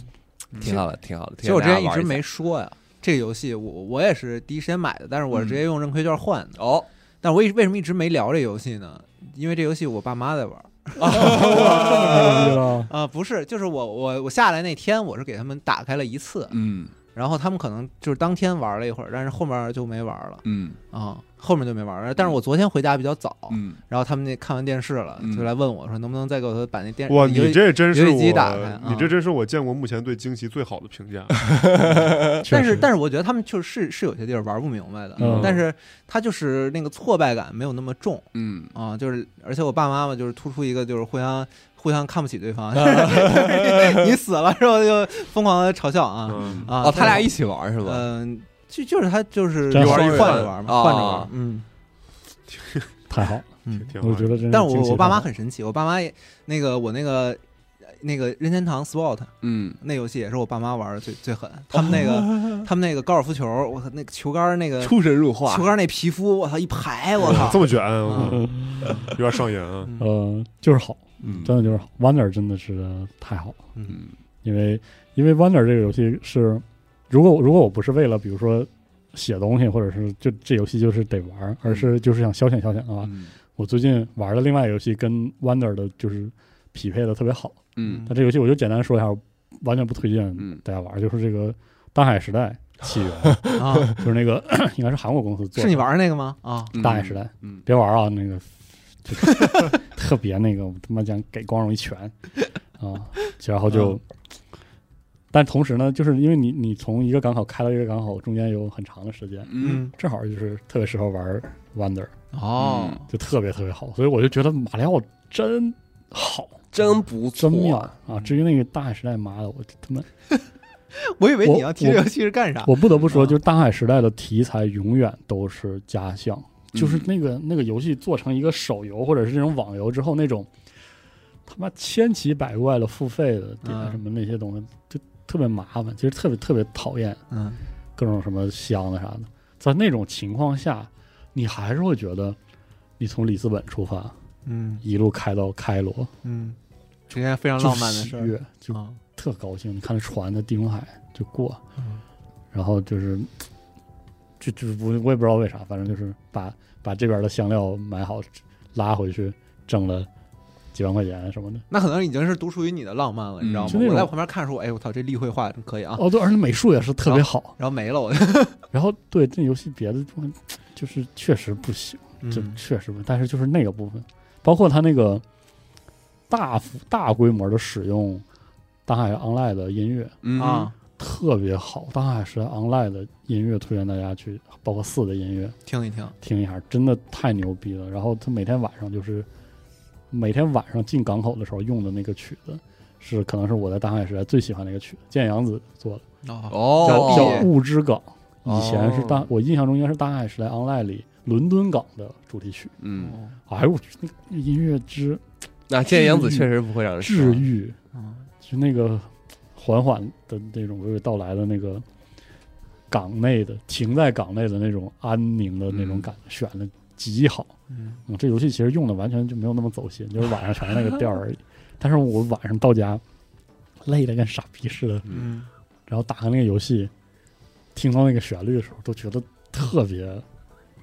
挺好的，挺好的。
其实我之前
推荐大家
一
玩
直
下
没说呀，这个游戏我我也是第一时间买的，但是我是直接用认亏券换的。
哦，
但我为为什么一直没聊这游戏呢？因为这游戏我爸妈在玩。
这么牛逼了，
啊、不是，就是我我我下来那天，我是给他们打开了一次，
嗯
然后他们可能就是当天玩了一会儿，但是后面就没玩了
嗯
啊、后面就没玩了。但是我昨天回家比较早，
嗯，
然后他们那看完电视了，
嗯
就来问我说，能不能再给我把那电
哇，
游
你这真是
游
我
戏机打开，
你
啊
这真是我见过目前对惊奇最好的评价。
但
确
是
实
但是我觉得他们就是是有些地儿玩不明白的，
嗯
但是他就是那个挫败感没有那么重
嗯，
啊、就是而且我爸妈嘛，就是突出一个就是互相互相看不起对 方，你死了之后就疯狂的嘲笑啊
嗯，
啊！
哦，他俩
一。
一起玩是吧？
嗯，就就是他就是
这样
换
双人
着玩嘛，
啊
换着玩。嗯
太好了，
嗯，
挺好
我觉得真是
但我
惊喜
我爸
太
妈
好
很神奇，我爸妈也那个我那个那个任天堂 SWAT
嗯，
那游戏也是我爸妈玩的最最狠，他们那
哦
个他们那个高尔夫球，我靠那个球杆儿那个
出神入化
球，杆儿那皮肤，我操一排，我
哇这
靠。
么卷，
嗯
我有点上瘾 啊。
呃，就是好，
嗯
真的就是好。Wonder 真的是太好了，
嗯，
因为因为 Wonder 这个游戏是，如果如果我不是为了比如说写东西，或者是就这游戏就是得玩儿，而是就是想消遣消遣的话，
嗯
我最近玩的另外一个游戏跟 Wonder 的就是匹配的特别好。
嗯
那这游戏我就简单说一下，完全不推荐
嗯
大家玩儿，就是这个《大海时代》起源，
啊，
就是那个 应该是韩国公司嗯做的，
是你玩儿那个吗？啊，
嗯
大爱时代，
嗯
别玩啊，那个 就是特别那个，我他妈想给光荣一拳啊！然后就，但同时呢，就是因为你你从一个港口开到一个港口，中间有很长的时间，
嗯，
正好就是特别适合玩 Wonder，
哦，
就特别特别好，所以我就觉得马里奥真好，
真不错，
真妙啊！至于那个大海时代，妈的，我他妈，
我以为
我
你要提这
我
游戏是干啥？
我不得不说，
啊
就是大海时代的题材永远都是家乡。
嗯
就是那个那个游戏做成一个手游或者是这种网游之后，那种他妈千奇百怪的付费的点啊
嗯
什么那些东西，就特别麻烦，其实特别特别讨厌
嗯
各种什么箱子啥的。在那种情况下，你还是会觉得你从里斯本出发，
嗯
一路开到开罗，
嗯，是一件非常
就
浪漫的
喜
事儿
悦，就
啊，
特高兴。你看那船在地中海就过，
嗯
然后就是，就就我我也不知道为啥，反正就是把把这边的香料买好，拉回去挣了几万块钱什么的。
那可能已经是独属于你的浪漫了，你知道
嗯
吗
就？那
我在
种
旁边看的时候，哎，我操，这立绘画真可以啊，啊
哦，对，而且美术也是特别好。
然后没了我，
然后对这游戏别的部分，就是确实不行，就
嗯
确实不，但是就是那个部分，包括它那个大幅大规模的使用大海 online 的音乐。
嗯
啊，，
特别好，大海时代 online 的音乐推荐大家去，包括四的音乐，
听一听，
听一下，真的太牛逼了。然后他每天晚上就是每天晚上进港口的时候用的那个曲子，是可能是我在大海时代最喜欢的一个曲，建阳子做的，
哦，
哦，
叫
毕
《雾之港》，
哦
以前是大，我印象中应该是大海时代 online 里伦敦港的主题曲。
嗯，
哦
哎呦我去，那个那音乐之
那见杨子确实不会让人失
治
望
愈，
嗯
就那个缓缓的那种娓娓道来的那个港内的停在港内的那种安宁的那种
嗯
感觉，选的极好。
嗯
嗯，这游戏其实用的完全就没有那么走心，就是晚上全是那个调儿而已。但是我晚上到家累得跟傻逼似的，
嗯
然后打开那个游戏，听到那个旋律的时候，都觉得特别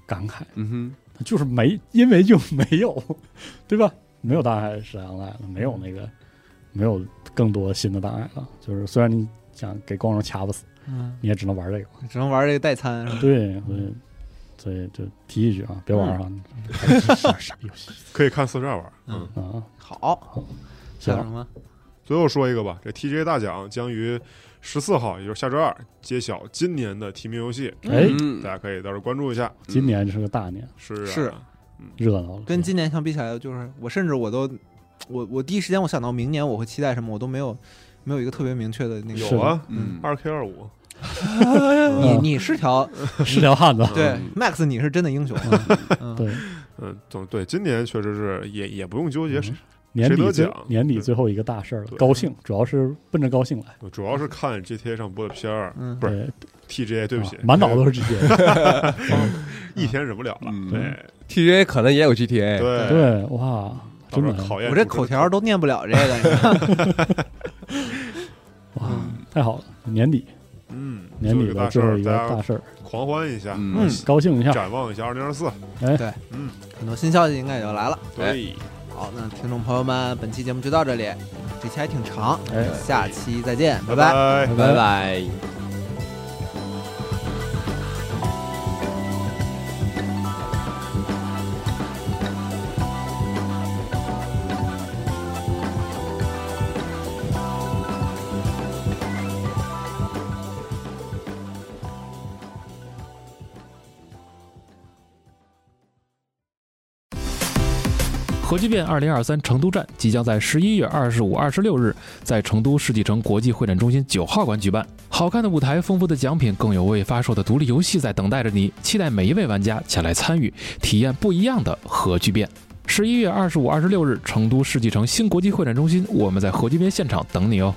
感慨，
嗯哼，
就是没因为就没有， 对吧？没有大海是 online 了，没有那个，没有更多新的大海了。就是虽然你想给光荣掐不死，
嗯，
你也只能玩这个。
只能玩这个代餐是吧？
对，所以所以就提一句啊，别玩啊，
嗯
傻傻逼游戏
可以看四十二玩。
嗯，
啊！
好，还
行
有，什么？
最后说一个吧，这 TGA 大奖将于十四号，也就是下周二揭晓今年的提名游戏，
哎。
嗯
大家可以到时候关注一下。
今年是个大年，
是啊
是
热闹了。
跟今年相比起来，就是我甚至我都，我我第一时间我想到明年我会期待什么，我都没有没有一个特别明确的那个。
是
有
的
啊，
嗯，
二 K 二五，
你你是条
是条汉子，
对 Max，你是真的英雄。嗯，
对，
嗯，总对，今年确实是也也不用纠
嗯
结谁，
年
谁
底
得
最
奖
年底
对
最后一个大事儿了，
对
高兴，主要是奔着高兴来。
主要是看 GTA 上播的片儿
嗯
不是
是，
，TGA 对不起
啊，满脑都是 这些。
一天忍不了了。
嗯
对
TGA 可能也有 GTA，
对，
哎对，哇，
到
真
时
的
候考验
我这
主持
口
人
条都念不了这个你知道吗。
哇，太好了！年底
嗯，
年底
做一个
的
大事
最后
儿，
一个
大
大
家
事儿，
狂欢一下，
嗯
高兴一下。
展望一下二零二
哎
四。
很多新消息应该也就来了。
对，
好，那听众朋友们，本期节目就到这里，这期还挺长，
哎，
下期再见，拜拜。
拜。
拜拜。
核聚变2023成都站即将在十一月二十五、二十六日在成都世纪城国际会展中心九号馆举办。好看的舞台、丰富的奖品，更有未发售的独立游戏在等待着你。期待每一位玩家前来参与，体验不一样的核聚变。十一月二十五、二十六日，成都世纪城新国际会展中心，我们在核聚变现场等你哦。